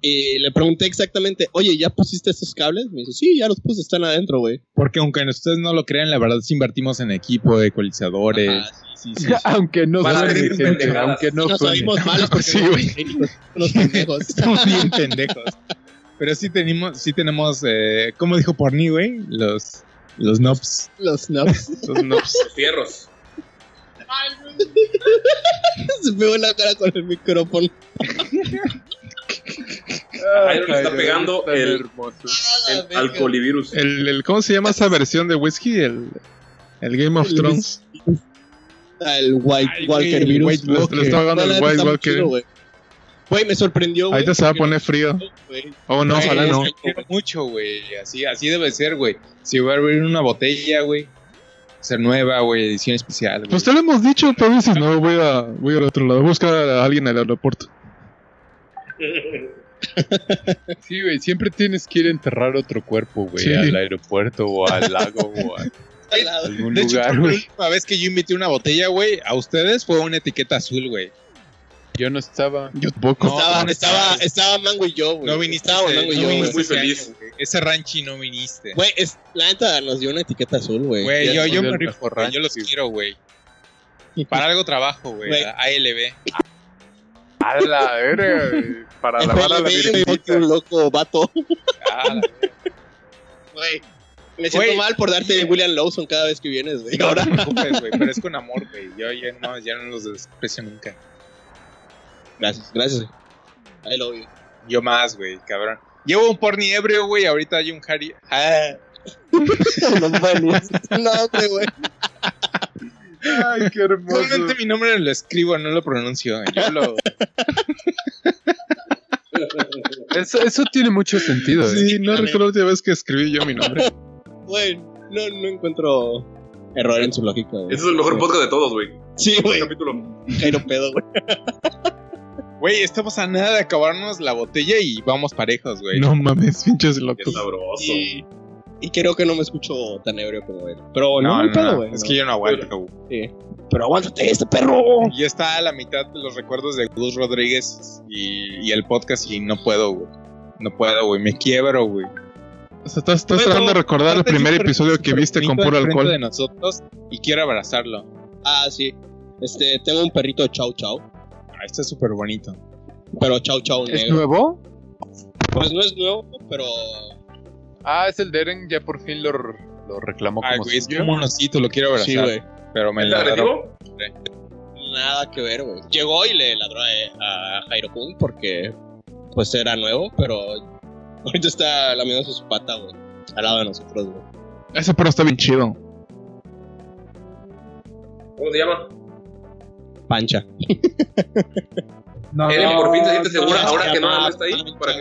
E: Y le pregunté exactamente, oye, ¿ya pusiste estos cables? Me dice, sí, ya los puse, están adentro, güey.
F: Porque aunque ustedes no lo crean, la verdad sí invertimos en equipo, ecualizadores.
E: Ajá, sí, sí, sí.
D: Aunque no
B: Van a
D: suene,
B: decir
D: gente,
B: pendejadas.
D: aunque no
E: Nos
D: suene.
E: oímos malos porque
D: Sí,
E: somos
D: güey.
E: técnicos, unos pendejos.
F: Estamos bien pendejos. Pero sí tenemos, sí tenemos, eh, como dijo Porni, güey, los, los nobs.
E: Los nubs.
C: Entonces, no, pues,
B: Los fierros.
E: Se me ve la cara con el micrófono.
B: Iron está pegando
D: tan
B: el-
D: hermoso.
E: Ah,
B: El
E: verga.
B: alcoholivirus.
C: el, el- ¿Cómo se llama esa versión de whisky? El, el Game of
E: El
C: Thrones.
E: Ah, el White
F: Ay, güey,
E: Walker
F: el
E: virus.
F: White
C: Le, le está pagando
E: No, la
C: el
E: neta
C: White
E: está muy
C: Walker.
E: chido, güey. Güey, me sorprendió, güey.
C: Ahorita se va a
E: porque-
C: poner frío.
E: güey.
C: Oh, no,
F: Güey,
C: ojalá
F: es
C: no.
F: que quiero mucho, güey. Así, así debe ser, güey. Si voy a abrir una botella, güey. Ser nueva, güey, edición especial, güey.
C: Pues te lo hemos dicho, pero dices, no, voy a, voy a ir a otro lado, voy a buscar a alguien al aeropuerto.
D: Sí, güey, siempre tienes que ir a enterrar otro cuerpo, güey,
C: Sí.
D: al aeropuerto o al lago o a
E: Al lado.
D: algún
F: De hecho,
D: lugar,
F: la
D: güey.
F: última vez que yo invité una botella, güey, a ustedes fue una etiqueta azul, güey.
D: Yo no estaba.
C: Yo tampoco.
F: No,
E: Estaba,
F: no,
E: estaba,
F: no.
E: estaba Mango y yo, güey.
F: No viniste.
E: Estaba
F: ese-
E: Mango y
F: no
E: yo,
F: viniste
E: güey.
B: Muy
F: ese
B: feliz.
F: año, güey. ese ranchi no viniste.
E: Güey, es- la neta nos dio una etiqueta azul, güey.
F: Güey,
E: Ya-
F: yo, yo
D: escogió
F: me
D: el
F: rifo,
D: mejor
F: güey, yo los
D: rancho.
F: quiero, güey. Para algo trabajo, güey.
E: Güey.
F: a- ALB.
D: A la verga, güey. Para
E: Güey,
D: lavar a la
E: me dijo que
D: virgencita.
E: un loco vato.
F: Ah, la-
E: Güey. Me siento
F: Güey.
E: mal por darte de William Lawson cada vez que vienes, güey.
F: No
E: Ahora.
F: te preocupes, güey, pero es con amor, güey. Yo ya no, ya no los desprecio nunca.
E: Gracias, gracias. güey. I love you.
F: Yo más, güey, cabrón. Llevo un porni ebrio, güey. Ahorita hay un Harry. Ah,
E: Los buenos. No, hombre, güey.
D: Ay, qué hermoso.
F: Solamente mi nombre lo escribo, no lo pronuncio. Yo lo.
D: Eso, eso tiene mucho sentido, güey.
C: Sí, no recuerdo la última vez que escribí yo mi nombre.
E: Güey, no, no encuentro error en su lógica, güey.
B: Este es el mejor podcast de todos, güey.
E: Sí,
B: Este
E: güey.
B: capítulo.
E: Jairo pedo, güey.
F: Güey, estamos a nada de acabarnos la botella y vamos parejos, güey.
C: No mames, pinches
B: Qué
C: locos.
B: sabroso.
E: Y, y creo que no me escucho tan ebrio como él. Pero no,
F: No,
E: mal
F: no,
E: pedo,
F: no,
E: güey.
F: Es
E: No.
F: que yo no aguanto, güey.
E: Pero aguántate este perro.
F: Ya está a la mitad de los recuerdos de Gus Rodríguez y, y el podcast y no puedo, güey. No puedo, güey. Me quiebro, güey.
C: O sea, estás, estás
F: Bueno,
C: tratando de recordar el
F: Aparte,
C: primer
F: súper-
C: episodio que
F: súper
C: viste con
F: bonito
C: puro
F: enfrente
C: alcohol.
F: de nosotros y quiero abrazarlo.
E: Ah, sí. Este, tengo un perrito chau chau.
F: Ah, está súper bonito.
E: Pero chau chau
D: ¿Es
E: negro.
D: nuevo?
E: Pues no es nuevo, pero.
D: Ah, es el de Eren, ya por fin lo, lo reclamó
F: Ay,
D: como
F: güey, es
D: suyo.
F: como un osito, lo quiero abrazar.
E: Sí, güey.
F: Pero me
B: ¿Está
F: la
B: agresivo?
E: Nada que ver, güey. Llegó y le ladró a, a Jairo Kun porque. Pues era nuevo, pero. Ahorita está lamiendo su pata, güey. Al lado de nosotros, güey.
C: Ese perro está bien chido.
B: ¿Cómo se llama?
E: Pancha.
F: No,
B: Eren por fin se siente segura
E: no,
B: ahora que no
E: no,
B: no está ahí.
E: no,
B: Para que...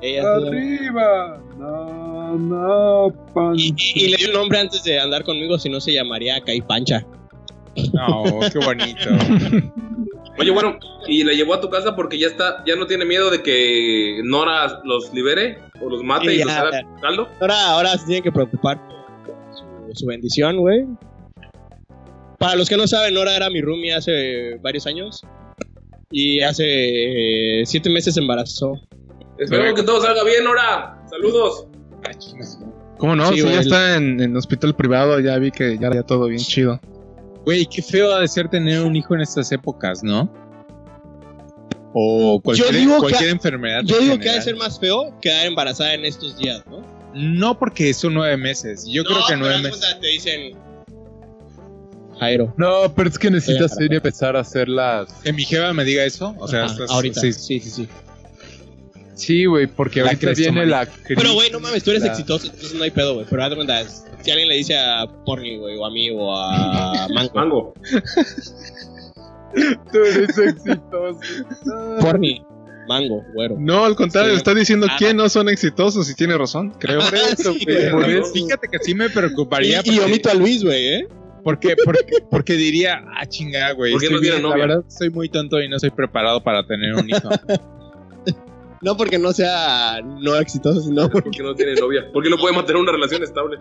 E: Ella sí-
D: ¡Arriba! No, no, pan.
E: y, y- y le dio un nombre antes de andar conmigo, si no se llamaría Kai Pancha.
F: No, qué bonito.
B: Oye, bueno, y la llevó a tu casa porque ya está, ya no tiene miedo de que Nora los libere o los mate y,
E: Y
B: los
E: ya.
B: haga caldo.
E: Ahora, ahora se tienen que preocupar por su, su bendición, güey. Para los que no saben, Nora era mi roomie hace varios años. Y hace eh, siete meses se embarazó.
B: Esperemos que todo salga bien, Nora. Saludos.
C: ¿Cómo no?
E: Sí,
C: Sí,
E: güey,
C: ya
E: el-
C: está en, en hospital privado, ya vi que ya, ya todo bien chido.
F: Güey, qué feo ha de ser tener un hijo en estas épocas, ¿no? O cualquier,
E: Yo digo que-
F: cualquier enfermedad.
E: Yo
F: en
E: digo que ha de
F: general.
E: ser más feo quedar embarazada en estos días, ¿no?
F: No porque son nueve meses. Yo creo que
E: pero
F: nueve
E: haz
F: meses.
E: cuenta, Te dicen... Jairo.
D: No, pero es que necesitas
E: Oye,
D: ir y empezar a hacer las.
F: Que mi jeva me diga eso. O sea,
E: Ajá,
F: estás-
E: ahorita.
F: sí,
E: Sí, sí, sí.
D: Sí, güey, porque
F: La
D: ahorita viene
F: crestomanía.
D: la. crisis,
E: Pero, güey, no mames, tú eres
D: la-
E: exitoso, entonces no hay pedo, güey. Pero haz de cuenta, si alguien le dice a Porni, güey, o a mí, o a Mango,
B: Mango.
D: Tú eres exitoso. Ah.
E: Porni, Mango, güero.
C: No, al contrario,
E: Sí.
C: está diciendo
E: Ah.
C: que no son exitosos y tiene razón, creo.
D: Por eso,
E: Sí,
D: güey,
B: güey,
D: por
B: no.
D: eso.
F: Fíjate que sí me preocuparía.
E: Y, y omito a Luis, güey, ¿eh?
F: Porque, porque, porque diría, ah, chingada, güey.
B: ¿Por qué
F: estoy
B: no tiene
F: bien, La
B: novia?
F: verdad, soy muy tonto y no soy preparado para tener un hijo.
E: No porque no sea no exitoso, sino porque
B: Porque no tiene novia. Porque no puede mantener una relación estable.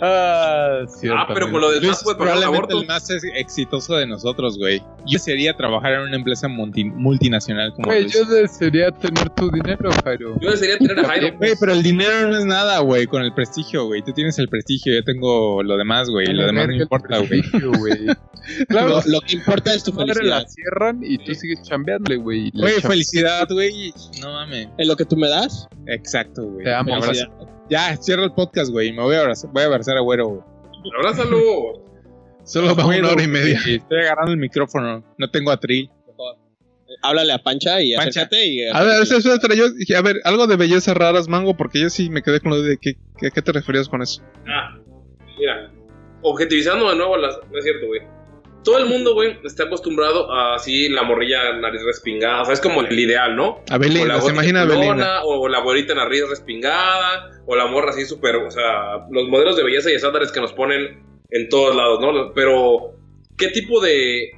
D: Ah,
B: Ah, pero por lo
F: Luis
B: demás
F: es
B: puede pagar el
F: probablemente
B: aborto.
F: el más ex- exitoso de nosotros, güey. Yo sería trabajar en una empresa multi- multinacional como
D: Güey,
F: Luis.
D: yo desearía tener tu dinero, Jairo.
B: Yo desearía tener a Jairo.
F: Güey, pero el dinero no es nada, güey, con el prestigio, güey. Tú tienes el prestigio, yo tengo lo demás, güey. Lo demás no
D: Verga,
F: importa,
D: el
F: güey.
D: prestigio, güey. Claro,
E: lo, lo que importa es tu
D: madre la
E: felicidad.
D: cierran y tú sigues chambeándole, güey. La
F: Güey,
D: cham-
F: felicidad, güey. No mames.
E: En lo que tú me das,
F: Exacto, güey.
D: Te amo,
F: Me abrazo. Ya, cierro el podcast, güey. Me voy a abrazar, voy a abrazar a Güero, güey.
B: Abrázalo.
C: Solo va
F: Güero,
C: una hora y media.
F: güey, Estoy agarrando el micrófono. No tengo atril.
E: háblale a Pancha y
F: Pancha.
E: acércate y eh,
C: A ver, espera, espera, espera, yo dije, a ver, algo de bellezas raras, Mango, porque yo sí me quedé con lo de que, que- ¿a qué te referías con eso.
B: Ah, mira. Objetivizando de nuevo las. No es cierto, güey. Todo el mundo, güey, está acostumbrado a así la morrilla nariz respingada. O sea, es como el ideal, ¿no?
C: A
B: o la
C: Belinda, se
B: gota
C: imagina a
B: pelona,
C: Belinda.
B: O la abuelita en la nariz respingada, o la morra así súper, o sea, los modelos de belleza y estándares que nos ponen en todos lados, ¿no? Pero, ¿qué tipo de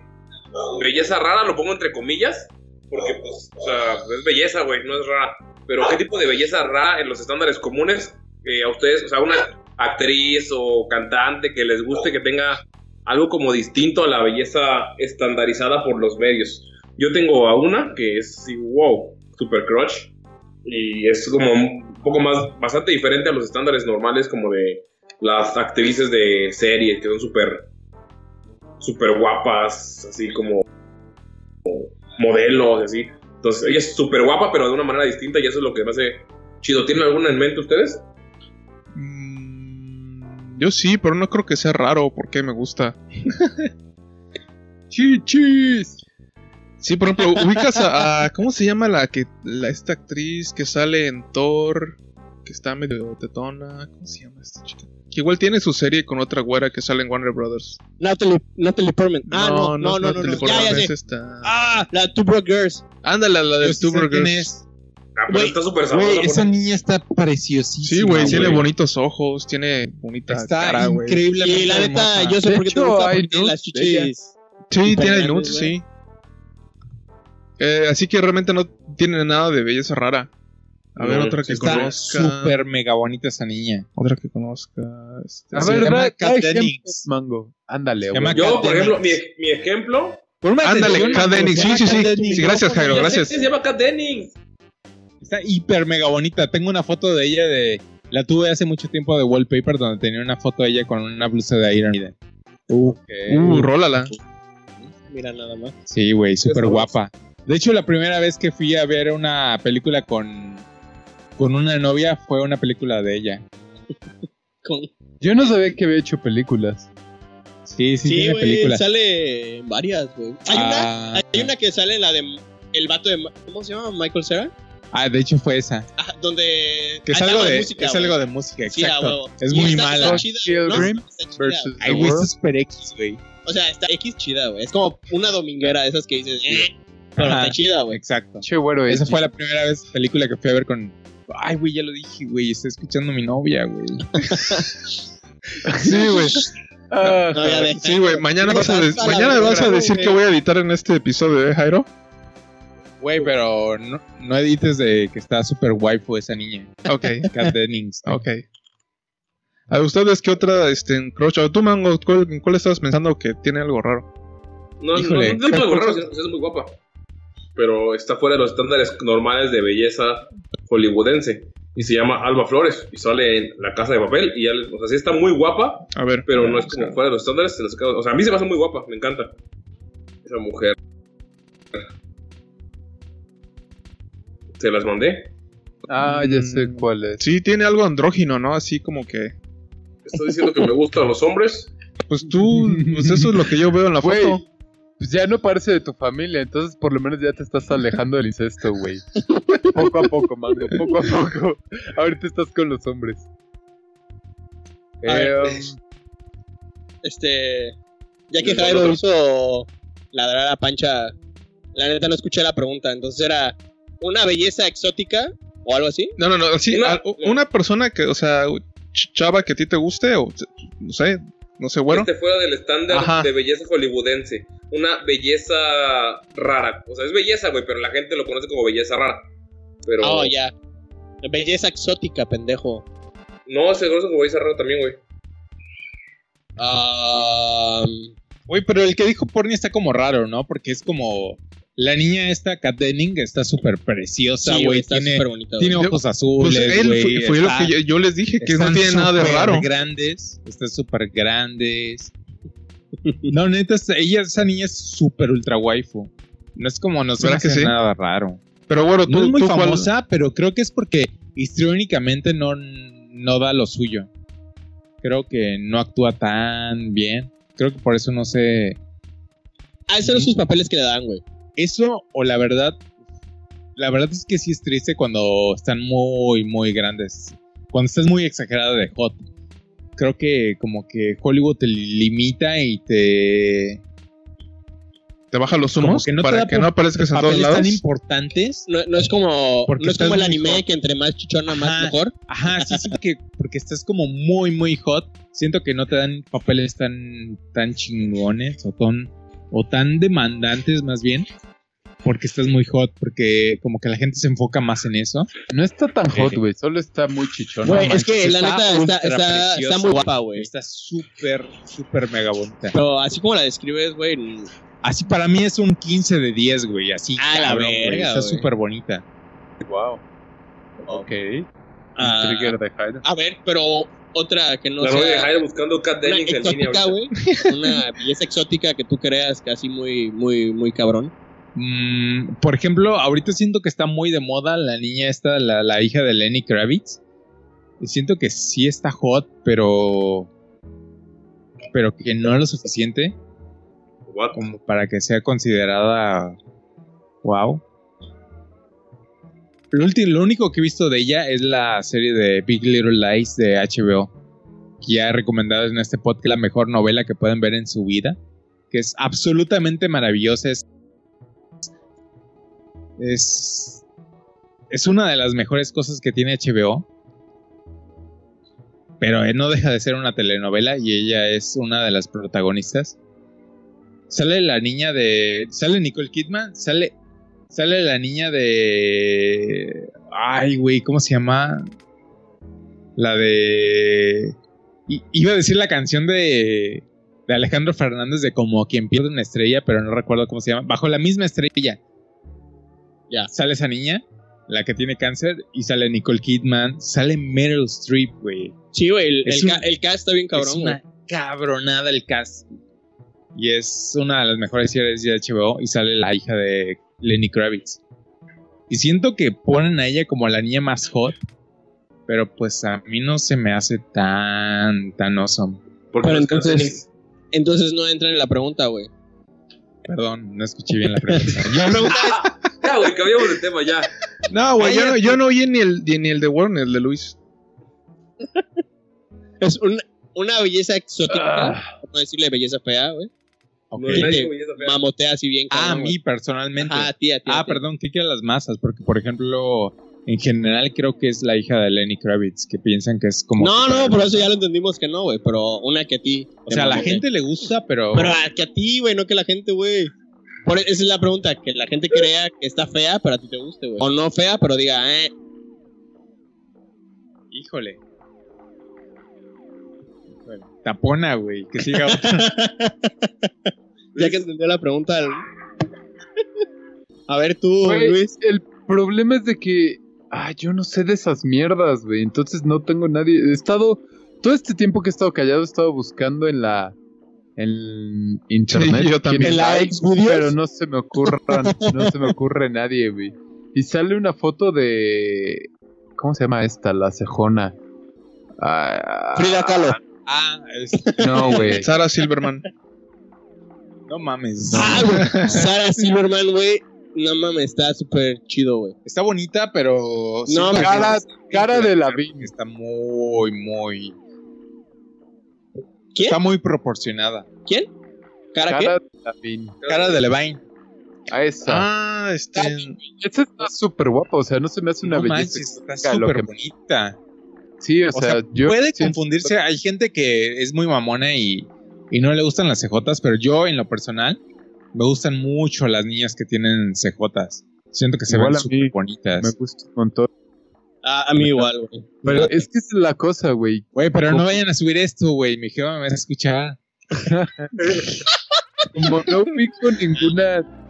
B: belleza rara lo pongo entre comillas? Porque, pues, o sea, es belleza, güey, no es rara. Pero, ¿qué tipo de belleza rara en los estándares comunes eh, a ustedes, o sea, una actriz o cantante que les guste que tenga algo como distinto a la belleza estandarizada por los medios? Yo tengo a una que es, sí, wow, super crush. Y es como un poco más, bastante diferente a los estándares normales como de las actrices de serie, que son súper, súper guapas, así como, como modelos, así. Entonces, ella es súper guapa, pero de una manera distinta y eso es lo que me hace chido. ¿Tienen alguna en mente ustedes?
C: Mm, Yo sí, pero no creo que sea raro porque me gusta.
D: Chichis.
C: Sí, por ejemplo, ubicas a, a- ¿cómo se llama la que la esta actriz que sale en Thor, que está medio tetona, ¿cómo se llama esta chica? Que igual tiene su serie con otra güera que sale en Warner Brothers.
E: Natalie, Natalie Portman. Ah, no, no,
C: es
E: no, no.
C: Natalie
E: no,
C: Portman,
E: Ya, ya
C: es
E: sé.
C: esta.
E: Ah, la Two Broke Girls.
C: Ándale, la de
F: Yo sí sé
C: Stuber
F: quién
C: Girls.
F: es.
B: Ah, pero
E: Güey,
B: está súper sabrosa.
F: Güey, esa
B: porque-
F: niña está preciosísima.
C: Sí, güey,
F: güey.
C: tiene bonitos ojos, tiene bonita
F: Está
C: cara, güey.
F: increíble.
E: Y la neta, yo sé
D: De
E: por qué te
D: hecho,
E: gusta
D: hay
E: porque
D: nudes
E: las
D: de ella.
E: chichis.
C: Sí, tiene
E: Fernández,
C: nudes,
E: güey.
C: sí. Eh, así que realmente no tiene nada de belleza rara. A ver,
B: No,
C: otra que
F: Está
C: conozca.
F: súper mega bonita esa niña.
C: Otra que conozca. este,
D: A
F: Se
D: ver,
F: llama
D: da- da
F: Cadenix.
D: ejemplos, Mango. Ándale,
F: Se
D: güey.
F: llama
B: Yo, por
F: Kat
B: ejemplo, mi,
F: Dennings.
B: mi ejemplo...
C: Ándale,
F: Kat
C: Cadenix.
F: Dennings.
C: Sí, sí,
F: Kat
C: sí.
F: Dennings.
C: sí. Gracias,
B: Ya
C: Jairo,
B: sé
C: gracias.
B: que Se llama Kat Dennings.
F: Está hiper mega bonita. Tengo una foto de ella de. La tuve hace mucho tiempo de wallpaper donde tenía una foto de ella con una blusa de Iron Maiden. Que-
C: Uh, rólala.
E: Mira nada más.
F: Sí, güey, súper
B: sabroso.
F: guapa. De hecho, la primera vez que fui a ver una película con, con una novia fue una película de ella.
E: Con...
D: Yo no sabía que había hecho películas.
F: Sí, sí,
E: Sí,
F: tiene
E: güey,
F: película.
E: sale en varias, güey. Hay una
F: Ah,
E: Hay una que sale, la de el vato de. Ma- ¿Cómo se llama? Michael Cera.
F: ah, de hecho fue esa.
E: Ajá, donde.
F: Que es,
E: ah,
F: algo de,
E: música,
F: es
E: güey.
F: algo de música,
E: Sí, a
F: exacto.
E: huevo.
F: es
E: Y
F: muy
E: está-
F: mala.
E: Está chida, güey,
D: Pilgrim
E: ¿no? Está chida,
D: versus
E: güey.
F: Ay, güey, esto es super X, güey.
E: O sea, está X chida, güey. Es como una dominguera de esas que dices. "Eh", pero
F: Ajá.
E: está chida, güey.
F: Exacto.
D: Che, güero,
C: Pues
F: Esa
D: X.
F: fue la primera vez película que fui a ver con. Ay, güey, ya lo dije, güey. Está escuchando mi novia, güey.
C: Sí, güey.
D: Ah,
E: No, ya de-
C: Sí, güey. Mañana vas a, de-
E: Hasta la
C: mañana vas a
F: verga,
C: decir
F: güey.
C: que voy a editar en este episodio, ¿eh, Jairo?
F: Güey, pero no, no edites de que está super waifu esa niña.
C: Ok,
F: Kat Dennings.
C: ok. ¿A ustedes qué otra, este, en Crush? ¿O tú, Mango, cuál, en cuál estabas pensando que tiene algo raro?
B: No,
F: Híjole.
B: no, no, no, algo raro, es, es muy guapa. Pero está fuera de los estándares normales de belleza hollywoodense. Y se llama Alba Flores. Y sale en La Casa de Papel. Y ya, les- o sea, sí está muy guapa,
C: A ver.
B: pero no es como
C: Buscar.
B: fuera de los estándares. se las acabo- o sea, a mí se me hace muy guapa, me encanta. Esa mujer. Se las mandé.
D: ah, ya sé
C: Mm.
D: cuál es.
C: Sí, tiene algo andrógino, ¿no? Así como que.
B: Estoy diciendo que me gustan los hombres.
C: Pues tú, pues eso es lo que yo veo en la
D: Güey,
C: foto.
D: Pues ya no parece de tu familia, entonces por lo menos ya te estás alejando del incesto, güey. Poco a poco, Mango, poco a poco. Ahorita estás con los hombres.
E: A
D: Eh,
E: ver. pues,
D: um,
E: Este. Ya
B: Y
E: que
B: el
E: Jairo
B: otro.
E: hizo ladrar a Pancha, la neta no escuché la pregunta. Entonces era una belleza exótica o algo así.
C: No, no, no. Sí,
B: Una-
C: a- una persona que, o sea, ch- chava que a ti te guste, o t- no sé, no sé, bueno.
B: Este fuera del
C: Ajá.
B: estándar de belleza hollywoodense. Una belleza rara. O sea, es belleza, güey, pero la gente lo conoce como belleza rara. Pero.
E: Oh, ya. Belleza exótica, pendejo.
B: No, se conoce como belleza rara también, güey.
E: Ah,
F: Güey, pero el que dijo porni está como raro, ¿no? Porque es como. La niña esta, Kat Denning, está súper
E: sí,
F: preciosa, güey.
E: güey, está
F: tiene
E: súper bonita.
F: tiene
E: güey.
C: Yo-
F: ojos
C: Pues
F: azules,
C: él
F: güey.
C: fue, fue lo
F: está-
C: que yo, yo les dije, que no
F: están
C: tiene nada de
F: súper
C: raro.
F: grandes, están súper grandes. No, neta, es- ella, esa niña es súper ultra waifu. No es como nos
C: ¿Verdad que sí?
F: nada raro.
C: Pero bueno,
F: No
C: tú,
F: es muy
C: tú cuál-
F: famosa, pero creo que es porque histriónicamente no, no da lo suyo. Creo que no actúa tan bien. Creo que por eso no sé.
E: Ah, esos son sus papeles que le dan, güey.
F: Eso o la verdad. La verdad es que sí es triste cuando están muy, muy grandes. Cuando estás muy exagerada de hot. Creo que como que Hollywood te limita y te...
C: te baja los
F: Como
C: humos
F: que no te
C: para
F: da
C: que
F: por-
C: no aparezcas en todos
F: Papeles
C: lados.
F: tan importantes.
E: No, no es como,
F: Porque
E: no es como el
F: estás muy
E: anime
F: hot.
E: que entre más chichona más
F: Ajá.
E: mejor.
F: Ajá, sí, sí, porque, porque estás como muy, muy hot. Siento que no te dan papeles tan, tan chingones o tan, o tan demandantes más bien. Porque estás muy hot, porque como que la gente se enfoca más en eso.
D: No está tan hot,
F: Jeje.
D: güey. Solo está muy chichón.
E: Güey,
D: no
E: es que
D: manches.
E: la
F: está
E: neta está,
F: ultra
E: está,
F: preciosa,
E: está muy
F: güey.
E: guapa, güey.
F: Está súper, súper mega bonita.
E: Pero así como la describes, güey. n-
F: Así para mí es un 15 de 10, güey. Así,
E: A la
F: cabrón, güey.
E: verga,
F: Está
E: güey.
F: súper bonita.
D: Wow. Ok.
E: ah,
D: Trigger de Hyde.
E: a ver, pero otra que no
B: la voy a
E: sea
B: dejar buscando Kat
E: una
B: Dennings en línea
E: exótica,
B: ahorita.
E: güey. Una belleza exótica que tú creas casi muy, muy, muy cabrón.
F: Mm, por ejemplo, ahorita siento que está muy de moda la niña esta, la, la hija de Lenny Kravitz. Y siento que sí está hot, pero. Pero que no es lo suficiente
B: What?
F: como para que sea considerada. Wow. Lo, ulti- lo único que he visto de ella es la serie de Big Little Lies de HBO. Que ya he recomendado en este podcast la mejor novela que pueden ver en su vida. Que es absolutamente maravillosa. Es. Es. Es una de las mejores cosas que tiene HBO. Pero eh, no deja de ser una telenovela y ella es una de las protagonistas sale la niña de sale Nicole Kidman sale sale la niña de ay güey cómo se llama la de i- iba a decir la canción de de Alejandro Fernández de como quien pierde una estrella pero no recuerdo cómo se llama bajo la misma estrella
E: Ya.
F: sale esa niña la que tiene cáncer y sale Nicole Kidman sale Meryl Streep güey
E: Sí, güey, el,
F: Es
E: el, ca-
F: un-
E: el cast está bien cabrón,
F: es
E: güey.
F: una cabronada el cast. Y es una de las mejores series de HBO y sale la hija de Lenny Kravitz. Y siento que ponen a ella como la niña más hot, pero pues a mí no se me hace tan, tan awesome.
B: Porque
E: Pero
B: los Kat Dennings-
E: entonces- Entonces no entra en la pregunta, güey.
F: Perdón, no escuché bien la pregunta. Yo no-
B: Ya, güey, cambiamos de tema ya.
C: No, güey, yo no, yo no oí ni el, ni el de Warren, ni el de Luis.
E: Es una, una belleza exótica, por no decirle belleza fea, güey.
F: Ok.
B: No, nadie
E: Sí.
B: como belleza Ah. fea.
E: Mamotea así bien
F: Ah, a
E: cabrón. güey.
F: mí personalmente.
E: Ah, tía, tía.
F: Ah,
E: tía.
F: perdón, ¿qué quieren las masas? Porque, por ejemplo, en general creo que es la hija de Lenny Kravitz, que piensan que es como...
E: No, no, por eso ya lo entendimos que no, güey. Pero una que a ti.
F: O
E: te
F: sea, la
E: mamotea.
F: gente le gusta, pero...
E: Pero a, que a ti, güey, no que la gente, güey. Por, e, esa es la pregunta, que la gente crea que está fea, pero a ti te guste, güey. O no fea, pero diga, eh.
F: Híjole. Híjole. Tapona, güey. Que siga otra.
E: Ya que entendió la pregunta. el- a ver tú,
D: Güey,
E: Luis.
D: El problema es de que. Ah, yo no sé de esas mierdas, güey. Entonces no tengo nadie. He estado. Todo este tiempo que he estado callado, he estado buscando en la. En internet.
C: Sí, yo también.
D: quién
E: ¿En la
D: sabe,
E: Xvideos?
D: Pero no se me ocurran. no se me ocurre nadie, güey. Y sale una foto de. ¿Cómo se llama esta? La cejona. Ah,
E: Frida Kahlo.
F: Ah, es-
D: No, güey.
C: Sara Silverman.
F: no mames.
E: Ah, güey. Sara Silverman, güey. No mames, está súper chido, güey.
F: Está bonita, pero.
E: No,
F: sí,
D: cara-
F: sí,
D: cara de la
F: Bing Está muy, muy.
E: ¿Quién?
F: Está muy proporcionada.
E: ¿Cara qué?
D: Cara de Lavín.
F: Cara de Levine.
D: A esa.
C: Ah, este.
D: Esa está súper guapa, o sea, no se me hace una
F: no
D: belleza.
F: manches, está
D: exótica, lo
F: súper
D: que-
F: bonita.
D: Sí, o,
F: O
D: sea,
F: sea,
D: yo.
F: Puede
D: sí,
F: confundirse. Hay gente que es muy mamona y, y no le gustan las cejotas, pero yo, en lo personal, me gustan mucho las niñas que tienen cejotas. Siento que se
D: Igual
F: ven
D: a mí
F: súper
D: Me
F: bonitas.
D: gusta un montón.
E: Ah, A, a mí igual, güey.
D: Pero es que es la cosa, güey.
F: Güey, pero no vayan a subir esto, güey. Mi jefa me va a escuchar.
D: Como no ubico ninguna.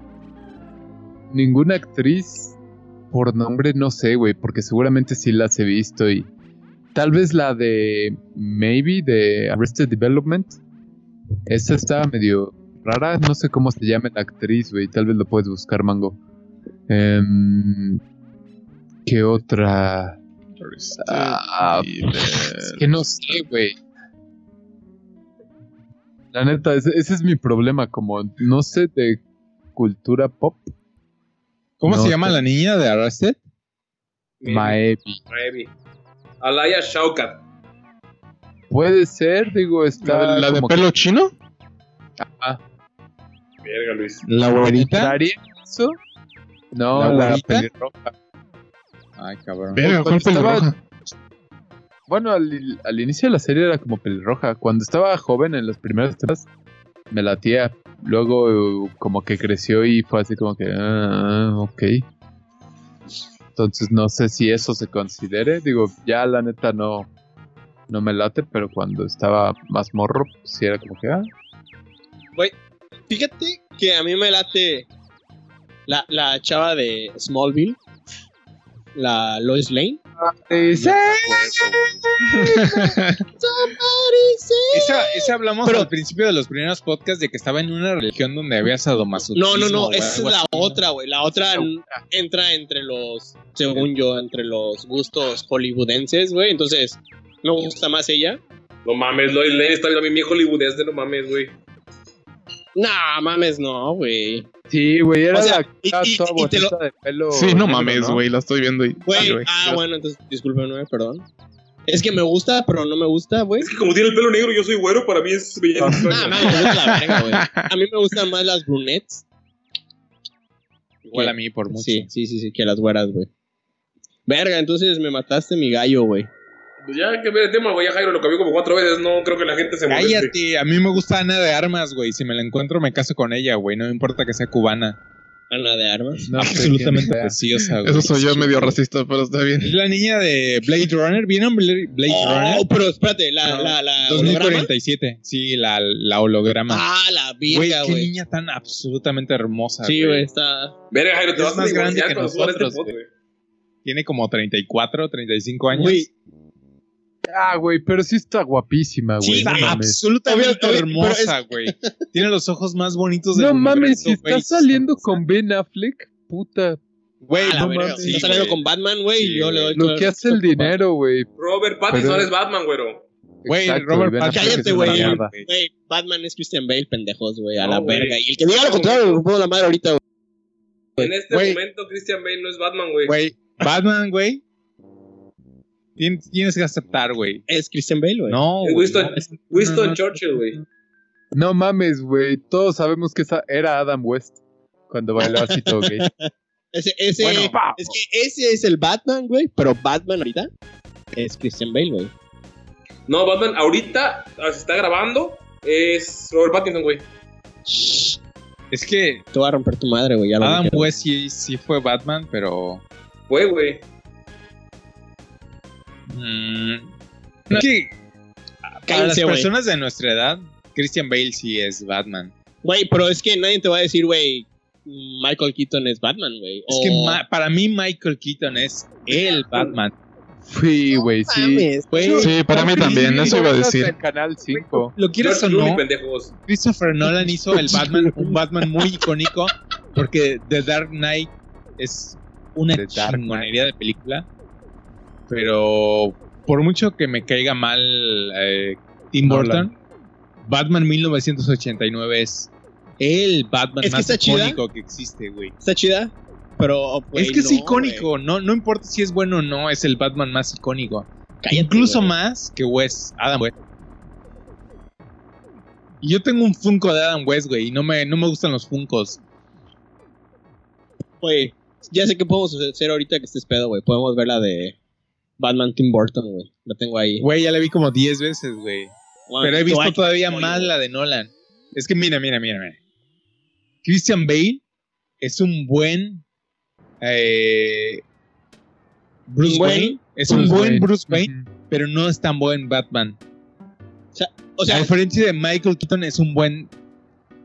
D: Ninguna actriz por nombre, no sé, güey. Porque seguramente sí las he visto y. Tal vez la de. Maybe, de Arrested Development. Esa estaba medio rara. No sé cómo se llama la actriz, güey. Tal vez lo puedes buscar, Mango. Em, ¿Qué otra? Ah, Es que no sé, güey. La neta, ese, ese es mi problema, como no sé de cultura pop.
F: ¿Cómo
D: No,
F: se llama
D: te-
F: la niña de Arrested?
D: Maevi.
B: Revi. Alaya Shaukat.
D: Puede ser, digo, está
C: ¿La de, la de
D: como
C: pelo chino?
B: Verga, Luis.
F: ¿La
D: que-
F: güerita?
D: ¿Daría eso? No,
F: ¿La
D: la,
F: güerita?
D: pelirroja.
F: Ay, cabrón.
C: Verga, ¿cuál
D: cuando estaba-
C: pelirroja?
D: Bueno, al, al inicio de la serie era como pelirroja. Cuando estaba joven en las primeras temporadas, me latía. Luego eh, como que creció y fue así como que, ah, ah, ok. Entonces no sé si eso se considere. Digo, ya la neta no, no me late, pero cuando estaba más morro, pues sí era como que, ah,
E: Fíjate que a mí me late la, la chava de Smallville, la Lois Lane.
F: Esa, esa hablamos
E: Pero-
F: al principio de los primeros podcasts de que estaba en una religión donde había
E: No,
F: sadomasoquismo.
E: no, no,
F: güey,
E: esa es
F: algo
E: la
F: así, ¿no?
E: otra, güey. La otra n- entra entre los, según yo, entre los gustos hollywoodenses, güey. Entonces, me gusta más ella.
B: No mames, Lois Lane está también bien hollywoodense, no mames, güey.
E: Nah, mames, no, güey.
D: sí, güey, era
E: O sea,
D: la
E: y-
D: cara
E: y-
D: toda
E: y te lo-
D: bonita de pelo.
C: Sí, no
D: negro,
C: mames,
D: ¿no?
C: güey, la estoy viendo y...
E: Güey,
C: Ay, güey.
E: ah, bueno, entonces, discúlpenme, perdón. Es que me gusta, pero no me gusta, güey.
B: Es que como tiene el pelo negro, yo soy güero, para mí es belleza.
E: Nah, mames, me gusta la verga, güey. A mí me gustan más las brunettes.
F: Igual a mí por mucho.
E: Sí, sí, sí, sí, que las güeras, güey. Verga, entonces me mataste mi gallo, güey.
B: Pues Ya que ver el tema, güey, ya Jairo lo cambió como cuatro veces, no creo que la gente se moleste.
F: Cállate, a mí me gusta Ana de Armas, güey. Si me la encuentro, me caso con ella, güey. No me importa que sea cubana.
E: Ana Ah, de armas.
D: No sé
F: Absolutamente
D: quién sea.
C: pues.
F: preciosa, güey.
C: Eso soy yo medio racista, pero está bien.
F: Es la niña de Blade Runner. ¿Vieron Bla- Blade
E: Oh,
F: Runner?
E: pero espérate, la,
F: No,
E: la, la holograma.
F: 2047. Sí, la, la holograma.
E: Ah, la
F: Güey,
E: vieja,
F: qué
E: güey.
F: niña tan absolutamente hermosa.
E: Sí, güey, está.
B: Verga, Jairo, te
F: Es
B: vas a
F: más grande
B: divorciar
F: que
B: cuando suba este
F: nosotros,
B: pod,
F: güey.
B: güey.
F: Tiene como 34, 35 años.
E: Güey,
D: Ah, güey, pero sí está guapísima, güey.
E: Sí,
D: no
E: está
D: mames.
F: absolutamente
E: Obvio, obvio,
F: hermosa, güey. Tiene los ojos más bonitos del
D: No mames, si
F: universo,
D: está
F: güey.
D: saliendo con Ben Affleck, puta.
F: Güey,
E: a Ah, la
D: no
E: verga,
D: mames.
E: está
F: Sí,
E: saliendo
F: güey.
E: con Batman, güey.
F: Sí,
E: y yo le doy
F: güey.
E: todo
D: Lo
E: el-
D: que hace el dinero, güey.
B: Robert Pattinson
D: Pero-
B: es Batman, güero.
F: Güey,
D: Exacto,
F: Robert
D: Ben
F: Pattinson
E: Affleck
F: es
E: es
F: una
E: güey.
D: mierda.
E: Güey, Batman es Christian Bale, pendejos, güey. A
B: No,
E: la
B: güey.
E: verga. Y el que diga lo contrario, lo pongo la madre ahorita, güey.
B: En este
F: Güey.
B: momento, Christian Bale no es Batman, güey.
F: Güey, Batman, güey. Tien- Tienes que aceptar, güey.
E: Es Christian Bale, güey.
F: No,
B: Es
F: güey.
B: Winston, Winston
D: no, no.
B: Churchill, güey.
D: No mames, güey. Todos sabemos que esa era Adam West cuando bailaba así todo gay.
E: Ese, ese,
F: Bueno,
E: es que ese es el Batman, güey. Pero Batman ahorita es Christian Bale, güey.
B: No, Batman ahorita ah, se está grabando. Es Robert Pattinson, güey.
F: Es que
E: Te voy a romper tu madre, güey. Ya lo
F: Adam
E: dije.
F: West sí, sí fue Batman, pero.
B: Fue, güey.
F: mm, no, es que. Para las
E: Cállense, güey.
F: personas de nuestra edad, Christian Bale sí es Batman.
E: Güey, pero es que nadie te va a decir, güey, Michael Keaton es Batman, güey.
F: Es
E: o-
F: que ma- para mí, Michael Keaton es el Batman.
D: Sí, güey, sí.
E: Mames, güey.
C: Sí, para mí también, eso iba a decir.
D: En Canal 5.
F: Lo quieras o
B: George Clooney,
F: no,
B: pendejos.
F: Christopher Nolan hizo el Batman, un Batman muy icónico, porque The Dark Knight es una
D: The Dark
F: chingonería de película. Pero por mucho que me caiga mal eh, Tim
D: Nolan.
F: Burton, Batman 1989 es el Batman
E: Es que
F: más
E: está chida.
F: icónico que existe, güey.
E: Está chida, pero. güey,
F: es que es
E: no,
F: icónico, no, no importa si es bueno o no, es el Batman más icónico.
E: güey. Cállate,
F: Incluso
E: güey.
F: más que Wes, Adam West. Y Yo tengo un Funko de Adam West, güey, y no me, no me gustan los Funkos.
E: Güey, ya sé qué podemos hacer ahorita que estés pedo, güey. Podemos ver la de Batman Tim Burton, güey. La tengo ahí.
F: Güey, ya la vi como 10 veces, güey.
E: Bueno,
F: Pero
E: te voy
F: he visto
E: a-
F: todavía
E: Oye,
F: más
E: güey.
F: la de Nolan. Es que mira, mira, mira, mira. Christian Bale es un buen eh, Bruce
E: Buen-
F: Wayne. Es un
D: Bruce
F: buen
D: Wayne.
F: Bruce Wayne, pero no es tan buen Batman.
E: O
F: a
E: sea,
F: diferencia de Michael Keaton, es un buen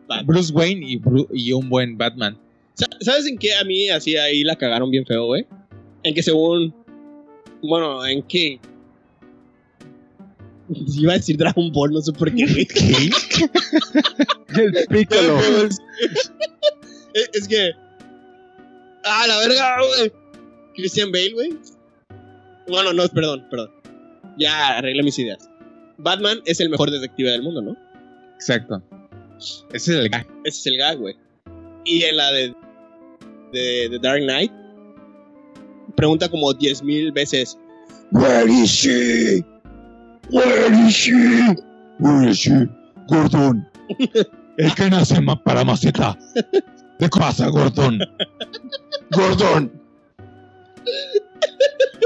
E: Batman.
F: Bruce Wayne y, Bru- y un buen Batman.
E: Sa- ¿Sabes en qué a mí así ahí la cagaron bien feo, güey? En que según. Bueno, en que. Iba a decir Dragon Ball, no sé por qué. güey.
D: El pícalo.
E: es, E, es que. ¡Ah, la verga, güey! Christian Bale, güey. Bueno, no, perdón, perdón. Ya arreglé mis ideas. Batman es el mejor detective del mundo, ¿no?
F: Exacto. Ese es el gag.
E: Ese es el gag, güey. Y en la de, de, de Dark Knight, pregunta como 10.000 veces: ¿Where is she? ¿Where is she?
A: Uy, sí, Gordon. El que nace ma- para maceta. ¿De qué pasa, Gordon? Gordon.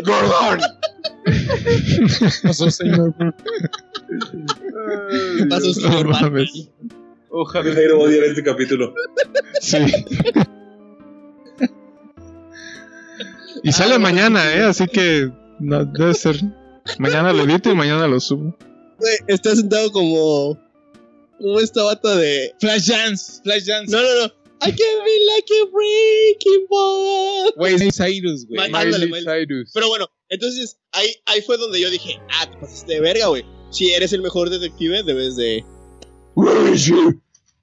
A: Gordon.
D: Pasó, señor.
E: ¿Qué pasó, señor
C: No
E: Batman?
C: mames.
B: Ojalá Jairo odiar este capítulo.
C: Sí.
F: Ah,
C: Y sale mañana, ¿eh? Así que no, debe ser. Mañana lo edito y mañana lo subo.
E: Güey, está sentado como. Como esta bata de.
F: Flash Dance, Flash Dance.
E: No, no, no. I can be like a breaking ball.
F: Güey, es Cyrus, güey.
E: Ma- ándale,
D: Miley
E: Miley.
D: Cyrus.
E: Pero bueno, entonces ahí, ahí fue donde yo dije: Ah, te pasaste de verga, güey. Si eres el mejor detective, debes de.
A: Where is she?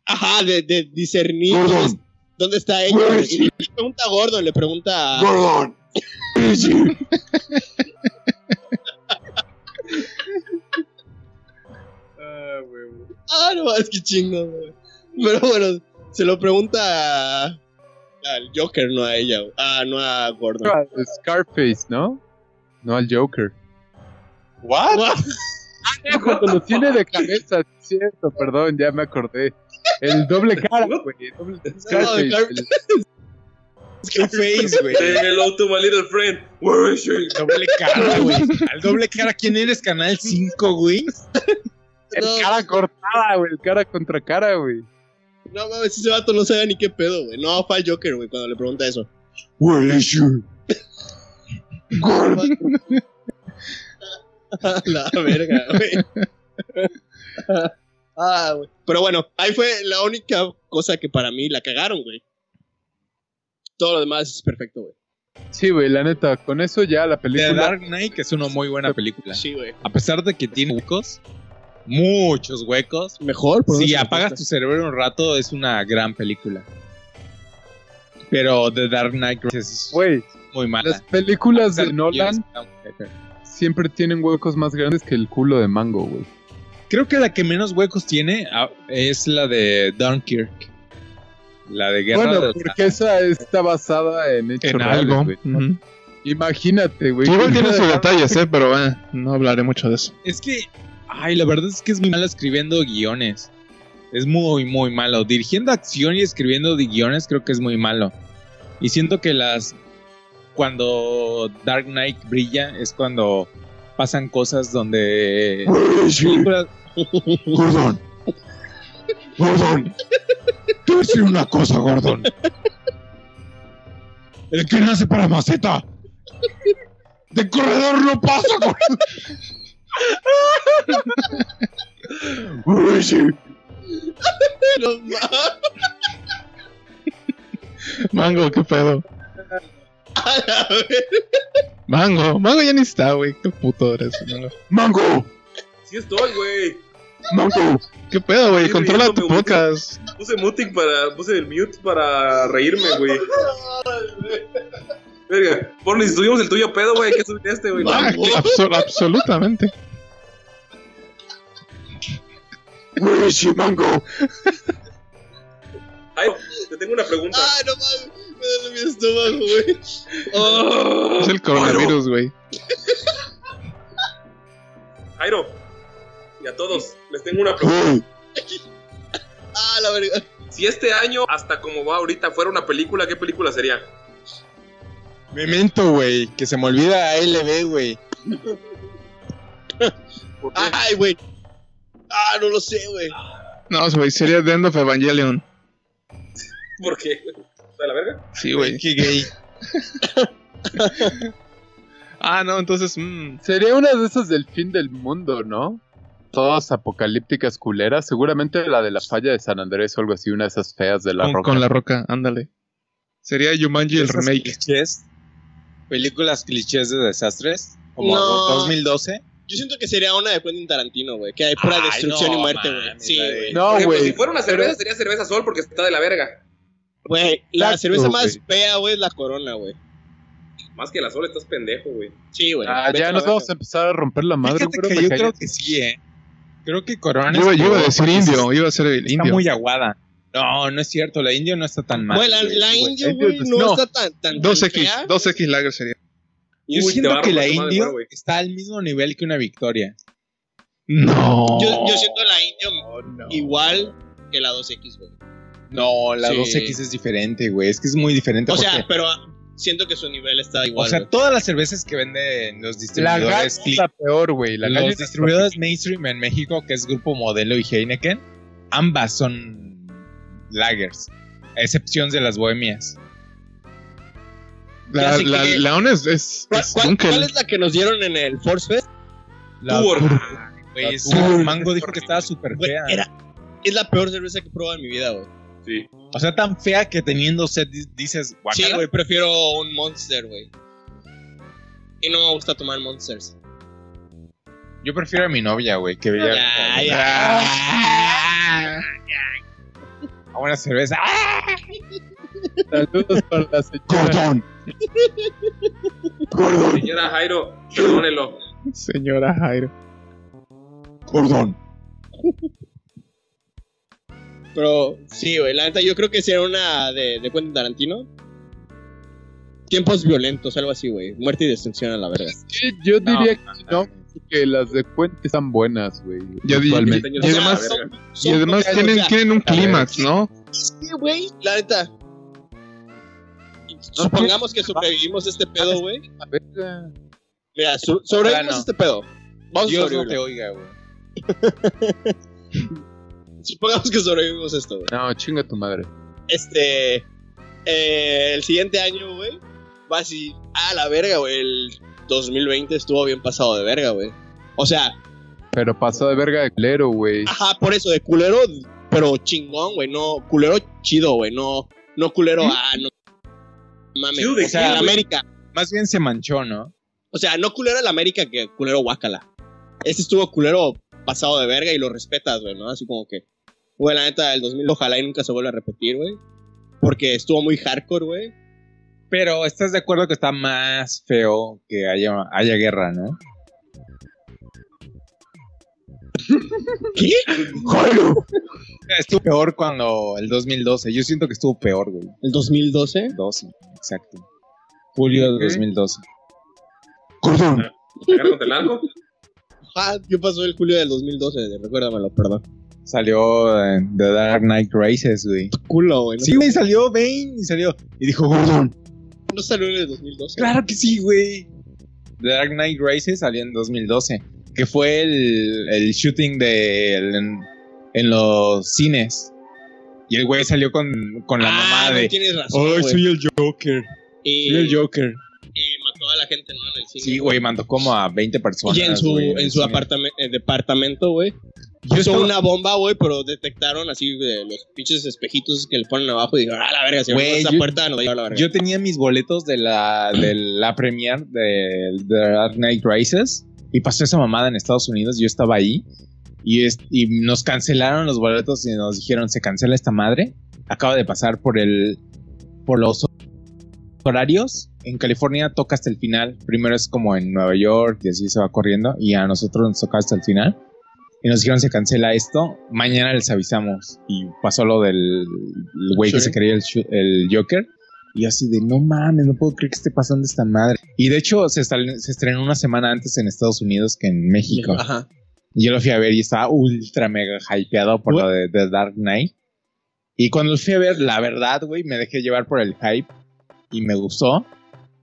E: Ajá, de, de discernir.
A: Gordon.
E: ¿Dónde está ella?
A: Where
E: güey?
A: is she?
E: Le pregunta a Gordon, le pregunta a...
A: Gordon. Where is she?
E: Ah, no, es que chingo, güey. Pero bueno, se lo pregunta a- al Joker, no a ella, güey. ah, no a Gordon.
D: Scarface, ¿no? No al Joker.
A: What?
D: Cuando lo tiene de cabeza, sí es cierto, perdón, ya me acordé. El doble cara, güey. el doble- Scarface.
E: claro.
D: el-
F: Face, güey.
B: Hello to my little friend. Where is she?
F: Doble cara, güey. Al doble cara, ¿quién eres? Canal 5, güey.
D: el
E: No.
D: cara cortada, güey. El cara contra cara, güey.
E: No mames, ese vato no sabe ni qué pedo, güey. No, fue al Joker, güey, cuando le pregunta eso.
A: Where is she? Gordon.
E: A la verga, güey. ah, güey. Pero bueno, ahí fue la única cosa que para mí la cagaron, güey. Todo lo demás es perfecto, güey.
D: Sí, güey, la neta, con eso ya la
F: The
D: película.
F: Dark Knight, que es una muy buena película.
E: Sí, güey.
F: A pesar de que tiene huecos, muchos huecos,
E: Mejor, por
F: si
E: eso me
F: apagas tu
E: gusta.
F: cerebro un rato, es una gran película. Pero The Dark Knight es
D: Güey,
F: muy
D: las
F: mala.
D: películas de
F: Yo-
D: Nolan siempre tienen huecos más grandes que el culo de mango, güey.
F: Creo que la que menos huecos tiene ah, es la de Dunkirk. La de Guerra
D: Bueno,
F: de los-
D: porque esa está basada en hechos
C: En
D: reales,
C: algo.
D: güey.
C: Ujú.
D: Imagínate, güey.
C: Sí, Igual
D: que
C: tiene
D: una
C: sus
D: de-
C: detalles, ¿eh? Pero bueno, no hablaré mucho de eso.
F: Es que, ay, la verdad es que es muy mala escribiendo guiones. Es muy, muy malo. Dirigiendo acción y escribiendo di- guiones creo que es muy malo. Y siento que las... Cuando Dark Knight brilla es cuando pasan cosas donde...
A: Where is she?
F: películas-
A: Gordon. Gordon. Te voy a decir una cosa, Gordon. El que nace para maceta. De corredor no pasa, Gordon. Where is she?
E: No mames,
C: Mango, qué pedo.
E: a la verga.
C: Mango, Mango ya ni está, güey. Qué puto eres, Mango.
A: Mango.
B: Sí estoy, güey.
A: Mango.
C: Qué pedo, güey.
B: Estoy
C: Controla
B: riéndome
C: tu
B: mucho.
C: podcast.
B: Puse muting para. Puse el mute para reírme, güey. Verga, Porni, si tuvimos el tuyo pedo, güey, ¿qué subiste este, güey?
C: Ah, que abso- absolutamente.
A: Where is she, Mango?
B: Ay, te tengo una pregunta.
E: Ah, no mames, me duele mi estómago, güey. Oh,
C: Ah, Es el coronavirus, güey.
B: Jairo, y a todos, les tengo una pregunta.
A: Hey,
E: ah, la verga.
B: Si este año, hasta como va ahorita, fuera una película, ¿qué película sería?
F: Memento, güey, que se me olvida ALB, güey.
B: ¿Por qué?
E: Ay, güey. Ah, no lo sé, güey.
C: No, güey, sería The End of Evangelion.
B: ¿Por qué? ¿De la verga?
C: Sí, güey.
F: Qué gay.
C: Ah, no, entonces, mm,
D: Sería una de esas del fin del mundo, ¿no? Todas apocalípticas culeras. Seguramente la de la falla de San Andrés o algo así, una de esas feas de la
C: con,
D: roca.
C: con la roca, ándale. Sería Jumanji el
F: Esas
C: remake.
F: clichés, películas clichés de desastres, como
E: No.
F: 2012.
E: Yo siento que sería una de Quentin Tarantino, güey. Que hay pura
F: Ay,
E: destrucción
F: no,
E: y muerte, güey.
F: mames,
E: Sí,
F: la de-
E: güey.
D: No,
B: Por ejemplo,
D: güey.
B: si fuera una cerveza, sería cerveza sol porque está de la verga.
E: Güey, la
D: Exacto,
E: cerveza más
D: güey.
E: fea, güey, es la corona, güey.
B: Más que la sol, estás pendejo, güey.
E: Sí, güey.
D: Ah,
E: Vete
D: ya
E: a la
D: nos
E: verga.
D: vamos a empezar a romper la madre.
F: Fíjate
D: bro,
F: que
D: me
F: yo
D: caí.
F: creo que sí, ¿eh? Creo que Corona
C: Yo iba,
F: es-
C: yo iba a decir
F: Está
C: indio, iba a ser el indio.
F: muy aguada. No, no es cierto, la indio no está tan mal.
E: Güey, la,
F: güey.
E: la
D: güey.
E: indio, güey, no,
C: No.
E: está tan, tan, tan
C: 2X,
E: fea.
C: 2X Lager sería.
F: Yo
B: Uy, te va
F: siento
B: a
F: que la
B: romper tu madre,
F: indio
B: güey.
F: está al mismo nivel que una victoria.
C: No.
E: Yo, yo siento la indio igual que la 2X, güey.
F: No, la
E: Sí.
F: 2X es diferente, güey. Es que es muy diferente.
E: O
F: porque-
E: sea, pero ah, siento que su nivel está igual.
F: o sea,
E: güey.
F: todas las cervezas que venden los
D: La gana
F: distribuidores,
D: es
F: click-
D: la peor, güey. La gana
F: los
D: es la
F: distribuidores mainstream en México, que es Grupo Modelo y Heineken, ambas son lagers, a excepción de las bohemias.
C: La,
E: Así
C: la,
E: que-
C: la ONU es, es,
E: ¿Cuál,
C: es
E: cuál,
C: Dunkel.
E: cuál es la que nos dieron en el Force Fest?
F: La
B: Tú,
F: Tur-
B: Orna.
F: güey,
D: la
F: es-
D: Tur-
F: Mango dijo que estaba súper
E: Güey,
F: fea.
E: era, es la peor cerveza que he probado en mi vida, güey.
B: Sí.
F: O sea, tan fea que teniendo sed di- dices,
E: Sí,
F: guacala.
E: güey, prefiero un Monster, güey. Y no me gusta tomar Monsters.
F: Yo prefiero a mi novia, güey, que veía
E: Ya, ya.
F: a una cerveza. ¡Ah!
D: Saludos para la señora.
B: Señora Jairo, perdónelo.
C: Señora Jairo.
A: Gordon.
E: Pero sí, güey, la neta, yo creo que sería una de, de Quentin Tarantino. Tiempos violentos, algo así, güey. Muerte y destrucción a la verga.
D: Sí, Yo diría que no, que las de Puente están buenas, güey.
C: Yo diría-
D: usualmente.
C: Y además-
B: A la verga.
C: Y además
E: pocas,
C: tienen,
E: o sea,
C: tienen un
D: ver,
C: clímax, ¿no?
E: sí, güey, la neta.
C: pues,
E: Supongamos que sobrevivimos a este pedo, güey.
D: A ver,
E: Mira, so- sobrevivimos
F: Ojalá no.
E: a este pedo. Vamos a
F: Dios no te
E: sobrevivirlo.
F: oiga, güey.
E: Supongamos que sobrevivimos a esto, güey.
D: No, chinga tu madre.
E: Este. eh, el siguiente año, güey. Va así. Ah, la verga, güey. El 2020 estuvo bien pasado de verga, güey. O sea,
D: Pero pasó de verga de culero, güey.
E: ajá, por eso, de culero, pero chingón, güey. No, culero chido, güey. No, no culero, ah, no. Mames.
B: Chido de
E: O sea,
B: qué,
E: el
B: güey.
E: América.
F: Más bien se manchó, ¿no?
E: O sea, no culero el América que culero Guacala. Este estuvo culero pasado de verga y lo respetas, güey, ¿no? Así como que, güey, la neta, el 2000 ojalá y nunca se vuelva a repetir, güey. Porque estuvo muy hardcore, güey.
F: Pero estás de acuerdo que está más feo que haya, haya guerra, ¿no?
E: ¿Qué?
F: Estuvo peor cuando el 2012. Yo siento que estuvo peor, güey.
E: ¿El 2012?
F: 12, exacto. Julio de 2012.
A: Gordon.
F: Ah,
B: ¿Pegar contra el arco?
E: Ah, ¿qué pasó el julio del 2012? Recuérdamelo, perdón.
F: Salió eh, The Dark Knight Rises, güey.
E: Culo, güey. ¿no?
F: Sí, güey, salió Bane y salió. Y dijo, Gordon.
E: No salió en el 2012.
F: Claro que sí, güey. The Dark Knight Rises salió en 2012. Que fue el, el shooting de en, en los cines. Y el güey salió con, con la
E: ah,
F: mamá
E: no
F: de.
E: tienes razón,
F: Ay,
E: güey.
F: soy el Joker.
E: y,
F: Soy el Joker.
E: y mató a la gente, ¿no? En el cine.
F: Sí, güey, mandó como a 20 personas.
E: Y en su,
F: güey,
E: en su
F: sí.
E: apartame- eh, departamento, güey.
F: Yo
E: Puso
F: estaba-
E: una bomba, güey, pero detectaron así de los pinches espejitos que le ponen abajo y dijeron, ah, la verga, si
F: Güey,
E: abrimos esa
F: yo-
E: puerta nos va a llevar la verga.
F: Yo tenía mis boletos de la, de la premiere de The Dark Knight Rises y pasó esa mamada en Estados Unidos. Yo estaba ahí y, es- y nos cancelaron los boletos y nos dijeron: Se cancela esta madre. Acaba de pasar por el por los horarios. En California toca hasta el final. Primero es como en Nueva York y así se va corriendo. Y a nosotros nos toca hasta el final. Y nos dijeron: Se cancela esto. Mañana les avisamos. Y pasó lo del el güey que
E: Sí.
F: se creía el, shu- el Joker. Y así de, no mames, no puedo creer que esté pasando esta madre. Y de hecho, se, estal- se estrenó una semana antes en Estados Unidos que en México.
E: Ajá.
F: Y Yo lo fui a ver y estaba ultra mega hypeado por lo de, de Dark Knight. Y cuando lo fui a ver, la verdad, güey, me dejé llevar por el hype y me gustó.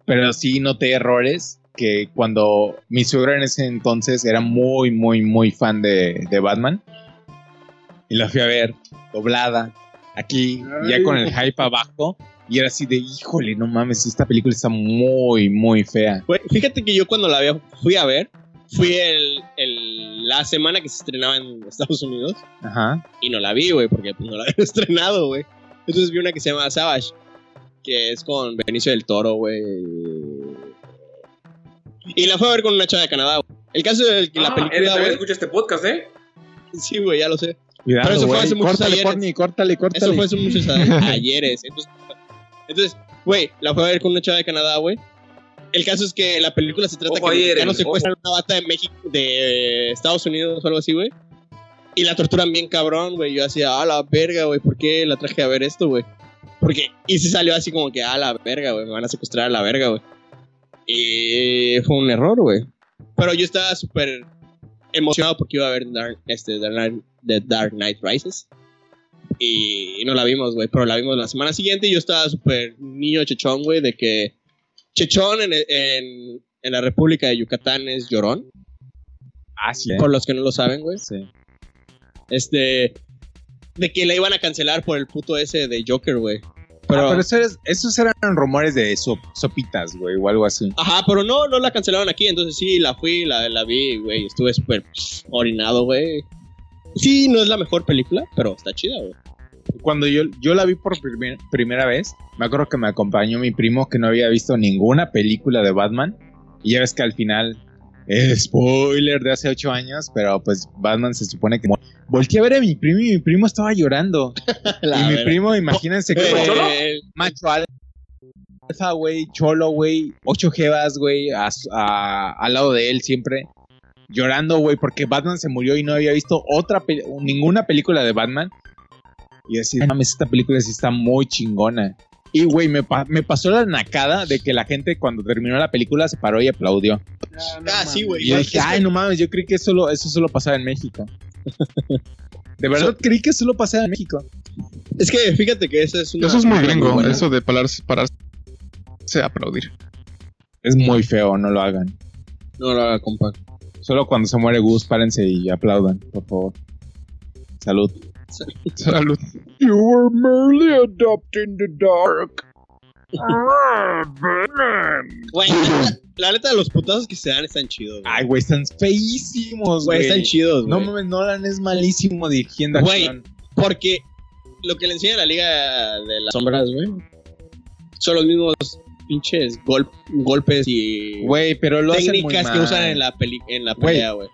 F: Pero sí noté errores que cuando mi suegra en ese entonces era muy, muy, muy fan de, de Batman. Y la fui a ver doblada, aquí, ya con el hype abajo. Y era así de, híjole, no mames, esta película está muy, muy fea.
E: Güey, Fíjate que yo cuando la vi- fui a ver, fui el, el- la semana que se estrenaba en Estados Unidos
F: Ajá.
E: y no la vi, güey, porque pues, no la habían estrenado, güey. Entonces vi una que se llama Savage, que es con Benicio del Toro, güey. Y la fui a ver con una chava de Canadá, güey. El caso es que la
B: Ah, Eres,
E: película,
B: también
E: güey.
B: escucha este podcast, ¿eh?
E: Sí, güey, ya lo sé.
F: Cuidado,
E: Pero eso fue
F: güey.
E: hace muchos
F: córtale,
E: ayeres.
F: Corny, córtale, córtale.
E: Eso fue hace muchos a- ayeres. Entonces, entonces, güey, la fue a ver con una chava de Canadá, güey. El caso es que la película se trata
B: Ojo
E: que los
B: ayeres,
E: mexicanos secuestran a una bata de México, de eh, Estados Unidos o algo así, güey. Y la torturan bien cabrón, güey. Yo hacía, ah, la verga, güey, ¿por qué la traje a ver esto, güey? Porque, y se salió así como que, ah, la verga, güey, me van a secuestrar a la verga, güey. Y fue un error, güey. Pero yo estaba súper emocionado porque iba a ver Dark- este, The, Dark, The Dark Knight Rises. Y no la vimos, güey, pero la vimos la semana siguiente y yo estaba súper niño chechón, güey, de que chechón en, en- en la República de Yucatán es llorón,
F: Ah, sí.
E: por los que no lo saben, güey.
F: Sí.
E: Este, de que la iban a cancelar por el puto ese de Joker, güey. Pero,
F: Ah, pero eso es- esos eran rumores de sop- sopitas, güey, o algo así.
E: Ajá, pero no, no la cancelaron aquí, entonces sí, la fui, la, la vi, güey, estuve súper orinado, güey. Sí, no es la mejor película, pero está chida, güey.
F: Cuando yo, yo la vi por primer- primera vez, me acuerdo que me acompañó mi primo que no había visto ninguna película de Batman. Y ya ves que al final, eh, spoiler de hace ocho años, pero pues Batman se supone que... mu- Volté a ver a mi primo y mi primo estaba llorando.
E: La
F: y mi
E: verga.
F: primo, imagínense que...
B: ¿Primo
E: Eh,
B: cholo?
F: macho alfa, güey, cholo, güey, ocho jevas, güey, a su- a- al lado de él siempre, llorando, güey, porque Batman se murió y no había visto otra pe- ninguna película de Batman. Y decir, mames, esta película sí está muy chingona. Y, güey, me, pa- me pasó la nacada de que la gente cuando terminó la película se paró y aplaudió.
E: ah, sí, güey.
F: Y yo dije, ay, no mames, yo creí que eso, lo- eso solo pasaba en México. De verdad, creí que solo pasaba en México.
E: Es que fíjate que esa es una.
C: Eso es muy
E: película
C: gringo,
E: buena.
C: eso de pararse, pararse a aplaudir.
F: Es muy feo, no lo hagan.
E: No lo haga, compa.
F: Solo cuando se muere Gus, párense y aplaudan, por favor. Salud.
C: Salud.
G: You were merely adopting the dark.
E: Güey, la neta- la neta, los putazos que se dan están chidos. güey.
F: Ay, güey, están feísimos,
E: Güey,
F: güey.
E: están chidos,
F: No
E: güey.
F: mames, Nolan es malísimo dirigiendo
E: Güey.
F: acción.
E: Porque lo que le enseña la Liga de las Sombras, güey, son los mismos pinches gol- golpes y
F: Güey, pero lo hacen muy
E: técnicas que
F: mal.
E: usan en la, peli en la
F: Güey.
E: pelea, güey.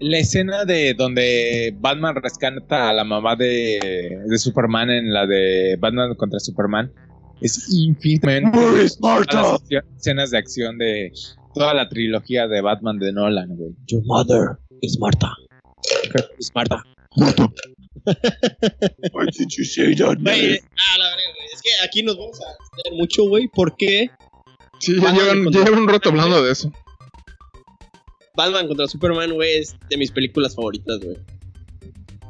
F: La escena de donde Batman rescata a la mamá de, de Superman en la de Batman contra Superman es infinitamente
G: Muy
F: todas
A: ah.
G: smarta.
F: las accio- escenas de acción de toda la trilogía de Batman de Nolan, güey.
E: Your mother is Marta. Is Marta.
G: Why did you say that,
E: Güey,
G: man?
E: ah, la verga, güey. Es que aquí nos vamos a extender mucho, güey, porque
C: Sí, ya
E: Batman
C: llevan,
E: con-
C: ya llevan un rato hablando de eso.
E: Batman contra Superman, güey, es de mis películas favoritas, güey.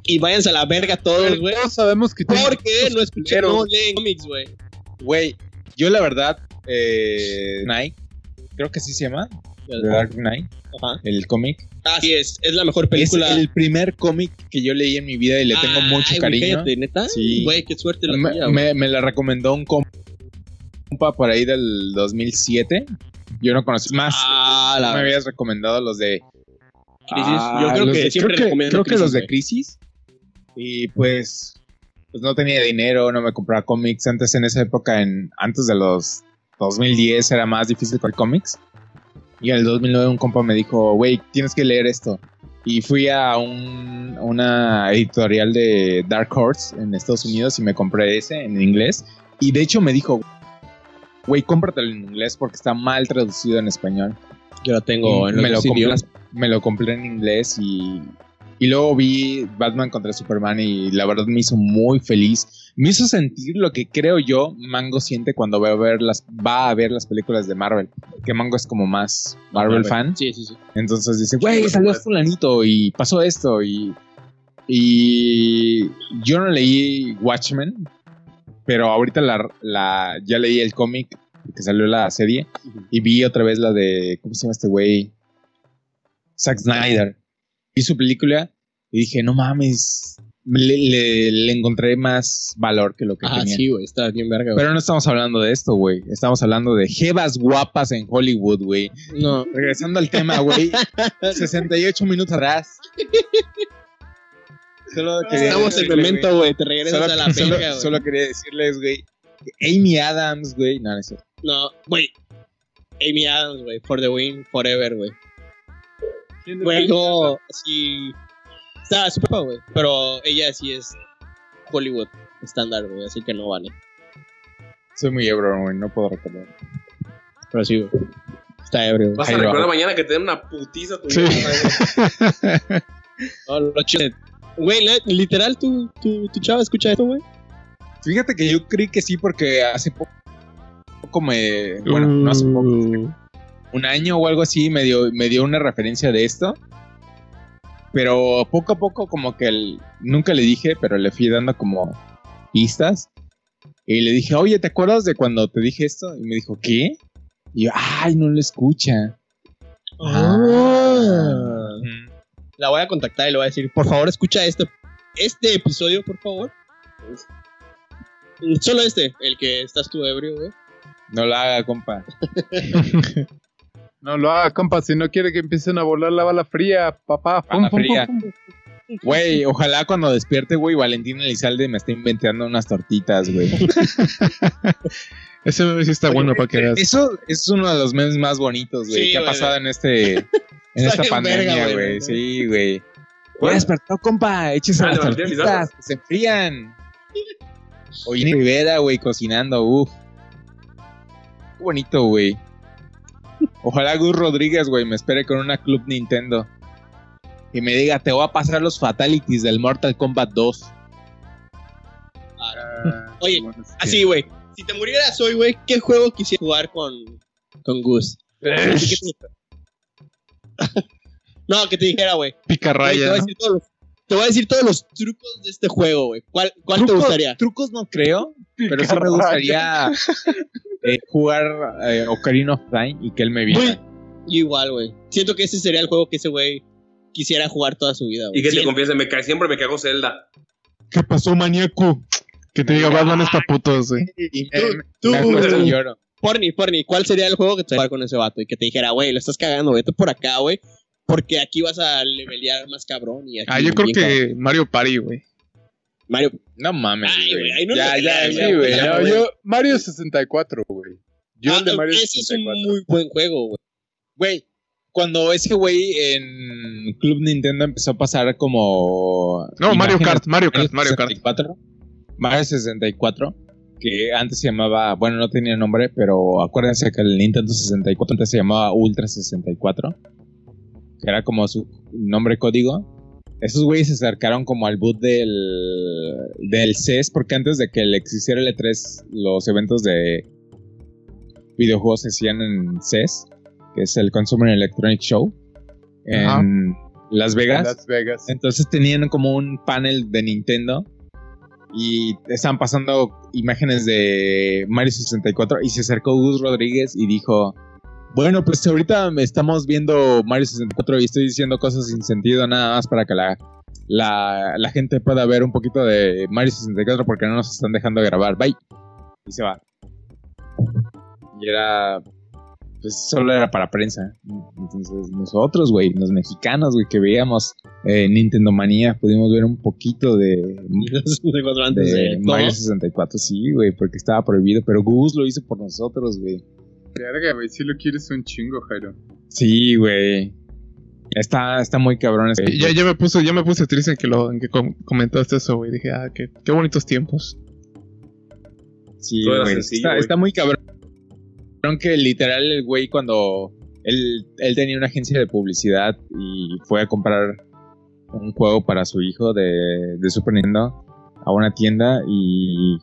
E: Y váyanse a la verga todos, Pues, güey.
D: Todos sabemos que tiene-
E: Porque no escuchan, no leen cómics, güey.
F: Güey, yo la verdad, eh, Knight, creo que así se llama, The Dark Knight,
E: Ajá.
F: el cómic.
E: Así es, es la mejor
F: Es
E: película.
F: el primer cómic que yo leí en mi vida y le tengo
E: Ay,
F: mucho
E: güey,
F: cariño.
E: cállate, ¿neta?
F: Sí.
E: Güey, qué suerte la
F: Me,
E: tuya, güey.
F: me- me la recomendó un compa por ahí del 2007. Yo no conocí más.
E: Ah,
F: tú
E: la
F: me habías recomendado los de
E: crisis. Yo
F: Ah,
E: creo
F: los
E: que
F: de-
E: siempre
F: creo que,
E: recomiendo
F: creo que
E: Crisis,
F: los de
E: güey.
F: Crisis. Y pues, pues no tenía dinero, no me compraba cómics. Antes en esa época, en, antes de los 2010, era más difícil con cómics. Y en el 2009 un compa me dijo, wey, tienes que leer esto. Y fui a un- una editorial de Dark Horse en Estados Unidos y me compré ese en inglés. Y de hecho me dijo, wey, cómpratelo en inglés porque está mal traducido en español
E: Yo la tengo en
F: me, lo
E: los
F: compré,
E: idiomas.
F: me lo compré en inglés y, y luego vi Batman contra Superman y la verdad me hizo muy feliz. Me hizo sentir lo que creo yo Mango siente cuando va a ver las, va a ver las películas de Marvel. Que Mango es como más Marvel fan.
E: Sí, sí, sí.
F: Entonces dice, güey, salió fulanito y pasó esto y... Y yo no leí Watchmen, pero ahorita la, la- ya leí el cómic que salió la serie, y vi otra vez la de, ¿cómo se llama este güey? Zack Snyder. Vi su película y dije, no mames, le, le- le encontré más valor que lo que
E: Ah,
F: tenía.
E: sí, güey, está bien verga, güey.
F: Pero no estamos hablando de esto, güey. Estamos hablando de jevas guapas en Hollywood, güey.
E: No,
F: Regresando al tema, güey. 68 minutos atrás. Solo quería
E: estamos en
F: decirle,
E: momento, güey, te
F: güey,
E: regresas
F: eh, Solo,
E: a la
F: solo-
E: verga, güey.
F: solo quería decirles, güey. que Amy Adams, güey. No, no es cierto.
E: No, güey. Amy Adams, güey, for the win, forever, güey. Güey, no, sí. Está súper, güey. Pero ella sí es Hollywood estándar, güey, así que no vale.
F: Soy muy ebro, güey. No puedo recordar.
E: Pero sí, güey. Está ebrio, güey.
B: Vas a
F: Ahí lo
B: recordar
F: hago.
B: mañana que te den una putiza tu
C: Sí.
B: hija,
E: No, lo chido. Güey, la- literal, tu, tu, tu chava escucha esto, güey.
F: Fíjate que yo creí que sí, porque hace po- poco me. Bueno,
E: Mm.
F: no hace poco. un año o algo así me dio, me dio una referencia de esto. Pero poco a poco como que el- nunca le dije, pero le fui dando como pistas. Y le dije, oye, ¿te acuerdas de cuando te dije esto? Y me dijo, ¿qué? Y yo, ay, no lo escucha.
E: Ah. La voy a contactar y le voy a decir, por favor, escucha este, este episodio, por favor. Solo este, el que estás tú ebrio, güey.
F: No lo haga, compa.
D: No lo haga, compa. Si no quiere que empiecen a volar la bala fría, papá. Pum, pum,
F: Bala
D: pum,
F: fría.
D: pum, pum.
F: Güey, ojalá cuando despierte, güey, Valentín Elizalde me esté inventando unas tortitas, güey.
C: Ese meme sí está bueno para que hagas.
F: Eso es uno de los memes más bonitos, güey,
E: Sí,
F: que ha
E: güey.
F: pasado en este en
E: Está
F: esta
E: bien verga,
F: pandemia,
E: güey,
F: güey.
E: ¿no?
F: Sí, güey.
B: ¿Cuál?
F: Ya despertó, compa. Échese
B: Ah,
F: las
B: ¿le mandé
F: tortitas, que se enfrían. Oye, Rivera, güey, cocinando, uff. Qué bonito, güey. Ojalá Gus Rodríguez, güey, me espere con una Club Nintendo. Y me diga, te voy a pasar los fatalities del Mortal Kombat 2.
E: Oye, Así, güey. Si te murieras hoy, güey, ¿qué juego quisieras jugar con, con Gus? Así que te- no, que te dijera, güey. Güey, Te,
C: Picarraya.
E: voy a
C: ¿no?
E: decir todos los- te voy a decir todos los trucos de este juego, güey. ¿Cuál, cuál te
F: Trucos-
E: gustaría?
F: Trucos no creo, pero sí me gustaría eh, jugar eh, Ocarina of Time y que él me viera.
E: Güey, yo igual, güey. Siento que ese sería el juego que ese güey quisiera jugar toda su vida, güey.
B: Y que te
E: Siento-
B: confiese, me cae, siempre me cago Zelda.
C: ¿Qué pasó, maníaco? Que te diga Batman está puto, güey.
F: Y
E: Tú,
F: me- me-
E: tú,
F: me acuerdo y lloro.
E: Porni, Porni, ¿cuál sería el juego que te gustaría jugar con ese vato? Y que te dijera, güey, lo estás cagando, vete por acá, güey. Porque aquí vas a levelear más cabrón. Y aquí
C: Ah, yo creo
E: bien cabrón".
C: que Mario Party, güey.
E: Mario,
F: No mames,
E: Ay,
F: güey.
E: güey, ahí no
F: ya,
E: le
F: ya,
E: creas,
F: ya,
D: Sí, güey.
F: ya,
D: no,
F: güey.
D: yo, Mario 64, güey. Yo el de
E: Ah,
D: Mario
E: ese es un
D: 64.
E: muy buen juego, güey.
F: Güey, cuando ese güey en Club Nintendo empezó a pasar como...
C: No, Mario
F: imágenes
C: Kart, Mario
F: de
C: Kart, Mario Kart.
F: 64, Mario 64, que antes se llamaba, bueno, no tenía nombre, pero acuérdense que el Nintendo 64 antes se llamaba Ultra 64, que era como su nombre código. Esos güeyes se acercaron como al boot del, del CES, porque antes de que le existiera el E3, los eventos de videojuegos se hacían en CES, que es el Consumer Electronic Show, en
C: Ajá.
F: Las
D: En
F: Vegas.
D: Las Vegas.
F: Entonces tenían como un panel de Nintendo y estaban pasando imágenes de Mario 64 y se acercó Gus Rodríguez y dijo, bueno, pues ahorita me estamos viendo Mario 64 y estoy diciendo cosas sin sentido nada más para que la, la, la gente pueda ver un poquito de Mario 64 porque no nos están dejando grabar. Bye. Y se va. Y era... Pues solo era para prensa. Entonces nosotros, güey, los mexicanos, güey, que veíamos eh, Nintendo Manía pudimos ver un poquito de,
E: De cuatro
F: de
E: antes de todo.
F: Mario 64, sí, güey, porque estaba prohibido, pero Gus lo hizo por nosotros, güey.
D: Verga, güey. Si lo quieres un chingo, Jairo.
F: Sí, güey. Está, está muy cabrón ese.
C: Ya, ya me puse, ya me puse triste en que lo, en que com- comentaste eso, güey. Dije, ah, qué, qué bonitos tiempos.
F: Sí,
B: Todo era
F: güey.
B: sencillo,
F: Está,
B: güey.
F: está muy cabrón. Cabrón que literal el güey cuando él, él tenía una agencia de publicidad y fue a comprar un juego para su hijo de, de Super Nintendo a una tienda y,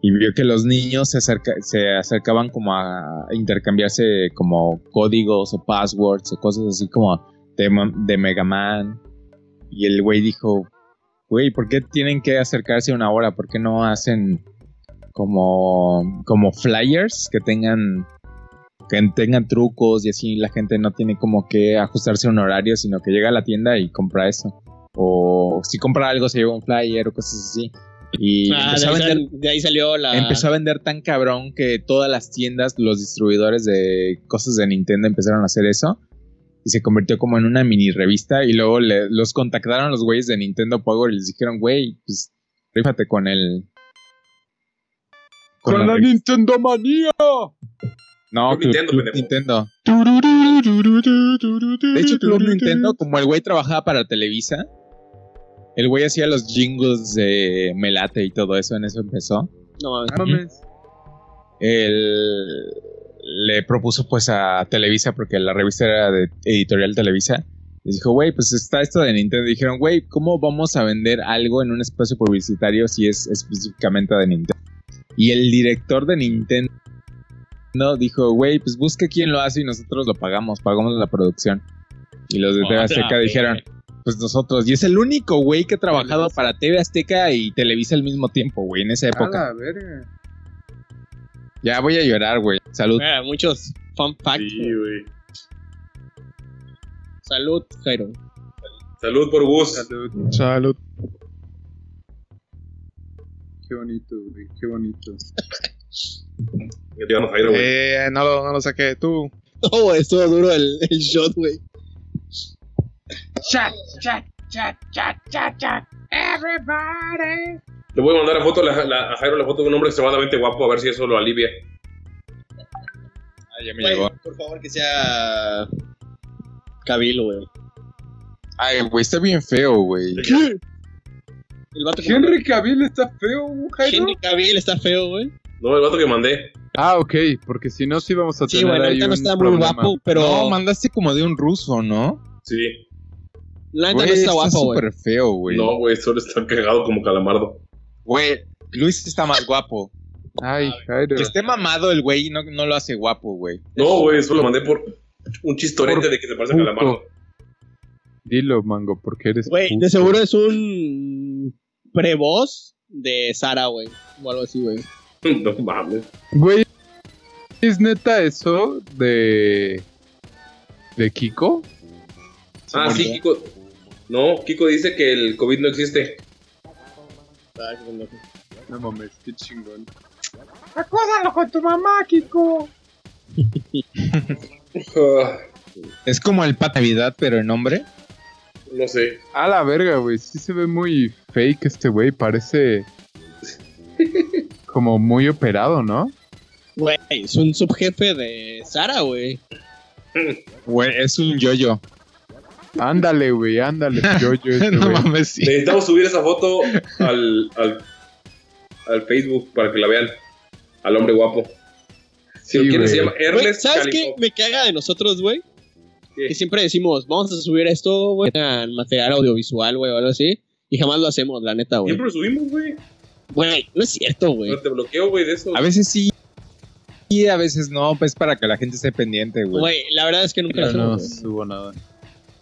F: y vio que los niños se, acerca- se acercaban como a intercambiarse como códigos o passwords o cosas así como de, Ma- de Mega Man. Y el güey dijo, güey, ¿por qué tienen que acercarse una hora? ¿Por qué no hacen como, como flyers que tengan, que tengan trucos y así la gente no tiene como que ajustarse a un horario, sino que llega a la tienda y compra eso. O si compra algo se lleva un flyer o cosas así. Y
E: Ah, de,
F: empezó, a
E: ahí
F: vender,
E: sal- de ahí salió la.
F: empezó a vender tan cabrón que todas las tiendas, los distribuidores de cosas de Nintendo empezaron a hacer eso. Y se convirtió como en una mini revista. Y luego le- los contactaron los güeyes de Nintendo Power y les dijeron, güey, pues rífate con el...
G: Con
F: la
G: la
F: revista".
G: Nintendo Manía.
F: No,
B: Club
F: Club,
B: Nintendo,
F: Club
B: pendejo.
F: Nintendo. De hecho, Club Nintendo, como el güey trabajaba para Televisa, el güey hacía los jingles de Melate y todo eso, en eso empezó.
E: No mames.
F: Él le propuso pues a Televisa, porque la revista era de editorial Televisa, les dijo, güey, pues está esto de Nintendo. Y dijeron, güey, ¿cómo vamos a vender algo en un espacio publicitario si es específicamente de Nintendo? Y el director de Nintendo dijo, güey, pues busca quién lo hace y nosotros lo pagamos, pagamos la producción. Y los de TV
E: Otra
F: Azteca
E: vez.
F: dijeron, pues nosotros. Y es el único güey que ha trabajado para TV Azteca y Televisa al mismo tiempo, güey, en esa época.
C: A la verga.
F: Ya voy a llorar, güey. Salud.
E: Mira, Ah, muchos fun facts.
B: Sí, güey.
E: Salud, Jairo.
B: Salud por Gus.
C: Salud. Salud.
D: Qué bonito, güey, qué bonito.
B: Que te van a Jairo, güey.
C: Eh, no lo, no lo saqué. Tú.
E: Oh, estuvo duro el, el shot, güey.
G: Chat, chat, chat, chat, chat, chat. Everybody.
B: Le voy a mandar a, foto, la- la- a Jairo la foto de un hombre extremadamente guapo a ver si eso lo alivia.
F: Ah, ya me
E: Güey,
F: llegó.
E: Por favor, que sea. Cabilo, güey.
F: Ay, güey, está bien feo, güey.
E: El vato que-
D: Henry Cavill está feo, Jairo.
E: Henry Cavill está feo, güey.
B: No, el vato que mandé.
D: Ah, ok, porque si no, sí vamos a
E: Sí,
D: tener
E: bueno,
D: ahí
E: ahorita
D: un
E: no está muy
D: problema.
E: guapo, pero.
F: No, mandaste como de un ruso, ¿no?
B: Sí.
E: la neta
F: Güey,
E: no está guapo, güey.
F: súper feo, güey.
B: No, güey, solo está cagado como calamardo.
F: Güey, Luis está más guapo.
D: Ay, Jairo.
F: Que
E: Este
F: esté mamado el güey no, no lo hace guapo, güey.
B: No, güey, solo lo mandé por un chistorete
D: Por
B: de que se parece a
D: puto.
B: calamardo.
D: Dilo, mango, porque eres.
E: Güey,
D: puto.
E: de seguro es un. Prevoz de Sara, güey. O algo así, güey.
B: No mames.
D: Güey, ¿es neta eso de. de Kiko?
B: Ah, sí, Kiko. No, Kiko dice que el COVID no existe.
D: No mames, qué chingón.
G: Acósalo con tu mamá, Kiko.
B: Ah,
F: Es como el Pat Navidad, pero en hombre.
B: no sé.
D: A la verga, güey. Sí se ve muy fake este güey. Parece. como muy operado, ¿no?
E: Güey, es un subjefe de Sara, güey.
F: Güey, es un yo-yo.
D: Ándale, güey, ándale. Yo, yo, este
F: no
D: güey.
F: mames, sí.
B: Necesitamos subir esa foto al, al, al Facebook para que la vean. Al hombre guapo. Si
D: Sí,
B: lo quieren,
D: güey.
B: se llama
E: Güey,
B: Ernest
E: ¿Sabes qué
B: Calico.
E: me caga de nosotros, güey?
B: ¿Qué?
E: Que siempre decimos, vamos a subir esto, güey, en material audiovisual, güey, o algo así. Y jamás lo hacemos, la neta, güey.
B: Siempre lo subimos, güey.
E: Güey, no es cierto, güey.
B: Pero te bloqueo, güey, de eso.
F: A veces sí. Y a veces no, pues para que la gente esté pendiente, güey.
E: Güey, la verdad es que nunca lo
D: Yo
E: hacemos.
D: no
E: güey.
D: subo nada.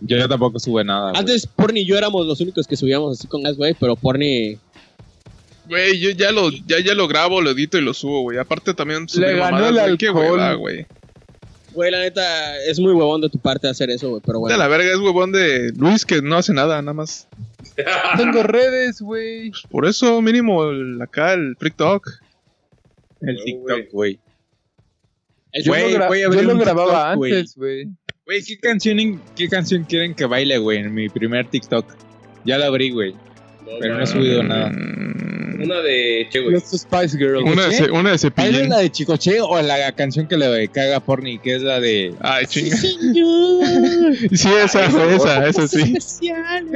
F: Yo tampoco sube nada. güey.
E: Antes Porni y yo éramos los únicos que subíamos así con gas, güey, pero Porni...
C: Güey, yo ya lo, ya, ya lo grabo, lo edito y lo subo, güey. Aparte también subir
D: ganó
C: mamadas,
D: el
C: güey, qué
D: alcohol.
C: hueva, güey.
E: Güey, la neta, es muy huevón de tu parte hacer eso, güey, pero
C: De
E: bueno.
C: la verga es huevón de Luis que no hace nada, nada más.
B: Ah,
D: Tengo redes, güey.
C: Por eso mínimo el- acá el Freak Talk.
F: el TikTok, güey.
E: El
D: Yo
F: Güey,
D: lo, gra-
F: voy a
D: yo
F: abrir
D: lo
F: un
D: grababa
F: TikTok, güey.
D: antes, güey.
F: Güey, ¿qué canción, en- ¿qué canción quieren que baile, güey? En mi primer TikTok. Ya la abrí, güey. Pero no he subido nada.
C: Mm,
B: Una de Che, güey.
D: Los Spice Girls.
C: Una de, ce- una de
F: ¿Baile
C: cepillín.
F: la de Chicoche o la canción que le caga a Porni, que es la de...
C: Ay, chinga.
E: señor.
C: Sí, esa, güey, esa, esa sí.
E: Especiales.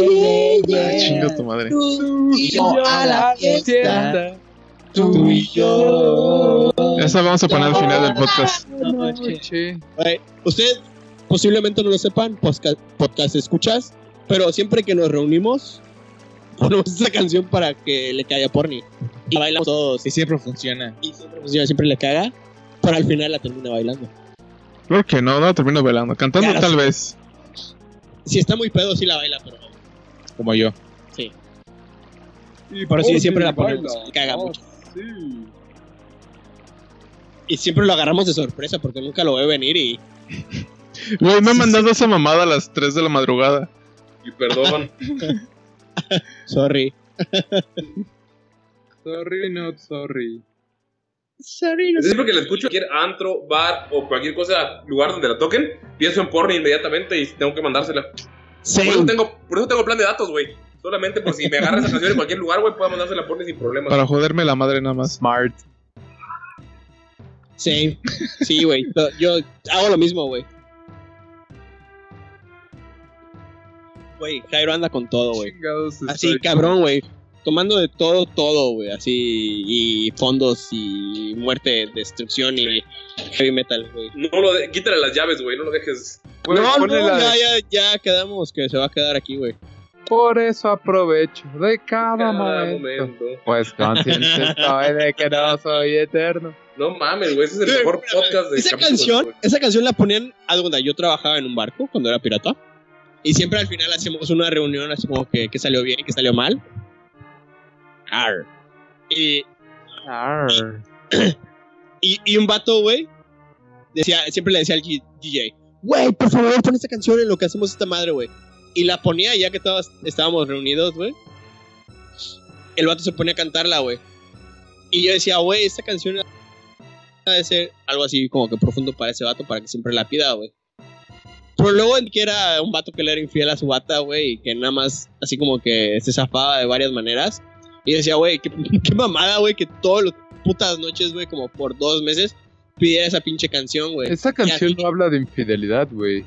C: Ay, chinga tu madre.
E: Tú y yo a
D: ah,
E: la fiesta. Tú y yo.
C: Esa vamos a poner al final del podcast.
E: Güey, Ustedes posiblemente no lo sepan, podcast, podcast escuchas, pero siempre que nos reunimos, ponemos esa canción para que le caiga a Porni. Y la bailamos todos.
F: Y siempre funciona.
E: Y siempre funciona, siempre le caga, pero al final la termina bailando.
C: Claro que no, no termino velando. Cantando
E: Claro,
C: tal vez.
E: Si está muy pedo, sí la baila, pero.
F: Como yo.
E: Pero sí, siempre la ponemos.
H: Oh, baila.
E: Caga
H: Ah,
E: mucho.
H: Sí.
E: Y siempre lo agarramos de sorpresa porque nunca lo ve venir y
C: Güey, me han mandado esa mamada a las 3 de la madrugada.
B: Y perdón.
E: sorry.
H: Sorry, not sorry.
E: Sorry, no sé.
B: Siempre que la escucho en cualquier antro, bar o cualquier cosa, lugar donde la toquen, pienso en porno inmediatamente y tengo que mandársela. Por eso tengo, por eso tengo plan de datos, güey. Solamente por si me agarra esa canción en cualquier lugar, güey, puedo mandársela porno sin problemas.
C: Para joderme la madre nada más.
D: Smart.
E: Sí, sí, güey. Lo- Yo hago lo mismo, güey. Güey, Jairo anda con todo, güey.
H: Chingados
E: Así,
H: estoy-
E: cabrón, güey. Tomando de todo, todo, güey. Así, y fondos, y muerte, destrucción, y heavy metal, güey.
B: No lo de- quítale las llaves, güey, no lo dejes.
H: Güey,
E: no,
H: ponle
E: no,
H: la de-
E: ya, ya, ya quedamos que se va a quedar aquí, güey.
D: Por eso aprovecho de cada,
B: Cada
D: momento.
B: momento.
D: Pues consciente estoy de que no soy eterno.
B: No mames, güey, ese es el mejor podcast de
E: Esa
B: capítulos,
E: canción,
B: güey.
E: esa canción la ponían algo donde yo trabajaba en un barco cuando era pirata. Y siempre al final hacemos una reunión así como que, que salió bien y que salió mal. Arr. Y,
D: Arr.
E: y, y un vato, güey, decía, siempre le decía al G- DJ, güey, por favor, pon esta canción en lo que hacemos esta madre, güey. Y la ponía ya que todos estábamos reunidos, güey. El vato se pone a cantarla, güey. Y yo decía, güey, esta canción ha de ser algo así como que profundo para ese vato para que siempre la pida, güey. Pero luego en que era un vato que le era infiel a su bata, güey, y que nada más así como que se zafaba de varias maneras. Y yo decía, güey, qué, qué mamada, güey, que todos los putas noches, güey, como por dos meses, pidiera esa pinche canción, güey.
D: Esa canción
E: Y aquí-
D: no habla de infidelidad, güey.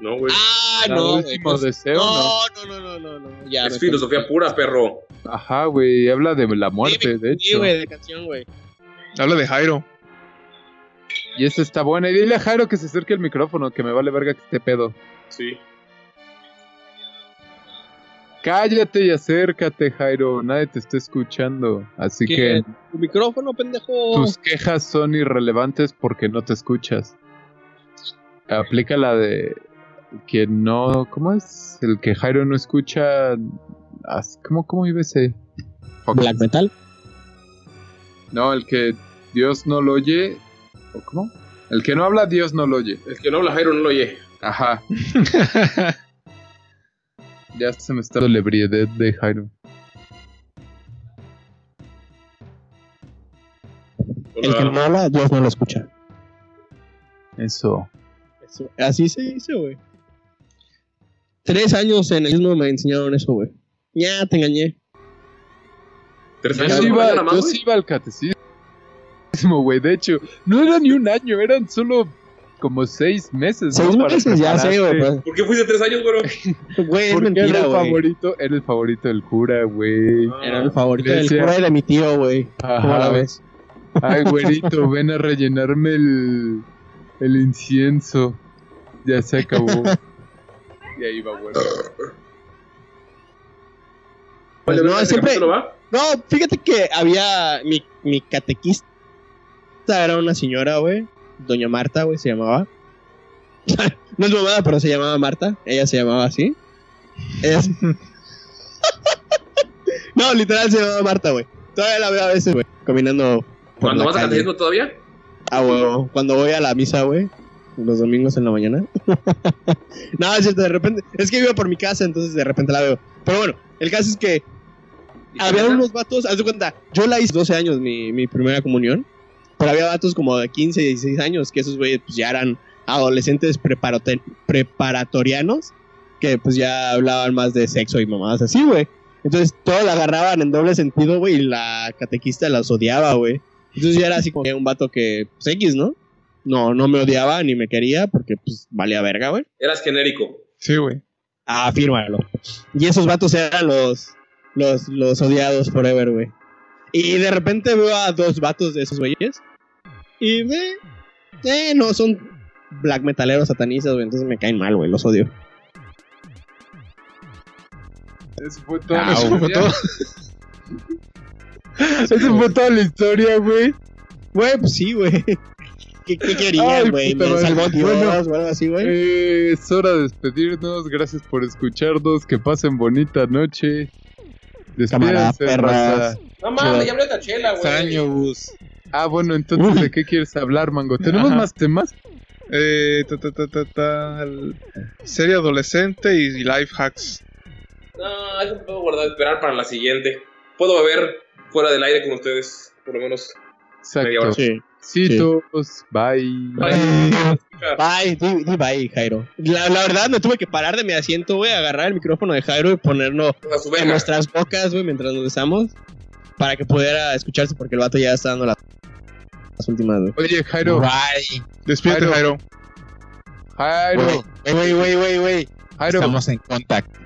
B: No, güey.
E: Ah,
D: La
E: no,
D: de
E: güey.
D: último deseo, ¿no?
E: No, no, no, no, no, no, ya.
B: es
E: me
B: filosofía pura, perro.
D: Ajá, güey. Habla de la muerte, de
E: confundí,
D: hecho.
E: güey, de canción, güey.
C: Habla de Jairo.
D: Y esa está buena. Y dile a Jairo que se acerque el micrófono, que me vale verga que esté pedo.
B: Sí.
D: Cállate y acércate, Jairo. Nadie te está escuchando. Así
E: ¿Qué?
D: que
E: Tu micrófono, pendejo.
D: tus quejas son irrelevantes porque no te escuchas. Aplica la de que no. ¿Cómo es? El que Jairo no escucha. as- ¿Cómo, cómo iba ese? Fuck.
E: Black Metal.
D: No, el que Dios no lo oye. ¿O cómo? El que no habla, Dios no lo oye.
B: El que no habla Jairo no lo oye.
D: Ajá. ya se me está dando la ebriedad de Jairo.
E: El que no habla, Dios no lo escucha.
D: Eso.
E: Eso, Así se dice, güey. Tres años en el mismo me enseñaron eso, güey. Ya, te engañé.
B: Tres
D: Yo
B: años
D: sí
B: de
D: iba,
B: nada más,
D: yo
B: güey.
D: sí iba al catecismo, güey. De hecho, no era ni un año, eran solo como seis meses. ¿no?
E: Seis
D: Para
E: meses, ya sé, güey.
D: prepararte.
B: ¿Por qué fuiste tres años, güey?
E: pero- Güey, es
D: Porque era
E: mentira,
D: el
E: güey.
D: favorito, era el favorito del cura, güey.
B: Ah,
E: Era el favorito
D: Le
E: del
D: decía- Ah,
E: cura y de mi tío, güey. ¿Cómo la
D: Ajá.
E: ves?
D: Ay, güerito, ven a rellenarme el, el incienso. Ya se acabó. y ahí va, güey.
E: Pues no, siempre...
B: ¿Capítulo va?
E: No, fíjate que había... Mi, mi catequista era una señora, güey. Doña Marta, güey, se llamaba. no es mamada, pero se llamaba Marta. Ella se llamaba así. Ella se- no, literal se llamaba Marta, güey. Todavía la veo a veces, güey. Caminando por
B: ¿Cuándo
E: la
B: vas a
E: calle.
B: catecismo todavía?
E: Ah, huevo. Cuando voy a la misa, güey. Los domingos en la mañana. no, es cierto, de repente. Es que vivo por mi casa, entonces de repente la veo. Pero bueno, el caso es que había unos vatos. Haz de cuenta, yo la hice 12 años, mi, mi primera comunión. Pero había vatos como de 15, 16 años, que esos güeyes pues, ya eran adolescentes preparote- preparatorianos. Que pues ya hablaban más de sexo y mamadas así, güey. Entonces todos la agarraban en doble sentido, güey. Y la catequista las odiaba, güey. Entonces ya era así como que un vato que, pues X, ¿no? No, no me odiaba ni me quería porque, pues, valía verga, güey.
B: Eras genérico.
C: Sí, güey.
E: Ah, Afírmalo. Y esos vatos eran los, los, los odiados forever, güey. Y de repente veo a dos vatos de esos güeyes. Y ve, eh, no, son black metaleros satanistas, güey. Entonces me caen mal, güey, los odio.
D: Eso fue todo.
C: Eso fue todo.
D: Eso fue toda la historia, güey.
E: Güey, pues sí, güey. ¿Qué, qué
D: Ay,
E: querían, güey?
D: puta
E: ¿Me
D: madre.
E: salvó Dios
D: Bueno.
E: o algo así, güey?
D: Eh, es hora de despedirnos. Gracias por escucharnos. Que pasen bonita noche.
E: Cámara,
D: Despídense,
E: perras.
D: raza.
B: No mames, ya hablé de Chela, güey.
A: Extraño, Gus.
D: Ah, bueno, entonces, ¿de qué quieres hablar, Mango? ¿Tenemos
C: Ajá.
D: más temas?
C: Eh, ta, ta, ta, ta, ta, el- serie adolescente y, y life hacks.
B: No, eso puedo guardar, esperar para la siguiente. Puedo beber fuera del aire con ustedes, por lo menos. Media hora.
D: Exacto.
E: Sí.
D: Citos, bye.
E: Bye, di, di bye, Jairo. La, la verdad, me tuve que parar de mi asiento, güey, agarrar el micrófono de Jairo y ponerlo
B: A su
E: en
B: verga.
E: nuestras bocas, güey, mientras nos besamos. Para que pudiera escucharse, porque el vato ya está dando las, las últimas, güey.
D: Oye, Jairo,
E: Bye.
C: Despídete, Jairo.
D: Jairo. Jairo,
E: Güey, güey, güey, güey, güey.
D: Jairo.
F: Estamos en contacto.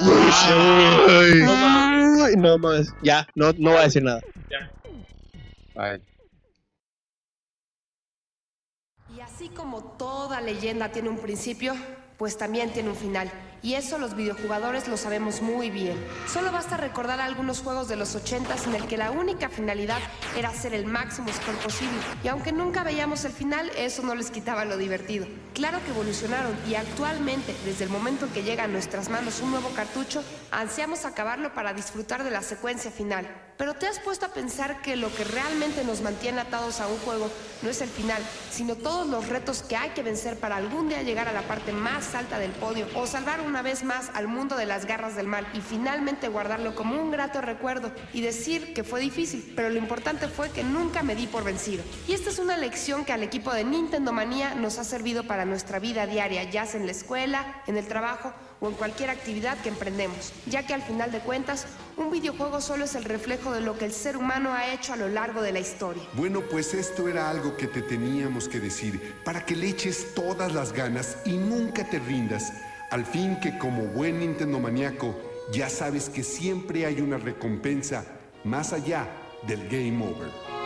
E: Ay, No mames. No mames. Ya, no, no voy a decir nada.
D: Bye.
I: Y así como toda leyenda tiene un principio, pues también tiene un final. Y eso los videojugadores lo sabemos muy bien. Solo basta recordar algunos juegos de los 80s en el que la única finalidad era hacer el máximo score posible. Y aunque nunca veíamos el final, eso no les quitaba lo divertido. Claro que evolucionaron y actualmente, desde el momento en que llega a nuestras manos un nuevo cartucho, ansiamos acabarlo para disfrutar de la secuencia final. Pero te has puesto a pensar que lo que realmente nos mantiene atados a un juego no es el final, sino todos los retos que hay que vencer para algún día llegar a la parte más alta del podio o salvar una vez más al mundo de las garras del mal y finalmente guardarlo como un grato recuerdo y decir que fue difícil, pero lo importante fue que nunca me di por vencido. Y esta es una lección que al equipo de Nintendo Manía nos ha servido para nuestra vida diaria, ya sea en la escuela, en el trabajo o en cualquier actividad que emprendemos, ya que al final de cuentas, un videojuego solo es el reflejo de lo que el ser humano ha hecho a lo largo de la historia.
J: Bueno, pues esto era algo que te teníamos que decir para que le eches todas las ganas y nunca te rindas. Al fin que como buen Nintendo maníaco, ya sabes que siempre hay una recompensa más allá del game over.